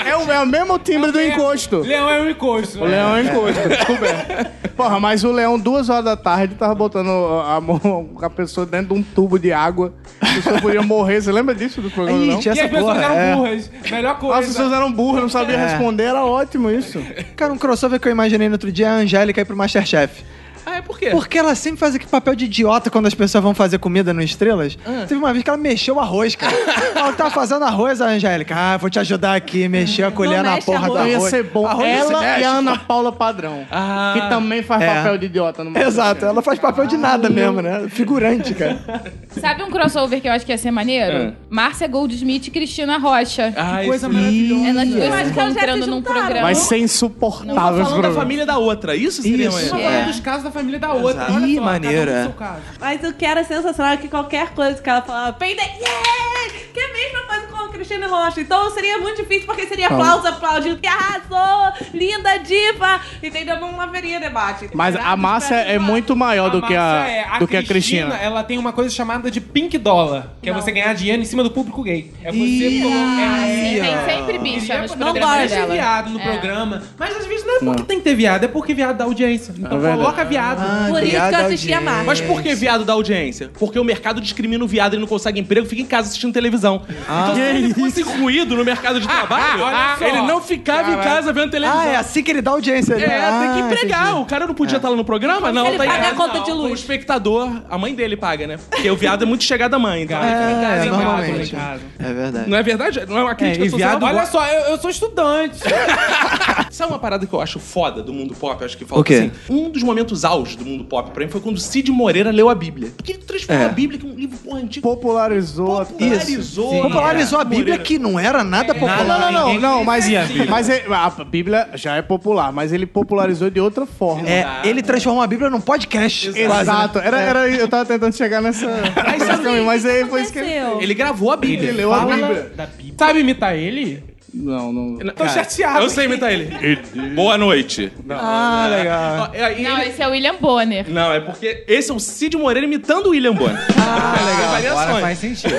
É o, é o mesmo timbre do encosto.
Leão é um encosto.
O Leão é
né?
o encosto, descoberto. Porra, mas o Leão, duas horas da tarde, tava botando a mão, a pessoa dentro de um tubo de água. A pessoa podia morrer. Você lembra disso do programa do
Ih,
Leão?
tinha
E
essa
as pessoas
porra.
eram
é.
burras. Melhor coisa.
Ah, As pessoas eram burras, não sabiam
É.
responder, era ótimo isso.
Cara, um crossover que eu imaginei no outro dia é a Angélica ir pro Masterchef.
Ah, é por quê?
Porque ela sempre faz aquele papel de idiota quando as pessoas vão fazer comida no Estrelas.
Ah.
Teve uma vez que ela mexeu o arroz, cara. ela tava fazendo arroz, a Angélica. Ah, vou te ajudar aqui. Mexeu a colher na
mexe
porra do
arroz.
arroz.
Ia ser bom.
Arroz não se
Ela
mexe,
e a Ana Paula Padrão.
Ah.
Que também faz
É.
papel de idiota no
pô. Exato, ela faz papel de nada mesmo, né? Figurante, cara.
Sabe um crossover que eu acho que ia ser maneiro?
É.
Márcia Goldsmith e Cristina Rocha.
Ah, esse-
Coisa maravilhosa.
Elas duas
acho
se
que elas já se
encontrando num
juntaram.
programa.
Vai ser
Uma
insuportável esse
falando da
programa.
família da outra. Isso seria
Isso.
uma-
Uma
É.
falando dos casos da família da outra.
Exato.
Olha
Ih,
só, cada um
maneiro,
com
é.
seu caso.
Mas o que era sensacional é que qualquer coisa que ela falava, peida, yeah! Que é a mesma coisa com a Cristiane Rocha. Então seria muito difícil, porque seria aplauso, aplaudindo, que arrasou, linda diva. Entendeu? Não haveria debate.
Mas a
Graças
massa
pra
é
Deus.
muito maior do que a,
Márcia é,
do que a Cristina.
Ela tem uma coisa chamada de pink dollar, que é você ganhar dinheiro em cima do público gay. É você
Ah,
colocar.
assim,
Sim,
É,
tem sempre bicha nos
não
programas
gosta de
dela.
viado no
É.
programa. Mas às vezes não é porque tem que ter viado, é porque viado dá audiência. Então
verdade.
coloca viado.
Por isso que
É Ah, Viado
eu assistia a
audiência.
Márcia.
Mas por que viado da audiência? Porque o mercado discrimina o viado, ele não consegue emprego, fica em casa assistindo televisão.
Ah.
então se ele fosse ruído no mercado de trabalho,
Ah, olha só.
Ah, ele não ficava em casa vendo televisão.
Ah, é assim que ele dá audiência. né?
É, tem que
Ah,
empregar.
entendi.
O cara não
É.
podia estar lá no programa, não.
ele
tá em
paga
casa,
a conta
não.
de luz.
O espectador, a mãe dele paga, né? Porque o viado é muito chegada à mãe, então.
É,
Obrigado,
normalmente.
obrigado.
É verdade.
Não é verdade? Não é uma crítica
e
social.
viado
Olha
Olha só, eu, eu sou estudante.
Sabe uma parada que eu acho foda do mundo pop? Eu acho que falta
O quê?
assim. Um dos momentos auge do mundo pop pra mim foi quando Cid Moreira leu a Bíblia. Porque ele transformou
É.
a Bíblia, que é um livro porra, antigo.
Popularizou a
popularizou. né?
Popularizou a Bíblia,
Moreira.
que não era nada popular.
Não, não, não,
Ninguém
não, mas, é,
conhecia a Bíblia.
mas ele- a Bíblia já é popular, mas ele popularizou de outra forma.
É, ele transformou a Bíblia num podcast. quase, né?
Exato, era, era, eu tava tentando chegar nessa. nesse
Mas,
caminho,
gente,
mas
o que
aí foi isso que ele.
aconteceu?
Ele gravou a Bíblia.
Ele leu a Bíblia.
Sabe imitar ele?
Não, não.
Tô chateado.
Eu sei imitar ele. Boa noite.
Ah, legal.
Ó, é, e
Não,
ele-
esse é o William Bonner.
Não, é porque esse é o Cid Moreira imitando o William Bonner. Ah, legal.
Agora
Variações.
faz sentido.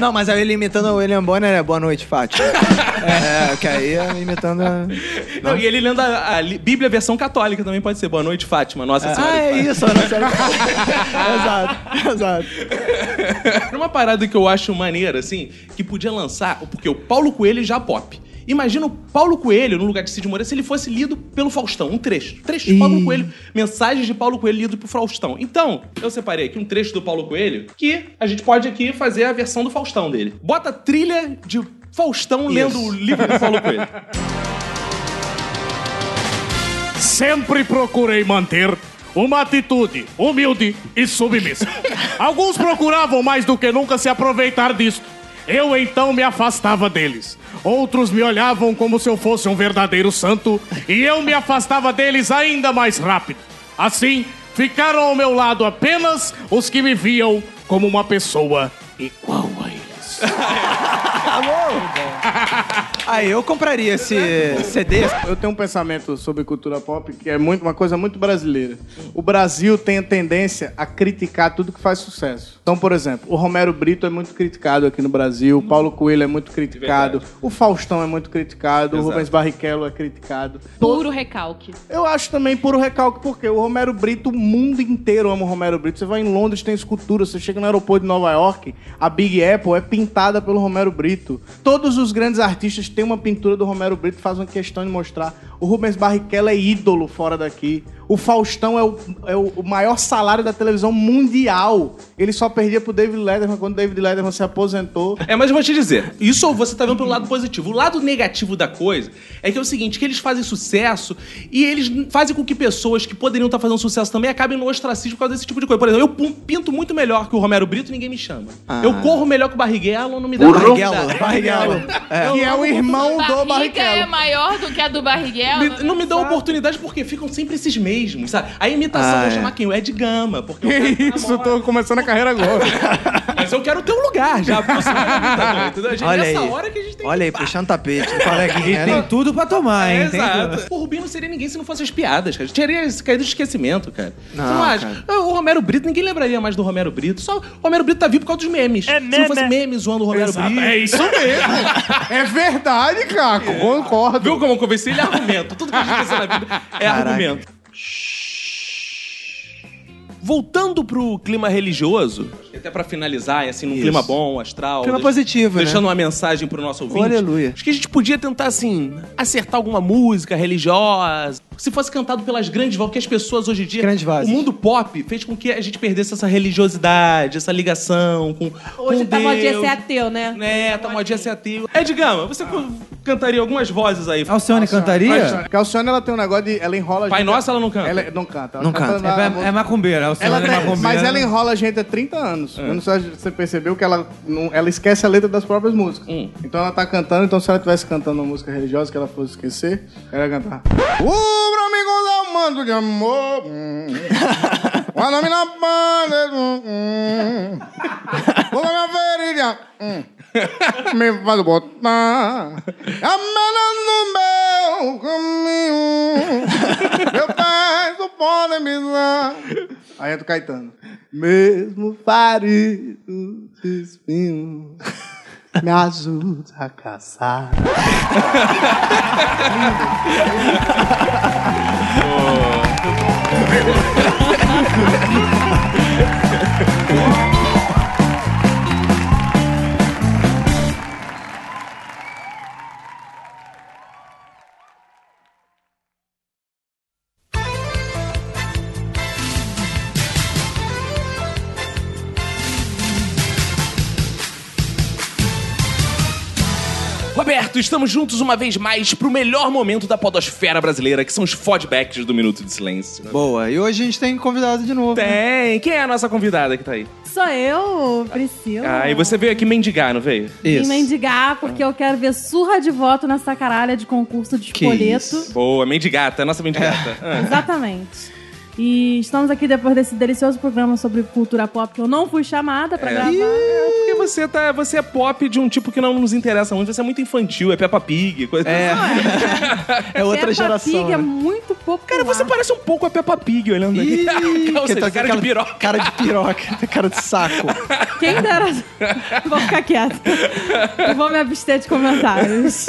Não, mas aí ele imitando o William Bonner é boa noite, Fátima. é, que aí é imitando. A...
Não, e ele lendo a, a li- Bíblia versão católica também pode ser. Boa noite, Fátima. Nossa Senhora.
Ah,
de
é
Fátima.
isso, Ana Célia. exato, exato.
Uma parada que eu acho maneira, assim, que podia lançar, porque o Paulo Coelho já é pop. Imagina o Paulo Coelho no lugar de Cid Moreira se ele fosse lido pelo Faustão. Um trecho. Trecho de Paulo Coelho. Mensagens de Paulo Coelho lido pro Faustão. Então, eu separei aqui um trecho do Paulo Coelho que a gente pode aqui fazer a versão do Faustão dele. Bota a trilha de Faustão lendo o livro do Paulo Coelho.
Sempre procurei manter uma atitude humilde e submissa. Alguns procuravam mais do que nunca se aproveitar disso. Eu então me afastava deles. Outros me olhavam como se eu fosse um verdadeiro santo e eu me afastava deles ainda mais rápido. Assim, ficaram ao meu lado apenas os que me viam como uma pessoa igual a eles.
Aí eu compraria esse CD.
Eu tenho um pensamento sobre cultura pop que é muito, uma coisa muito brasileira. O Brasil tem a tendência a criticar tudo que faz sucesso. Então, por exemplo, o Romero Brito é muito criticado aqui no Brasil, o Paulo Coelho é muito criticado, o Faustão é muito criticado, o Rubens Barrichello é criticado.
Puro recalque.
Eu acho também puro recalque, porque o Romero Brito, o mundo inteiro ama o Romero Brito. Você vai em Londres, tem escultura. Você chega no aeroporto de Nova York, a Big Apple é pintada pelo Romero Brito. Todos os grandes artistas têm uma pintura do Romero Brito, fazem questão de mostrar. O Rubens Barrichello é ídolo fora daqui. O Faustão é o, é o maior salário da televisão mundial. Ele só perdia pro David Letterman quando o David Letterman se aposentou.
É, mas eu vou te dizer, isso você tá vendo pelo lado positivo. O lado negativo da coisa é que é o seguinte, que eles fazem sucesso e eles fazem com que pessoas que poderiam estar fazendo sucesso também acabem no ostracismo por causa desse tipo de coisa. Por exemplo, eu pu- pinto muito melhor que o Romero Brito e ninguém me chama. Eu corro melhor que o Barriguelo, não me dá Barriguelo.
Ah. Barriguelo.
Eu
Que é o
logo-
irmão do
barriga é
Barrichello.
maior do que a do Barriguel?
Me- não me dão oportunidade porque ficam sempre esses mesmos, sabe? A imitação,
Ah,
vou
é.
chamar quem? O Ed Gama, porque eu quero-
Isso, tô começando a carreira agora.
mas eu quero ter um lugar já, porque você não é imitador, entendeu? A gente,
Olha
nessa
aí.
hora que a gente tem
Olha aí, puxando tapete. Não fala É, que
E tem tudo pra
Ah,
tomar, hein? Tem tudo.
Exato. O Rubinho não seria ninguém se não fossem as piadas, cara. Teria caído de esquecimento, cara.
Não,
Você não acha? O Romero Brito, ninguém lembraria mais do Romero Brito. Só o Romero Brito tá vivo por causa dos memes.
É
Se
meme.
não fosse memes zoando o Romero Brito. É.
É isso mesmo.
É verdade, Caco. Concordo.
Viu como eu convenci ele? É argumento. Tudo que a gente pensa na vida é argumento. Voltando pro clima religioso, até pra finalizar, assim, num clima bom, astral.
Clima
deixa-
positivo, né?
Deixando uma mensagem pro nosso ouvinte.
Aleluia.
Acho que a gente podia tentar, assim, acertar alguma música religiosa. Se fosse cantado pelas grandes vozes, que as pessoas hoje em dia.
Grandes
O
vozes.
mundo pop fez com que a gente perdesse essa religiosidade, essa ligação com.
Hoje
com
tá modinha
Deus.
ser ateu, né?
É, tá modinha ser ateu. Ed Gama, você co- cantaria algumas vozes aí.
Alcione cantaria?
Porque a Alcione, ela tem um negócio de... Ela enrola... a
Pai
gente-
nosso, ela não canta.
Ela não canta. Ela
Não
canta.
canta.
na-
É, é macumbeira, Alcione
Ela
é
tem- É.
macumbeira.
mas ela enrola a gente há 30 anos. Eu não sei se você percebeu que ela, não, ela esquece a letra das próprias músicas. Então ela tá cantando, então se ela estivesse cantando uma música religiosa que ela fosse esquecer, ela ia cantar. Ubra, amigos, amando de amor. hum. O nome na banda. hum, hum. Vou na ferida. hum. Me faz botar a mela no meu caminho. Meu pai não pode me dar. Aí entra o Caetano. Mesmo farido de espinho, me ajuda a caçar.
Roberto, estamos juntos uma vez mais pro melhor momento da podosfera brasileira, que são os fodbacks do Minuto de Silêncio.
Boa. E hoje a gente tem convidado de novo. né?
Tem! Quem é a nossa convidada que tá aí?
Sou eu, Priscila.
Ah, e você veio aqui mendigar, não veio?
Vim mendigar, porque eu quero ver surra de voto nessa caralha de concurso de espoleto.
Boa, mendigata, nossa mendigata.
É.
Ah.
Exatamente. E estamos aqui depois desse delicioso programa sobre cultura pop que eu não fui chamada pra gravar.
É, porque você, tá, você é pop de um tipo que não nos interessa muito, você é muito infantil, é Peppa Pig, coisa assim.
É. É outra
Peppa
geração.
Pig
né?
é muito pouco.
Cara, você parece um pouco a Peppa Pig olhando aqui.
Ih,
Ou
que
seja,
tá com
cara de piroca.
Cara de piroca, tem cara de saco.
Quem dera. vou ficar quieta. Eu vou me abster de comentários.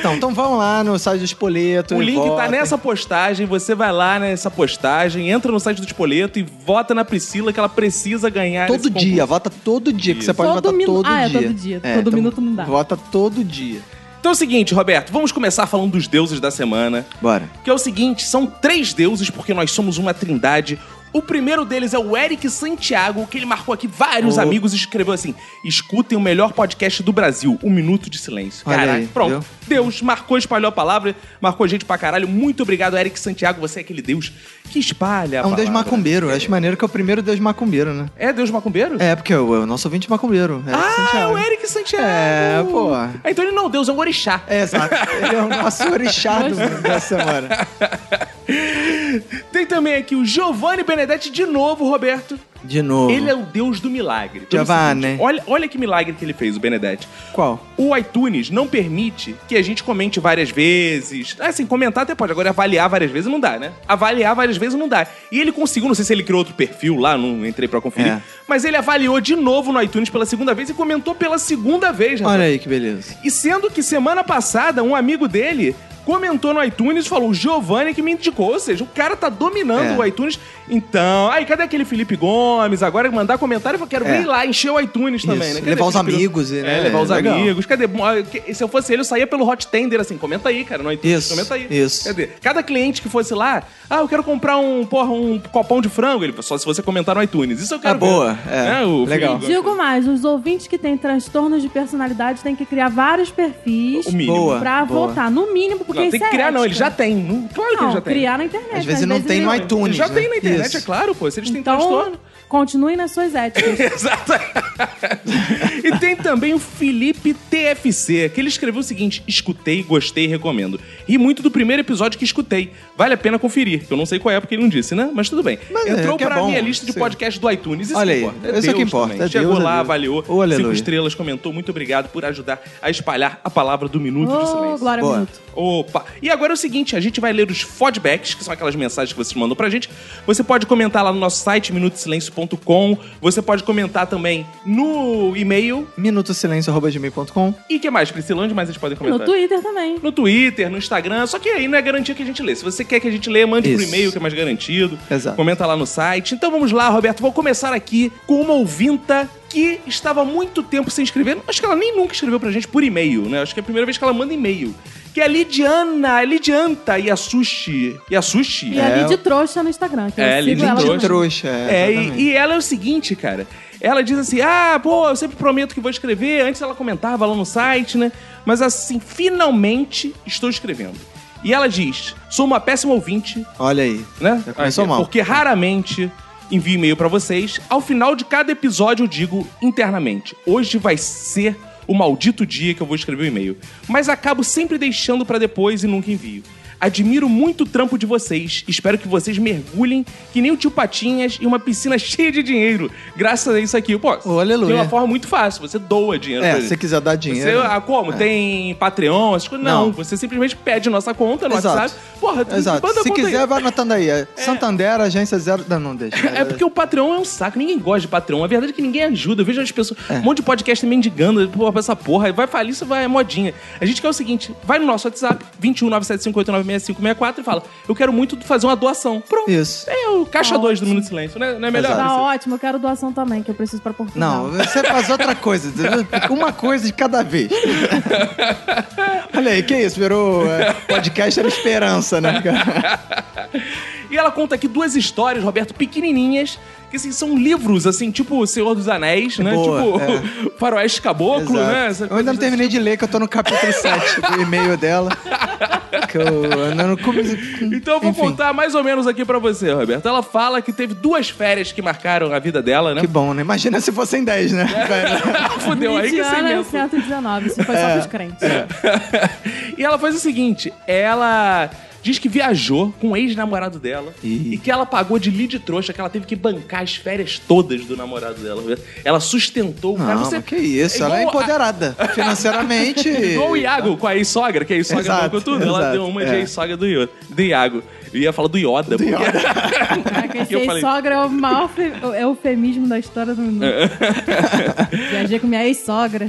Então, então vão lá no site do Espoleto.
O
e
link tá
votem.
nessa postagem, você vai lá nessa postagem, entra no site do Espoleto e vota na Priscila que ela precisa ganhar
Todo
esse concurso.
dia, vota todo dia, que você pode
Todo
votar
minu-
todo
Ah, é,
dia.
todo dia.
então
Todo minuto não dá.
Vota todo dia.
Então é o seguinte, Roberto, vamos começar falando dos deuses da semana.
Bora.
Que é o seguinte, são três deuses, porque nós somos uma trindade. O primeiro deles é o Eric Santiago, que ele marcou aqui vários amigos e escreveu assim: escutem o melhor podcast do Brasil, Um Minuto de Silêncio.
Olha
Caraca,
aí,
pronto.
viu?
Deus marcou, espalhou a palavra, marcou gente pra caralho. Muito obrigado, Eric Santiago. Você é aquele Deus que espalha. A
É um deus macumbeiro. Acho maneiro que é o primeiro deus macumbeiro, né?
É Deus macumbeiro?
É, porque o, o nosso ouvinte é macumbeiro. É
ah,
Santiago.
o Eric Santiago.
É, pô.
Ah, então ele não é um Deus, é um orixá.
É, exato. Ele é o nosso orixá do- da semana.
Tem também aqui o Giovanni Benedetti de novo, Roberto.
De novo.
Ele é o deus do milagre. Pelo
Giovanni.
seguinte, Olha, olha que milagre que ele fez, o Benedetti.
Qual?
O iTunes não permite que a gente comente várias vezes. Assim, comentar até pode, agora avaliar várias vezes não dá, né? Avaliar várias vezes não dá. E ele conseguiu, não sei se ele criou outro perfil lá, não entrei pra conferir,
É.
mas ele avaliou de novo no iTunes pela segunda vez e comentou pela segunda vez, rapaz.
Olha aí que beleza.
E sendo que semana passada um amigo dele comentou no iTunes e falou: o Giovanni que me indicou. Ou seja, o cara tá dominando
É.
o iTunes. Então, aí cadê aquele Felipe Gomes? Agora mandar comentário, eu quero
É.
ir lá, encher o iTunes também, né?
Isso.
Cadê
Levar os
Felipe Gomes?
amigos,
É,
né?
levar os
Legal.
amigos. Cadê? Ah, que- Se eu fosse ele, eu saía pelo hot tender assim, comenta aí, cara, no iTunes,
Isso,
comenta aí.
isso.
Cadê? Cada cliente que fosse lá, ah, eu quero comprar um, porra, um copão de frango, ele só se você comentar no iTunes. Isso eu quero.
Ah, boa.
ver.
É.
Né, o
Legal.
Felipe Gomes.
Digo mais, os ouvintes que têm transtornos de personalidade têm que criar vários perfis
O mínimo. Boa,
pra
boa.
votar. No mínimo, porque
Não,
isso
tem que
é
criar, não,
ética.
ele já tem. Não, claro que
Não,
ele já tem.
criar na internet. ele-
né?
Ele já tem na internet, é claro, pô. Se eles têm transtorno.
Então, continuem nas suas éticas.
Exato. e tem também o Felipe TFC, que ele escreveu o seguinte: escutei, gostei e recomendo. E muito do primeiro episódio que escutei. Vale a pena conferir, que eu não sei qual é porque ele não disse, né? Mas tudo bem.
Mas é,
Entrou
que é
pra
bom,
minha lista de
sim.
podcast do iTunes. Isso
Olha
que
aí,
importa.
isso é que
Deus
importa,
também.
é
Chegou
Deus, é
lá,
Deus.
avaliou.
Ô, aleluia.
cinco estrelas, comentou. Muito obrigado por ajudar a espalhar a palavra do Minuto de
Ô,
Silêncio.
Glória Boa. Minuto.
Opa! E agora é o seguinte, a gente vai ler os fodbacks, que são aquelas mensagens que vocês mandam pra gente. Você pode comentar lá no nosso site, minutosilencio.com. Você pode comentar também no e-mail.
Minutosilêncio.com
E que mais, Priscila? Onde mais eles podem
no
comentar?
Twitter também.
No Twitter, no Instagram. Só que aí não é garantia que a gente lê. Se você quer que a gente lê, mande por
Isso.
e-mail, que é mais garantido.
Exato.
Comenta lá no site. Então vamos lá, Roberto. Vou começar aqui com uma ouvinta que estava há muito tempo sem escrever. Acho que ela nem nunca escreveu pra gente por e-mail, né? Acho que é a primeira vez que ela manda e-mail. Que é a Lidiana, a Lidianta Yasushi. Yasushi?
E
É.
ali de trouxa no Instagram. Que
É,
eu
ali
sigo
de
ela
trouxa.
também.
Trouxa,
É,
é.
e,
exatamente.
e ela é o seguinte, cara. Ela diz assim: ah, pô, eu sempre prometo que vou escrever. Antes ela comentava lá no site, né? Mas assim, finalmente estou escrevendo. E ela diz: sou uma péssima ouvinte,
Olha aí.
né?
Já começou
Aí,
mal.
Porque raramente envio e-mail pra vocês. Ao final de cada episódio eu digo internamente: hoje vai ser o maldito dia que eu vou escrever o e-mail. Mas acabo sempre deixando pra depois e nunca envio. Admiro muito o trampo de vocês. Espero que vocês mergulhem que nem o tio Patinhas em uma piscina cheia de dinheiro. Graças a isso aqui. Pô,
aleluia.
de uma forma muito fácil. Você doa dinheiro
É,
pra
se
gente.
você quiser dar dinheiro. é.
Você, ah, como? Tem Patreon, essas coisas? Não,
Não.
Você simplesmente pede nossa conta no
Exato.
WhatsApp. Porra, tu-
Exato.
manda a
Se
conta aí.
quiser, vai anotando aí. É Santander, agência zero. Não, não deixa.
É porque o Patreon é um saco, ninguém gosta de Patreon. A verdade é que ninguém ajuda. Eu vejo as pessoas,
É.
um monte de podcast mendigando pô, pra essa porra. Vai falir, isso vai, é modinha. A gente quer o seguinte: vai no nosso WhatsApp, 21975896564 e fala: Eu quero muito fazer uma doação. Pronto.
Isso.
É o caixa 2 do Minuto de Silêncio, né? Não é melhor?
Tá ótimo, eu quero doação também, que eu preciso pra Portugal.
Não, você faz outra coisa. entendeu? Uma coisa de cada vez. Olha aí, que isso? Virou é, podcast era esperança, né, cara?
Assim. E ela conta aqui duas histórias, Roberto, pequenininhas, que assim, são livros, assim, tipo O Senhor dos Anéis, né?
Boa, é.
tipo Faroeste Caboclo,
Exato.
né? Essa
Eu ainda não terminei de ler, que eu tô no capítulo 7 do e-mail dela. Que eu ainda não comecei.
Então eu vou
Enfim.
contar mais ou menos aqui pra você, Roberto. Ela fala que teve duas férias que marcaram a vida dela, né?
Que bom, né? Imagina se fossem 10, né?
É, Fudeu, aí que É. você
Lidiana
inventa.
119, isso foi
É.
só pros crentes.
E ela faz o seguinte, ela diz que viajou com o ex-namorado dela
Ih.
e que ela pagou de lead trouxa, que ela teve que bancar as férias todas do namorado dela, Roberto. Ela sustentou o cara.
Não,
Você-
mas que isso?
igual
Ela é
a-
empoderada financeiramente.
Igual o Iago com a ex-sogra, que a ex-sogra
Exato,
bancou tudo. Ela
exato,
deu uma de
é.
ex-sogra do, Io- do Iago. Eu ia falar do Yoda. porque-
Caraca, esse
Eu falei- É.
ex-sogra é o maior fe- é o eufemismo da história do mundo. Viajei com minha ex-sogra.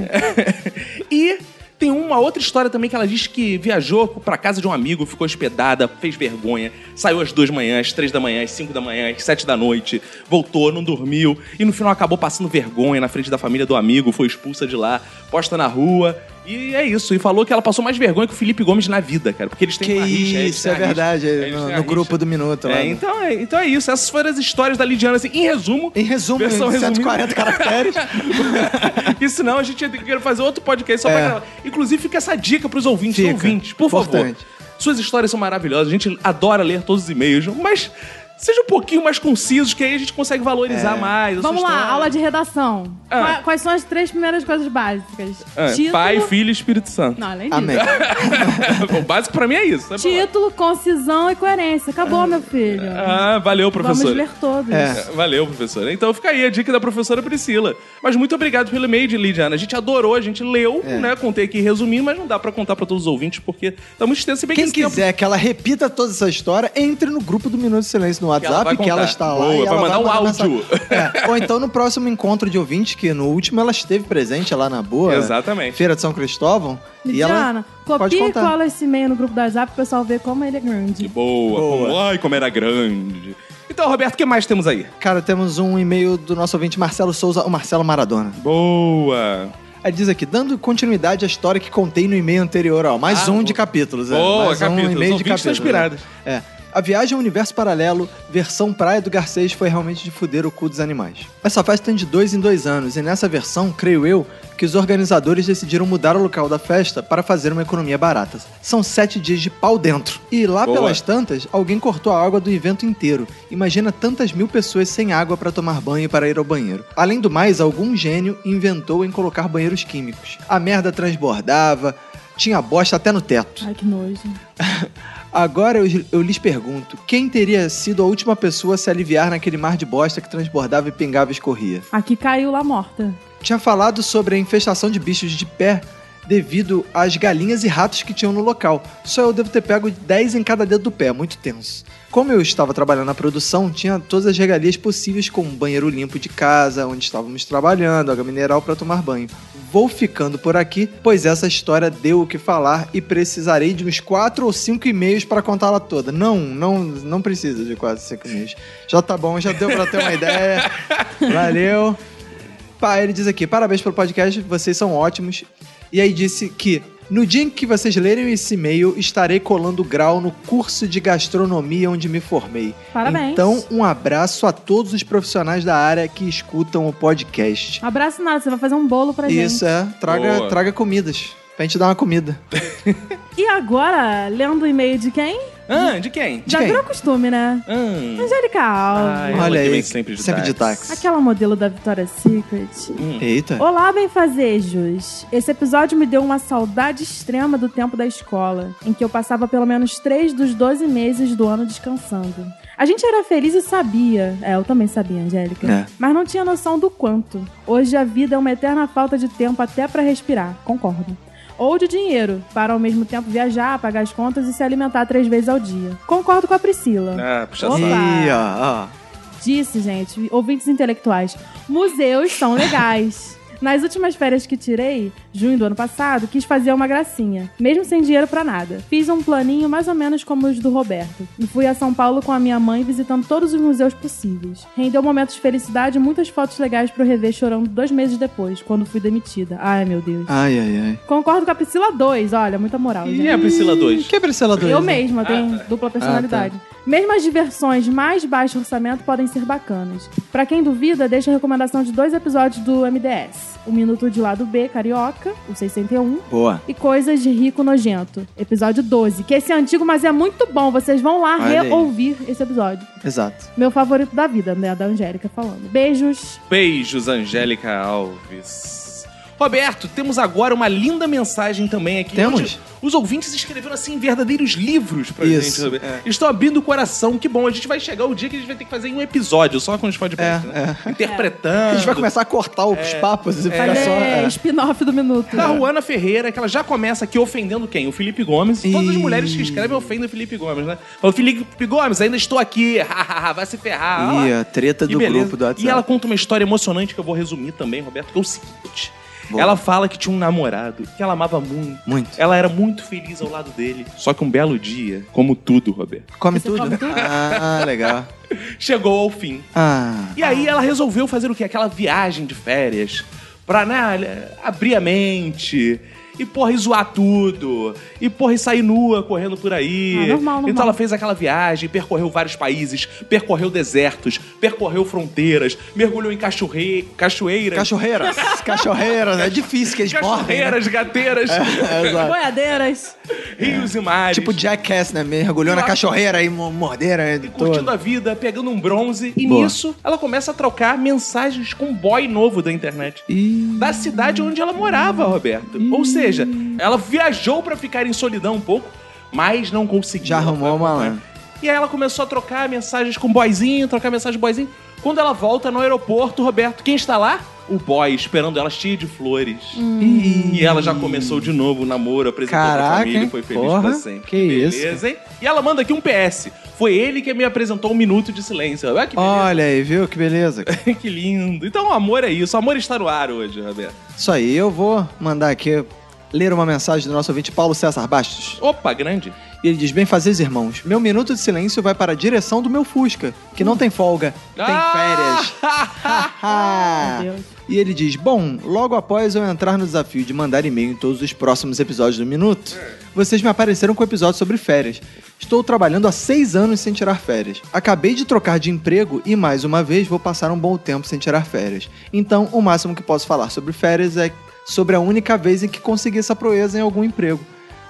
E tem uma outra história também que ela diz que viajou pra casa de um amigo, ficou hospedada, fez vergonha, saiu às duas manhãs, três da manhã, às cinco da manhã, às sete da noite, voltou, não dormiu e no final acabou passando vergonha na frente da família do amigo, foi expulsa de lá, posta na rua. E é isso, e falou que ela passou mais vergonha que o Felipe Gomes na vida, cara, porque eles têm
Que
uma rixa, eles
isso,
têm
é
uma rixa,
verdade.
eles têm
No,
uma
no
rixa.
grupo do Minuto. lá,
É,
né?
então é, então é isso, essas foram as histórias da Lidiana, assim, em resumo.
Em resumo, em
Versão
140 caracteres.
Isso não, a gente ia ter que fazer outro podcast só pra
É.
gravar. Inclusive, fica essa dica pros ouvintes,
Fica.
ouvintes, por
Importante.
favor. Suas histórias são maravilhosas, a gente adora ler todos os e-mails, mas seja um pouquinho mais concisos, que aí a gente consegue valorizar
É.
mais. a sua
Vamos lá,
história.
aula de redação.
Ah.
Qua- Quais são as três primeiras coisas básicas?
É, Pai, Filho e Espírito Santo.
Não, é além disso.
Amém.
o básico pra mim é isso. né?
Título, concisão e coerência. Acabou, meu filho.
É. Ah, valeu, professor.
Vamos ler todos.
É.
Valeu, professora. Então fica aí a dica da professora Priscila. Mas muito obrigado pelo e-mail, Lidiana. A gente adorou, a gente leu,
É.
né? Contei aqui resumindo, mas não dá pra contar pra todos os ouvintes, porque tá muito extenso. Se bem que
Quem
esse tempo-
quiser que ela repita toda essa história, entre no grupo do Minuto de Silêncio no no WhatsApp que ela,
contar.
está lá.
Boa,
e
vai
ela
mandar o
mensagem.
áudio.
É, Ou então no próximo encontro de ouvintes, que no último ela esteve presente lá na boa.
Exatamente.
Feira de São Cristóvão. e ela
Lidiana,
pode
copia e
contar.
cola esse e-mail no grupo do WhatsApp pro pessoal ver como ele é grande.
Boa. Como, ai, como era grande. Então, Roberto, o que mais temos aí?
Cara, temos um e-mail do nosso ouvinte Marcelo Souza, o Marcelo Maradona.
Boa!
Aí diz aqui, dando continuidade à história que contei no e-mail anterior, ó. Mais
Ah,
um de capítulos.
boa,
é. Mais
capítulos.
Um e-mail
Os
de
ouvintes estão
capítulos.
inspirados.
É. É. A viagem ao universo paralelo, versão praia do Garcês, foi realmente de fuder o cu dos animais. Essa festa tem de dois em dois anos, e nessa versão, creio eu, que os organizadores decidiram mudar o local da festa para fazer uma economia barata. São sete dias de pau dentro. E lá
Boa.
pelas tantas, alguém cortou a água do evento inteiro. Imagina tantas mil pessoas sem água para tomar banho e para ir ao banheiro. Além do mais, algum gênio inventou em colocar banheiros químicos. A merda transbordava, tinha bosta até no teto.
Ai, que nojo.
Agora eu, eu lhes pergunto: quem teria sido a última pessoa a se aliviar naquele mar de bosta que transbordava e pingava e escorria?
Aqui caiu lá morta.
Tinha falado sobre a infestação de bichos de pé devido às galinhas e ratos que tinham no local. Só eu devo ter pego 10 em cada dedo do pé, muito tenso. Como eu estava trabalhando na produção, tinha todas as regalias possíveis, como um banheiro limpo de casa, onde estávamos trabalhando, água mineral para tomar banho. Vou ficando por aqui, pois essa história deu o que falar e precisarei de uns 4 ou 5 e-mails para contá-la toda. Não, não, não precisa de quase 5 e-mails. Já tá bom, já deu para ter uma ideia. Valeu. Pá, ele diz aqui: parabéns pelo podcast, vocês são ótimos. E aí disse que. No dia em que vocês lerem esse e-mail, estarei colando o grau no curso de gastronomia onde me formei.
Parabéns.
Então, um abraço a todos os profissionais da área que escutam o podcast.
Abraço nada, você vai fazer um bolo pra gente.
Isso é, traga,
Boa.
traga comidas. Pra gente dar uma comida.
E agora, lendo o e-mail de quem?
Ah, de quem? Ah.
Já virou costume, né?
Hum.
Angélica
Ai,
Alves.
ela
Olha
que
aí,
vem é sempre de
sempre de
táxi.
Aquela modelo da Victoria's Secret.
Hum.
Eita.
Olá, benfazejos! Esse episódio me deu uma saudade extrema do tempo da escola, em que eu passava pelo menos três dos 12 meses do ano descansando. A gente era feliz e sabia. É, eu também sabia, Angélica.
É.
Mas não tinha noção do quanto. Hoje a vida é uma eterna falta de tempo até pra respirar. Concordo. Ou de dinheiro, para ao mesmo tempo viajar, pagar as contas e se alimentar três vezes ao dia. Concordo com a Priscila.
Ah, puxa
Opa.
saco.
Ih, ó, ó.
Disse, gente, ouvintes intelectuais, museus são legais. Nas últimas férias que tirei, junho do ano passado, quis fazer uma gracinha, mesmo sem dinheiro pra nada. Fiz um planinho mais ou menos como os do Roberto. E fui a São Paulo com a minha mãe visitando todos os museus possíveis. Rendeu momentos de felicidade e muitas fotos legais pra eu rever chorando dois meses depois, quando fui demitida. Ai, meu Deus.
Ai, ai, ai.
Concordo com a Priscila 2, olha, muita moral.
Quem é a Priscila Ah, tá. 2?
Quem é a Priscila Ah,
eu mesma, tenho dupla personalidade.
tá.
Mesmo as diversões de mais baixo orçamento podem ser bacanas. Pra quem duvida, deixa a recomendação de dois episódios do MDS: O Minuto de Lado B, Carioca, o 601.
Boa.
E Coisas de Rico Nojento, episódio 12. Que esse é antigo, mas é muito bom. Vocês vão lá
Olha aí.
reouvir esse episódio.
Exato.
Meu favorito da vida, né? Da Angélica falando. Beijos.
Beijos, Angélica Alves. Roberto, temos agora uma linda mensagem também aqui.
Temos?
Onde Os ouvintes escreveram assim verdadeiros livros pra
Isso,
gente.
é.
Estão abrindo o coração. Que bom, a gente vai chegar o dia que a gente vai ter que fazer em um episódio só com os podcasts,
É,
né?
é.
Interpretando. É.
A gente vai começar a Tá cortar os papos e ficar só.
É,
é.
spin-off do Minuto.
Da Ruana Ferreira, que ela já começa aqui ofendendo quem? O Felipe Gomes. Todas as
Ih.
mulheres que escrevem ofendem o Felipe Gomes, né? O Felipe Gomes, ainda estou aqui. vai se ferrar. Olha lá.
Ih, a treta
Que
do
beleza.
grupo do WhatsApp.
E ela conta uma história emocionante que eu vou resumir também, Roberto, que é o seguinte. Ela fala que tinha um namorado que ela amava muito.
Muito.
Ela era muito feliz ao lado dele. Só que um belo dia, como tudo, Roberto,
Come tudo? Ah, legal.
chegou ao fim.
Ah.
E aí ela resolveu fazer o quê? Aquela viagem de férias pra, né, abrir a mente. E, porra, e zoar tudo. E, porra, e sair nua correndo por aí.
Ah, normal, normal.
Então ela fez aquela viagem, percorreu vários países, percorreu desertos, percorreu fronteiras, mergulhou em cachoeira, cachoeiras.
Cachorreiras. Cachorreiras. É difícil que eles morrem. né?
Cachorreiras, gateiras.
É, exato.
Boiadeiras.
Rios e mares.
Tipo Jackass, né? Mergulhou na cachorreira e mo- mordeira. E
curtindo
todo.
a vida, pegando um bronze. E
Boa.
nisso, ela começa a trocar mensagens com um boy novo da internet. Da cidade onde ela morava, Roberto. Ou seja, ela viajou pra ficar em solidão um pouco, mas não conseguiu. Já
arrumou uma lã.
E aí ela começou a um trocar mensagens com boyzinho, trocar mensagem com boyzinho. Quando ela volta no aeroporto, Roberto, quem está lá? o boy esperando ela cheia de flores.
Hum.
E ela já começou de novo o namoro, apresentou pra
Caraca,
família,
hein?
foi feliz
Porra,
pra sempre.
que isso.
Beleza, hein? E ela manda aqui um PS. Foi ele que me apresentou um minuto de silêncio. Olha que
Olha aí, viu? Que beleza.
que lindo. Então, amor é isso. Amor está no ar hoje, Roberto.
Isso aí, eu vou mandar aqui ler uma mensagem do nosso ouvinte Paulo César Bastos.
Opa, grande.
E ele diz: Bem fazeres, irmãos, meu minuto de silêncio vai para a direção do meu Fusca, que não tem folga, tem
Ah!
férias.
Meu Deus.
E ele diz: Bom, logo após eu entrar no desafio de mandar e-mail em todos os próximos episódios do Minuto, vocês me apareceram com um episódio sobre férias. Estou trabalhando há seis anos sem tirar férias. Acabei de trocar de emprego e, mais uma vez, vou passar um bom tempo sem tirar férias. Então, o máximo que posso falar sobre férias é sobre a única vez em que consegui essa proeza em algum emprego.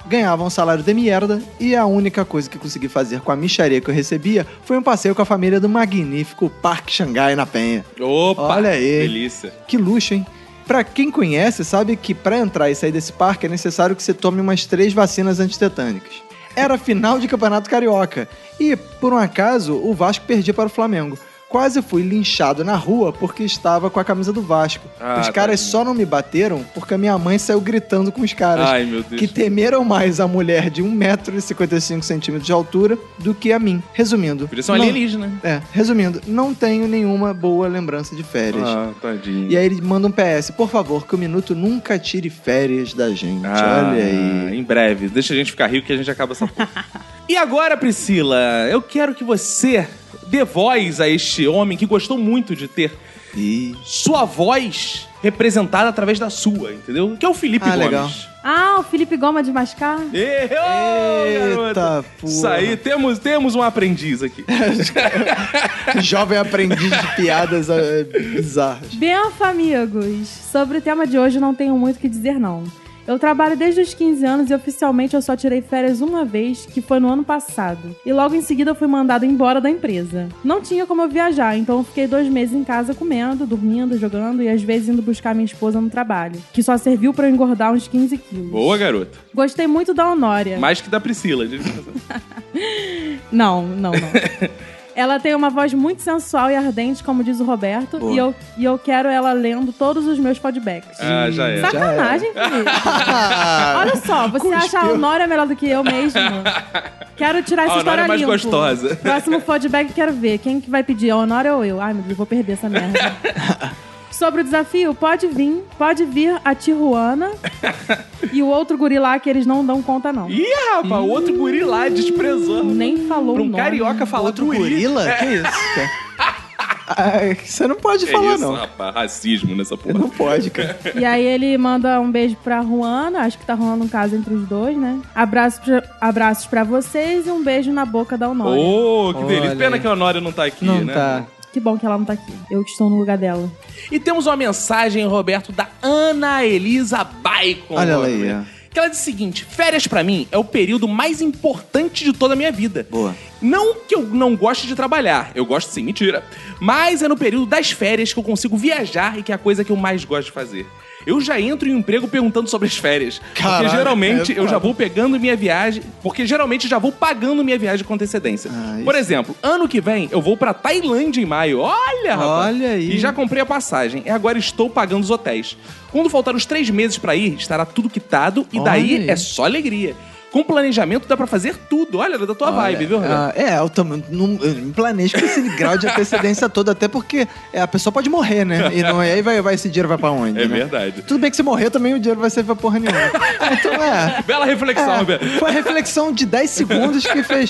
Ganhava um salário de merda e a única coisa que consegui fazer com a micharia que eu recebia foi um passeio com a família do magnífico Parque Xangai na Penha.
Opa!
Olha aí.
Delícia.
Que luxo, hein? Pra quem conhece, sabe que pra entrar e sair desse parque é necessário que você tome umas três vacinas antitetânicas. Era final de Campeonato Carioca e, por um acaso, o Vasco perdia para o Flamengo. Quase fui linchado na rua porque estava com a camisa do Vasco.
Ah,
os caras só não me bateram porque a minha mãe saiu gritando com os caras
Ai, meu Deus.
que temeram mais a mulher de 1,55m de altura do que a mim. Resumindo.
Podia ser um
não-
alienígena.
É, resumindo, não tenho nenhuma boa lembrança de férias.
Ah, tadinho.
E aí ele manda um PS, por favor, que o minuto nunca tire férias da gente.
Ah,
Olha aí.
Em breve. Deixa a gente ficar rico que a gente acaba essa porra. e agora, Priscila, eu quero que você dê voz a este homem que gostou muito de ter sua voz representada através da sua, entendeu? Que é o Felipe
Ah,
Gomes.
legal.
Ah, o Felipe Goma de Mascar?
Ei, ô, garota.
porra.
Isso aí, temos, temos um aprendiz aqui.
Jovem aprendiz de piadas eh, bizarras.
Benfa, amigos! Sobre o tema de hoje, não tenho muito o que dizer, não. Eu trabalho desde os 15 anos e oficialmente eu só tirei férias uma vez, que foi no ano passado. E logo em seguida eu fui mandado embora da empresa. Não tinha como eu viajar, então eu fiquei dois meses em casa comendo, dormindo, jogando e às vezes indo buscar minha esposa no trabalho, que só serviu pra eu engordar uns 15 quilos.
Boa, garota.
Gostei muito da Honória.
Mais que da Priscila. diga assim.
Não, não, não. Ela tem uma voz muito sensual e ardente, como diz o Roberto,
Boa.
e eu, e eu quero ela lendo todos os meus feedbacks.
Ah, já é.
Sacanagem, Felipe. Olha só, você acha a Honória melhor do que eu mesmo? Quero tirar essa
A Honória
história
é mais
limpo.
gostosa.
Próximo feedback quero ver. Quem que vai pedir? A Honória ou eu? Ai, meu Deus, eu vou perder essa merda. Sobre o desafio, pode vir, pode vir a Tijuana e o outro guri lá que eles não dão conta, não. Hum,
Ih, rapaz, o outro guri lá desprezou.
Nem falou
Pra
o
um
nome.
carioca falar
Outro
guri.
gorila?
É.
Que isso, cara? Ah, você não pode
Que
falar,
isso,
não.
rapaz, racismo nessa porra.
Não pode, cara.
E aí ele manda um beijo pra Ruana, acho que tá rolando um caso entre os dois, né? Abraço pra, abraços pra vocês e um beijo na boca da Honória.
Ô, que delícia.
Olha
Pena
aí.
que a Honória não tá aqui,
Não
né?
tá.
Que bom que ela não tá aqui. Eu que estou no lugar dela.
E temos uma mensagem, Roberto, da Ana Elisa Baicon.
Olha ela aí, é.
Roberto, Que ela diz o seguinte: férias pra mim é o período mais importante de toda a minha vida.
Boa.
Não que eu não goste de trabalhar, eu gosto sim, mentira. Mas é no período das férias que eu consigo viajar e que é a coisa que eu mais gosto de fazer. Eu já entro em um emprego perguntando sobre as férias.
Caralho,
porque geralmente
é
eu já
foda.
vou pegando minha viagem. Porque geralmente eu já vou pagando minha viagem com antecedência.
Ah,
Por exemplo, ano que vem eu vou pra Tailândia em maio. Olha, rapaz!
Olha aí.
E já comprei a passagem. E agora estou pagando os hotéis. Quando faltar os três meses pra ir, estará tudo quitado. E
Olha
daí
aí.
é só alegria. Com planejamento dá pra fazer tudo. Olha, da tua vibe, viu, Roberto?
Ah, é, eu também não eu me planejo com esse grau de antecedência todo, até porque é, a pessoa pode morrer, né? E não, e aí vai, vai, esse dinheiro vai pra onde?
É
né?
verdade.
Tudo bem que se morrer também o dinheiro vai servir pra porra nenhuma. Então é.
Bela reflexão,
é,
Roberto.
foi a reflexão de 10 segundos que fez.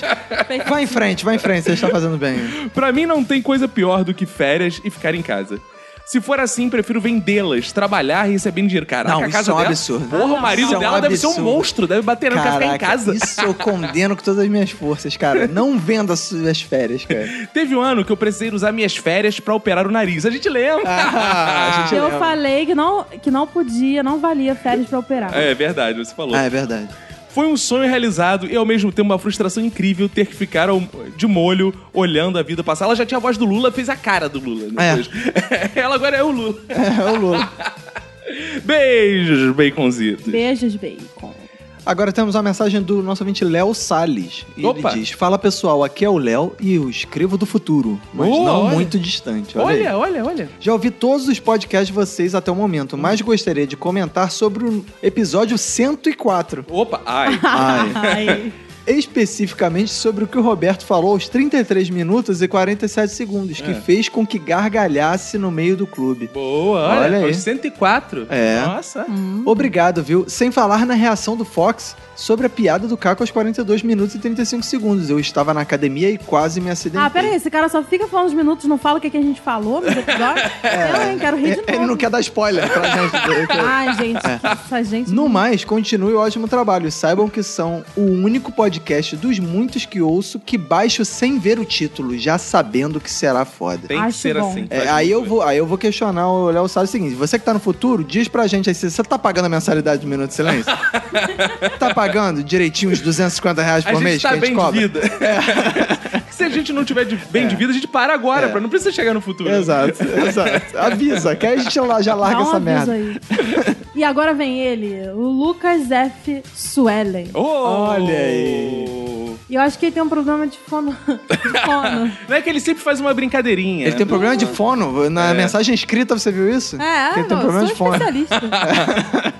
Vai em frente, vai em frente, você está fazendo bem.
Pra mim não tem coisa pior do que férias e ficar em casa. Se for assim, prefiro vendê-las, trabalhar e receber dinheiro. Caraca,
Não,
a
isso
casa
é um
dela...
absurdo.
Porra, o marido
Isso é um
dela deve ser um
absurdo.
monstro. Deve bater, não quer ficar em casa.
isso eu condeno com todas as minhas forças, cara. Não venda as suas férias, cara.
Teve um ano que eu precisei usar minhas férias pra operar o nariz. A gente lembra.
Ah, a gente
eu
lembra.
falei que não, que não podia, não valia férias pra operar.
É verdade, você falou.
Ah, é verdade.
Foi um sonho realizado e ao mesmo tempo uma frustração incrível ter que ficar ao- de molho olhando a vida passar. Ela já tinha a voz do Lula, fez a cara do Lula. depois. Ela agora é o Lula.
É, é o Lula.
Beijos, baconzitos.
Beijos, bacon.
Agora temos uma mensagem do nosso ouvinte Léo Salles. E
Opa.
Ele diz: Fala pessoal, aqui é o Léo e eu escrevo do futuro, mas
Boa,
não
olha.
muito distante. Olha, aí.
Olha, olha, olha.
Já ouvi todos os podcasts de vocês até o momento, mas gostaria de comentar sobre o episódio 104.
Opa, ai.
Ai. Especificamente sobre o que o Roberto falou aos 33 minutos e 47 segundos, que
É.
fez com que gargalhasse no meio do clube.
Boa, olha, é
Olha aí.
foi 104.
É.
Nossa.
Obrigado, viu? Sem falar na reação do Fox sobre a piada do Caco aos 42 minutos e 35 segundos. Eu estava na academia e quase me acidentei.
Ah, pera aí, esse cara só fica falando os minutos, não fala o que, é que a gente falou nos episódios. Eu, hein, quero rir de novo.
Ele não quer dar spoiler pra gente.
Ai, gente,
É. É.
que essa gente...
No mais, continue o ótimo trabalho. Saibam que são o único podcast dos muitos que ouço que baixo sem ver o título, já sabendo que será foda.
Tem que Acho ser bom. assim,
É,
faz
aí, eu vou, aí eu vou questionar o Léo Salles o seguinte: você que tá no futuro, diz pra gente aí se você tá pagando a mensalidade do Minuto de Silêncio? tá pagando direitinho os 250 reais por
A
mês
gente tá
que a gente
bem
cobra? É.
de vida. Se a gente não tiver de- bem de vida, a gente para agora, pra não precisa chegar no futuro.
Exato, exato. Avisa, que aí a gente já já larga
Dá um
essa
aviso
merda.
aí. E agora vem ele, o Lucas F. Suellen.
Olha aí.
E eu acho que ele tem um problema de fono. de fono.
Não é que ele sempre faz uma brincadeirinha.
Ele tem problema de fono. Na
né, É.
mensagem escrita, você viu isso?
É,
Que ele tem
não,
problema
eu
de
sou
fono. Tá
especialista.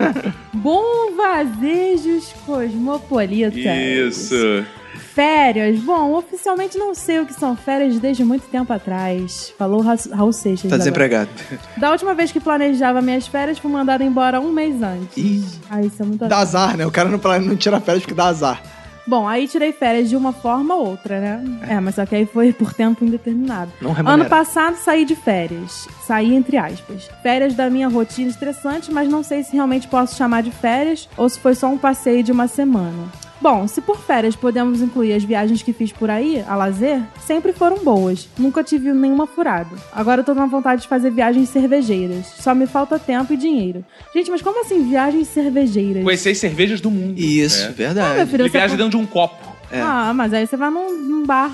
Bom vazejos cosmopolita.
Isso.
Férias. Bom, oficialmente não sei o que são férias desde muito tempo atrás. Falou Ra- Raul Seixas.
Tá
agora.
desempregado.
Da última vez que planejava minhas férias, fui mandado embora um mês antes. Ai, isso é muito
Dá azar, né? O cara não, pra- não tira férias porque dá azar.
Bom, aí tirei férias de uma forma ou outra, né? É, mas só que aí foi por tempo indeterminado.
Não remunera.
Ano passado saí de férias. Saí entre aspas. Férias da minha rotina estressante, mas não sei se realmente posso chamar de férias ou se foi só um passeio de uma semana. Bom, se por férias podemos incluir as viagens que fiz por aí, a lazer, sempre foram boas. Nunca tive nenhuma furada. Agora eu tô na vontade de fazer viagens cervejeiras. Só me falta tempo e dinheiro. Gente, mas como assim viagens cervejeiras?
Conhecer as cervejas do mundo. É.
Isso,
Ah, meu
verdade.
filho,
Ele
você
viaja
pode-
dentro de um copo.
é.
Ah, mas aí você vai num, num bar.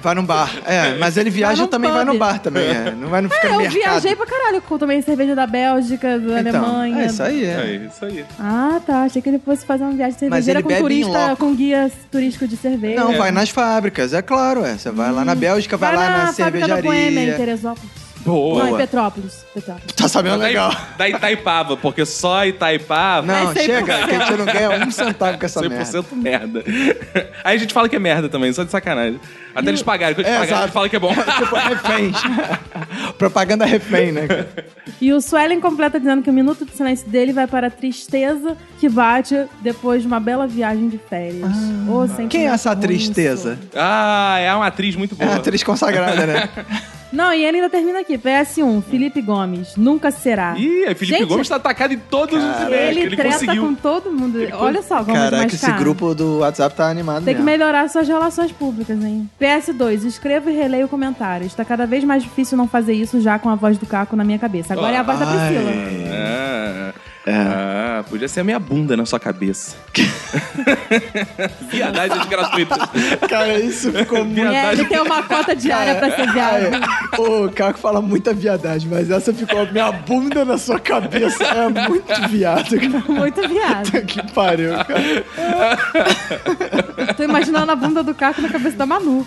Vai num bar. É, mas ele viaja
num
também,
pub.
vai no bar também. é. Não vai no ficar
É,
no
eu
mercado.
viajei pra caralho. Eu tomei cerveja da Bélgica, da
Então,
Alemanha.
é isso aí, é.
É isso aí.
Ah, tá. Achei que ele fosse fazer uma viagem
Mas ele
cervejeira com
bebe em
turista,
loco.
com guia turístico de cerveja.
Não, vai nas fábricas, é claro. É. Você vai lá na Bélgica, vai, lá na,
Hum. fábrica da Boêmia, em
cervejaria.
Teresópolis.
Boa.
Não, em Petrópolis. Petrópolis.
Tá sabendo
Da-
legal.
Da Itaipava, porque só Itaipava.
Não,
Mas
chega,
100%.
que a gente não ganha um centavo com essa merda.
100% merda. Aí a gente fala que é merda também, só de sacanagem. Até eles pagarem. Quando
É,
eles pagarem, a gente
exato.
fala que é bom.
Tipo, reféns. Propaganda refém, né? cara?
E o Suelen completa dizendo que o minuto de silêncio dele vai para a tristeza que bate depois de uma bela viagem de férias. Ô, sentimento
Quem é essa
ruim.
tristeza?
Ah, é uma atriz muito
É
boa.
uma atriz consagrada, né?
Não, e ele ainda termina aqui. PS1, Felipe Gomes. Nunca será.
Ih, aí Felipe
Gente,
Gomes tá atacado em todos os e-mails.
Ele,
que Ele
treta
conseguiu.
com todo mundo. Olha só, Gomes
Caraca,
mais
esse
caro.
grupo do WhatsApp tá animado
Tem que
mesmo.
melhorar suas relações públicas, hein? PS2, escrevo e releio comentários. Tá cada vez mais difícil não fazer isso já com a voz do Caco na minha cabeça. Agora é a voz da
Ai. É.
Priscila.
Ah, ah, podia ser a minha bunda na sua cabeça. Viadagens gratuitas.
Cara, isso ficou muito...
É, ele
Viadagem.
tem uma cota diária pra ser viado.
Ai, É, O Caco fala muita viadagem, mas essa ficou minha bunda na sua cabeça. É muito viado, cara.
Muito viado.
Que pariu, cara.
Tô imaginando a bunda do Caco na cabeça da Manu.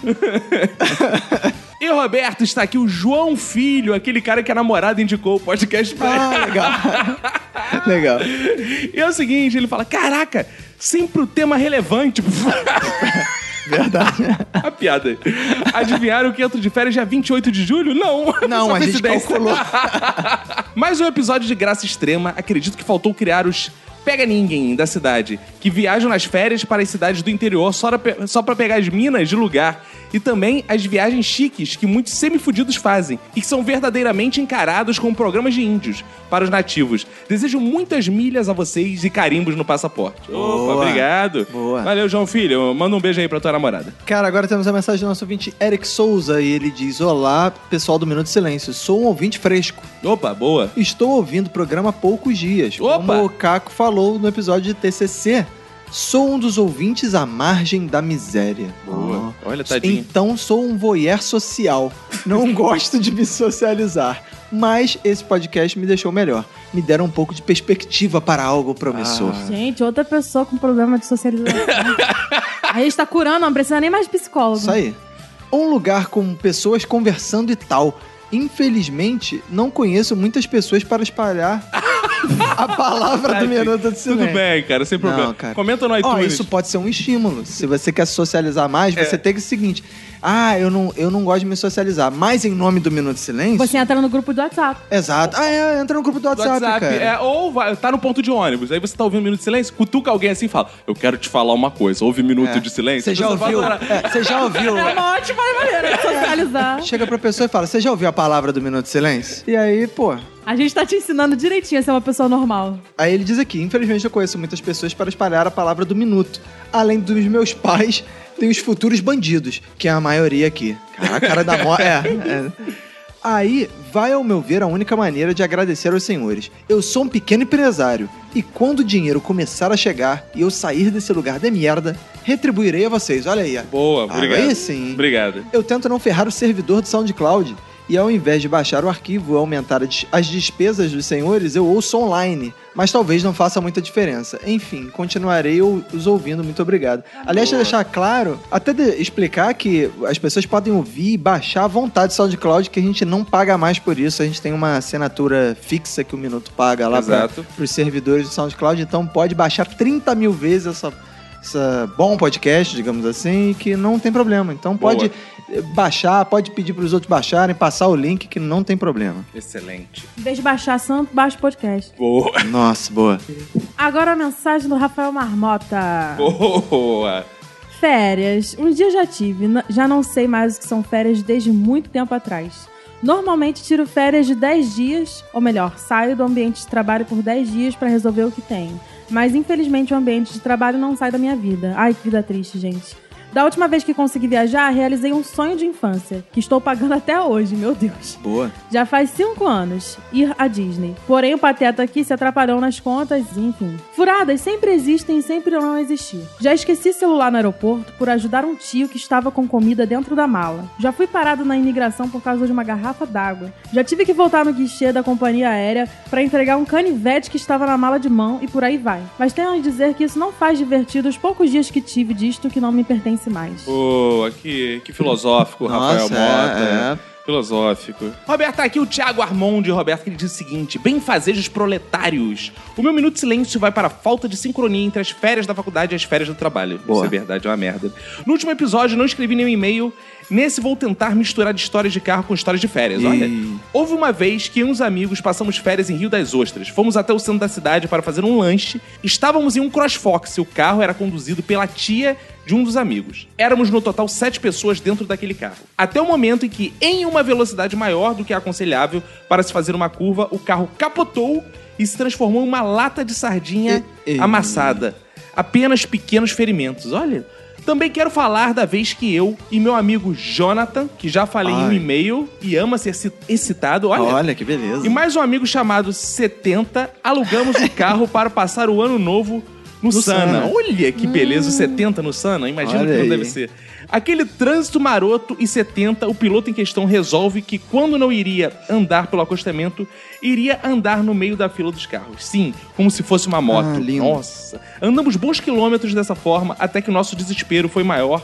E Roberto, está aqui o João Filho, aquele cara que a namorada indicou o podcast pra ele.
Ah, legal. Legal.
E é o seguinte, ele fala, caraca, sempre o tema relevante.
Verdade.
a piada. Adivinharam que entro de férias dia 28 de julho? Não.
Não,
Só
a gente
coincidência.
calculou.
Mais um episódio de graça extrema. Acredito que faltou criar os Pega Ninguém da cidade, que viajam nas férias para as cidades do interior só, pra pe- só para pegar as minas de lugar. E também as viagens chiques que muitos semifudidos fazem e que são verdadeiramente encarados como programas de índios para os nativos. Desejo muitas milhas a vocês e carimbos no passaporte.
Boa.
Opa, obrigado.
Boa.
Valeu, João Filho. Manda um beijo aí pra tua namorada.
Cara, agora temos a mensagem do nosso ouvinte Eric Souza e ele diz: Olá, pessoal do Minuto de Silêncio. Sou um ouvinte fresco.
Opa, boa.
Estou ouvindo o programa há poucos dias.
Opa!
Como o Caco falou no episódio de TCC, sou um dos ouvintes à margem da miséria.
Boa. Olha, tadinho.
Então sou um voyeur social. Não gosto de me socializar. mas esse podcast me deixou melhor. Me deram um pouco de perspectiva para algo promissor.
Ah,
Gente, outra pessoa com problema de socialização. a gente tá curando, não precisa nem mais de psicólogo.
Isso aí. Um lugar com pessoas conversando e tal. Infelizmente, não conheço muitas pessoas para espalhar a palavra do Minuto de Silêncio.
Tudo bem, cara, sem problema.
Não, cara.
Comenta no
Ó,
iTunes.
isso pode ser um estímulo. Se você quer socializar mais,
É.
você tem que o seguinte: ah, eu não, eu não gosto de me socializar, mas em nome do Minuto de Silêncio.
Você entra no grupo do WhatsApp.
Exato. Ah, é, entra no grupo do
Do
WhatsApp, cara.
é, ou vai, tá no ponto de ônibus, aí você tá ouvindo um minuto de silêncio, cutuca alguém assim e fala: Eu quero te falar uma coisa, ouve um minuto
É.
de silêncio.
Você já ouviu?
fala, "Cara,
É, Você já ouviu?
É uma ótima maneira de socializar.
é.
Chega pra pessoa e fala: Você já ouviu a palavra do Minuto de Silêncio? E aí, pô.
A gente tá te ensinando direitinho a ser uma pessoa normal.
Aí ele diz aqui: Infelizmente eu conheço muitas pessoas para espalhar a palavra do minuto. Além dos meus pais, tem os futuros bandidos, que é a maioria aqui. Cara, a cara da mó. É, é. Aí vai, ao meu ver, a única maneira de agradecer aos senhores. Eu sou um pequeno empresário e quando o dinheiro começar a chegar e eu sair desse lugar de merda, retribuirei a vocês. Olha aí. ó.
Boa,
Ah,
obrigado.
aí sim.
Obrigado.
Eu tento não ferrar o servidor do SoundCloud. E ao invés de baixar o arquivo e aumentar a des- as despesas dos senhores, eu ouço online. Mas talvez não faça muita diferença. Enfim, continuarei ou- os ouvindo. Muito obrigado. Aliás, deixa eu deixar claro, até de- explicar que as pessoas podem ouvir e baixar à vontade o SoundCloud, que a gente não paga mais por isso. A gente tem uma assinatura fixa que o Minuto paga lá para
Exato.
os servidores do SoundCloud. Então pode baixar 30 mil vezes essa essa bom podcast, digamos assim, que não tem problema. Então
Boa.
pode eh, baixar, pode pedir para os outros baixarem, passar o link que não tem problema.
Excelente.
Em vez de baixar santo, baixa o podcast.
Boa.
Nossa, boa.
Agora a mensagem do Rafael Marmota.
Boa.
Férias. Um dia já tive, n- já não sei mais o que são férias desde muito tempo atrás. Normalmente tiro férias de 10 dias, ou melhor, saio do ambiente de trabalho por 10 dias pra resolver o que tenho. Mas infelizmente o ambiente de trabalho não sai da minha vida. Ai, que vida triste, gente. Da última vez que consegui viajar, realizei um sonho de infância, que estou pagando até hoje, meu Deus.
Boa.
Já faz cinco anos ir à Disney. Porém, o Pateta aqui se atrapalhou nas contas, enfim. Furadas sempre existem e sempre irão existir. Já esqueci celular no aeroporto por ajudar um tio que estava com comida dentro da mala. Já fui parado na imigração por causa de uma garrafa d'água. Já tive que voltar no guichê da companhia aérea para entregar um canivete que estava na mala de mão e por aí vai. Mas tenho a dizer que isso não faz divertido os poucos dias que tive disto que não me pertence mais.
Boa, que, que filosófico, Rafael
Nossa,
Mota.
é,
Filosófico. Roberto, tá aqui o Thiago Armonde, Roberto, que ele diz o seguinte: bem-fazejos proletários. O meu minuto de silêncio vai para a falta de sincronia entre as férias da faculdade e as férias do trabalho. Isso
Boa.
é verdade, é uma merda. No último episódio, não escrevi nenhum e-mail. Nesse, vou tentar misturar histórias de carro com histórias de férias. Olha.
Ih.
Houve uma vez que uns amigos passamos férias em Rio das Ostras. Fomos até o centro da cidade para fazer um lanche. Estávamos em um crossfox e o carro era conduzido pela tia de um dos amigos. Éramos no total sete pessoas dentro daquele carro. Até o momento em que, em uma velocidade maior do que a aconselhável para se fazer uma curva, o carro capotou e se transformou em uma lata de sardinha
E- e-
amassada. Apenas pequenos ferimentos. Olha. Também quero falar da vez que eu e meu amigo Jonathan, que já falei em um
Ai.
e-mail e ama ser ci- excitado,
Olha,
olha.
que beleza.
E mais um amigo chamado 70, alugamos o carro para passar o ano novo no,
No
Sana.
Sana.
Olha que beleza, o 70 no Sana, imagina o
Olha
que não
aí.
deve ser. Aquele trânsito maroto e 70, o piloto em questão resolve que quando não iria andar pelo acostamento, iria andar no meio da fila dos carros. Sim, como se fosse uma moto.
Ah, lindo.
Nossa. Andamos bons quilômetros dessa forma até que o nosso desespero foi maior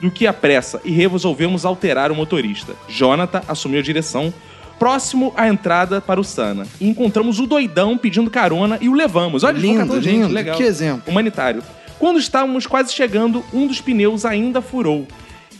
do que a pressa e resolvemos alterar o motorista. Jonathan assumiu a direção próximo à entrada para o Sana. E encontramos o doidão pedindo carona e o levamos. Olha, eles vão
lindo,
catando gente,
lindo.
legal
Que exemplo.
humanitário. Quando estávamos quase chegando, um dos pneus ainda furou.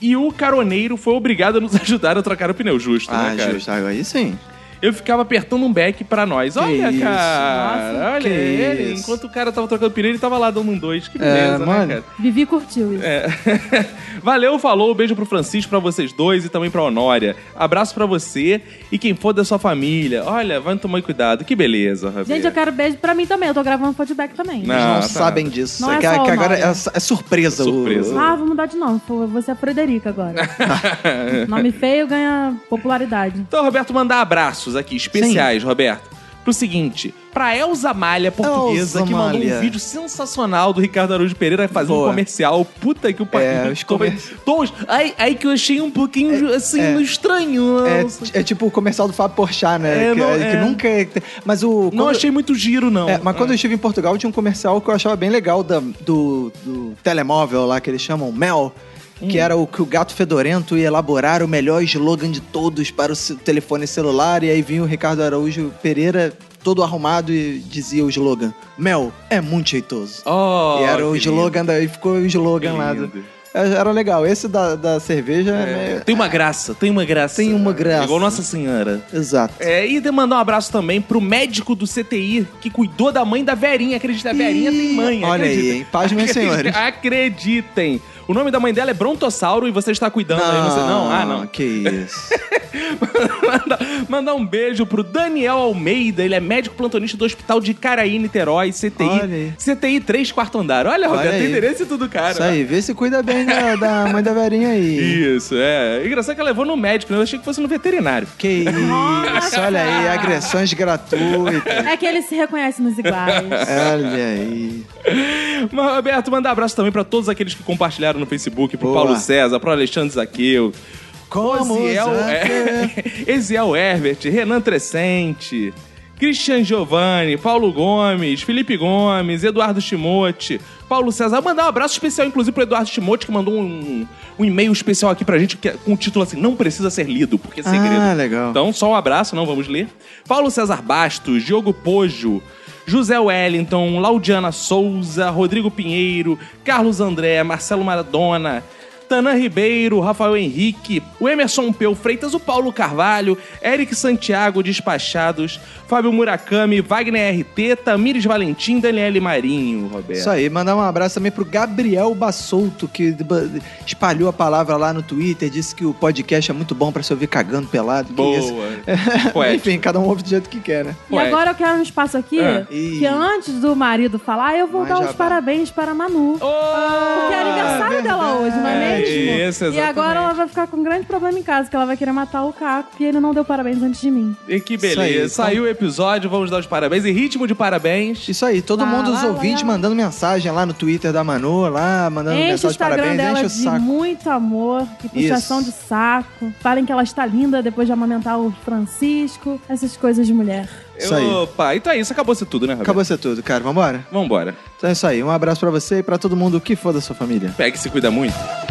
E o caroneiro foi obrigado a nos ajudar a trocar o pneu, justo,
Ah,
né, cara?
justo. Aí sim.
Eu ficava apertando um back pra nós. Olha,
isso.
cara,
Nossa,
olha
que
ele.
isso. É,
Enquanto o cara tava trocando pneu, ele tava lá dando um dois. Que beleza, né,
mano.
cara?
Vivi curtiu isso.
É. Valeu, falou, beijo pro Francisco, pra vocês dois e também pra Honória. Abraço pra você e quem for da sua família. Olha, vai tomar cuidado. Que beleza, Javier.
Gente, eu quero beijo pra mim também. Eu tô gravando feedback também.
Não,
Eles não
tá.
sabem disso.
Não é
que,
só
que
o
agora
nome.
é, su- é surpresa. o-
Surpresa.
Ah, vou mudar de nome. pô, Vou ser a Frederica agora. Ah. Nome feio ganha popularidade.
Então, Roberto, mandar abraços aqui, especiais, Roberto. pro seguinte: pra Elza Malha, portuguesa,
Elza
que mandou
Malha.
um vídeo sensacional do Ricardo Araújo Pereira fazendo
Boa.
um comercial. Puta que o pariu.
É, os comer-
Tons. Ai, ai, que eu achei um pouquinho assim,
é.
estranho.
É, é tipo o comercial do Fábio Porchat, né?
É,
que,
não-
é, que
é.
nunca... é- Mas o...
Não achei muito giro, não.
É, mas quando eu estive em Portugal, tinha um comercial que eu achava bem legal da- do, do telemóvel lá, que eles chamam Mel,
Hum.
que era o que o gato fedorento ia elaborar o melhor slogan de todos para o ce- telefone celular, e aí vinha o Ricardo Araújo Pereira todo arrumado e dizia o slogan, Mel é muito jeitoso.
Oh,
e era o
que
slogan, daí ficou o slogan lá. do- Era legal. Esse da, da cerveja... né,
É. Tem um uma graça, tem uma graça. Tem uma graça. Igual Nossa Senhora.
Exato.
É, e de- mandar um abraço também pro médico do CTI que cuidou da mãe da Verinha. Acredita, a Verinha tem mãe.
olha aí,
acredita.
hein? Paz, meus
Acredita-
senhores.
Acreditem. O nome da mãe dela é Brontossauro e você está cuidando aí. Você... Não, ah, não.
Que isso.
Manda- Mandar um beijo pro Daniel Almeida. Ele é médico plantonista do Hospital de Caraí, Niterói, CTI.
Olha aí.
CTI 3, quarto andar. Olha,
Olha
Roberto,
aí.
tem endereço e tudo, cara.
Isso aí, vê se cuida bem da, da mãe da verinha aí.
Isso, é. Engraçado que ela levou no médico, né? eu achei que fosse no veterinário.
Que isso, olha aí, agressões gratuitas.
É que ele se reconhece nos iguais.
Olha aí.
Mas, Roberto, mandar abraço também pra todos aqueles que compartilharam no Facebook, pro
Boa.
Paulo César, pro Alexandre Zaqueu.
Como
Oziel,
Zaqueu.
é, Eziel Herbert, Renan Trescente, Christian Giovanni, Paulo Gomes, Felipe Gomes, Eduardo Timote, Paulo César. Mandar um abraço especial, inclusive, pro Eduardo Timote, que mandou um, um e-mail especial aqui pra gente, que é com o título assim, não precisa ser lido, porque é segredo.
Ah, legal.
Então, só um abraço, não vamos ler. Paulo César Bastos, Diogo Pojo, José Wellington, Laudiana Souza, Rodrigo Pinheiro, Carlos André, Marcelo Maradona, Tanã Ribeiro, Rafael Henrique, o Emerson Peu Freitas, o Paulo Carvalho, Eric Santiago Despachados, Fábio Murakami, Wagner RT, Tamires Valentim, Daniele Marinho, Roberto.
Isso aí, mandar um abraço também pro Gabriel Bassolto, que ba- espalhou a palavra lá no Twitter, disse que o podcast é muito bom pra se ouvir cagando pelado. que
Boa.
isso.
Poético.
Enfim, cada um ouve do jeito que quer, né?
E agora eu quero um espaço aqui
Ah.
que antes do marido falar, eu vou
Mas
dar
já
os
vai.
parabéns para a
Oh!
Manu.
Ah,
porque é aniversário dela hoje, não é,
É
mesmo?
isso,
e
exatamente.
agora ela vai ficar com um grande problema em casa, que ela vai querer matar o Caco, que ele não deu parabéns antes de mim.
E que
Isso aí,
beleza.
então-
Saiu o episódio, vamos dar os parabéns. E ritmo de parabéns.
Isso aí, todo
Lá,
mundo, os
lá,
ouvintes,
lá.
mandando mensagem lá no Twitter da Manu, lá, mandando
Enche o
mensagem de
Instagram
parabéns,
dela
enche o
de
saco.
muito amor e puxação
Isso.
de saco. Falem que ela está linda depois de amamentar o Francisco. Essas coisas de mulher.
Isso aí.
Opa, então é isso, acabou-se tudo, né, Roberto?
Acabou ser tudo, cara. Vambora?
Vambora.
Então é isso aí. Um abraço pra você e pra todo mundo que for da sua família.
Pega e se cuida muito.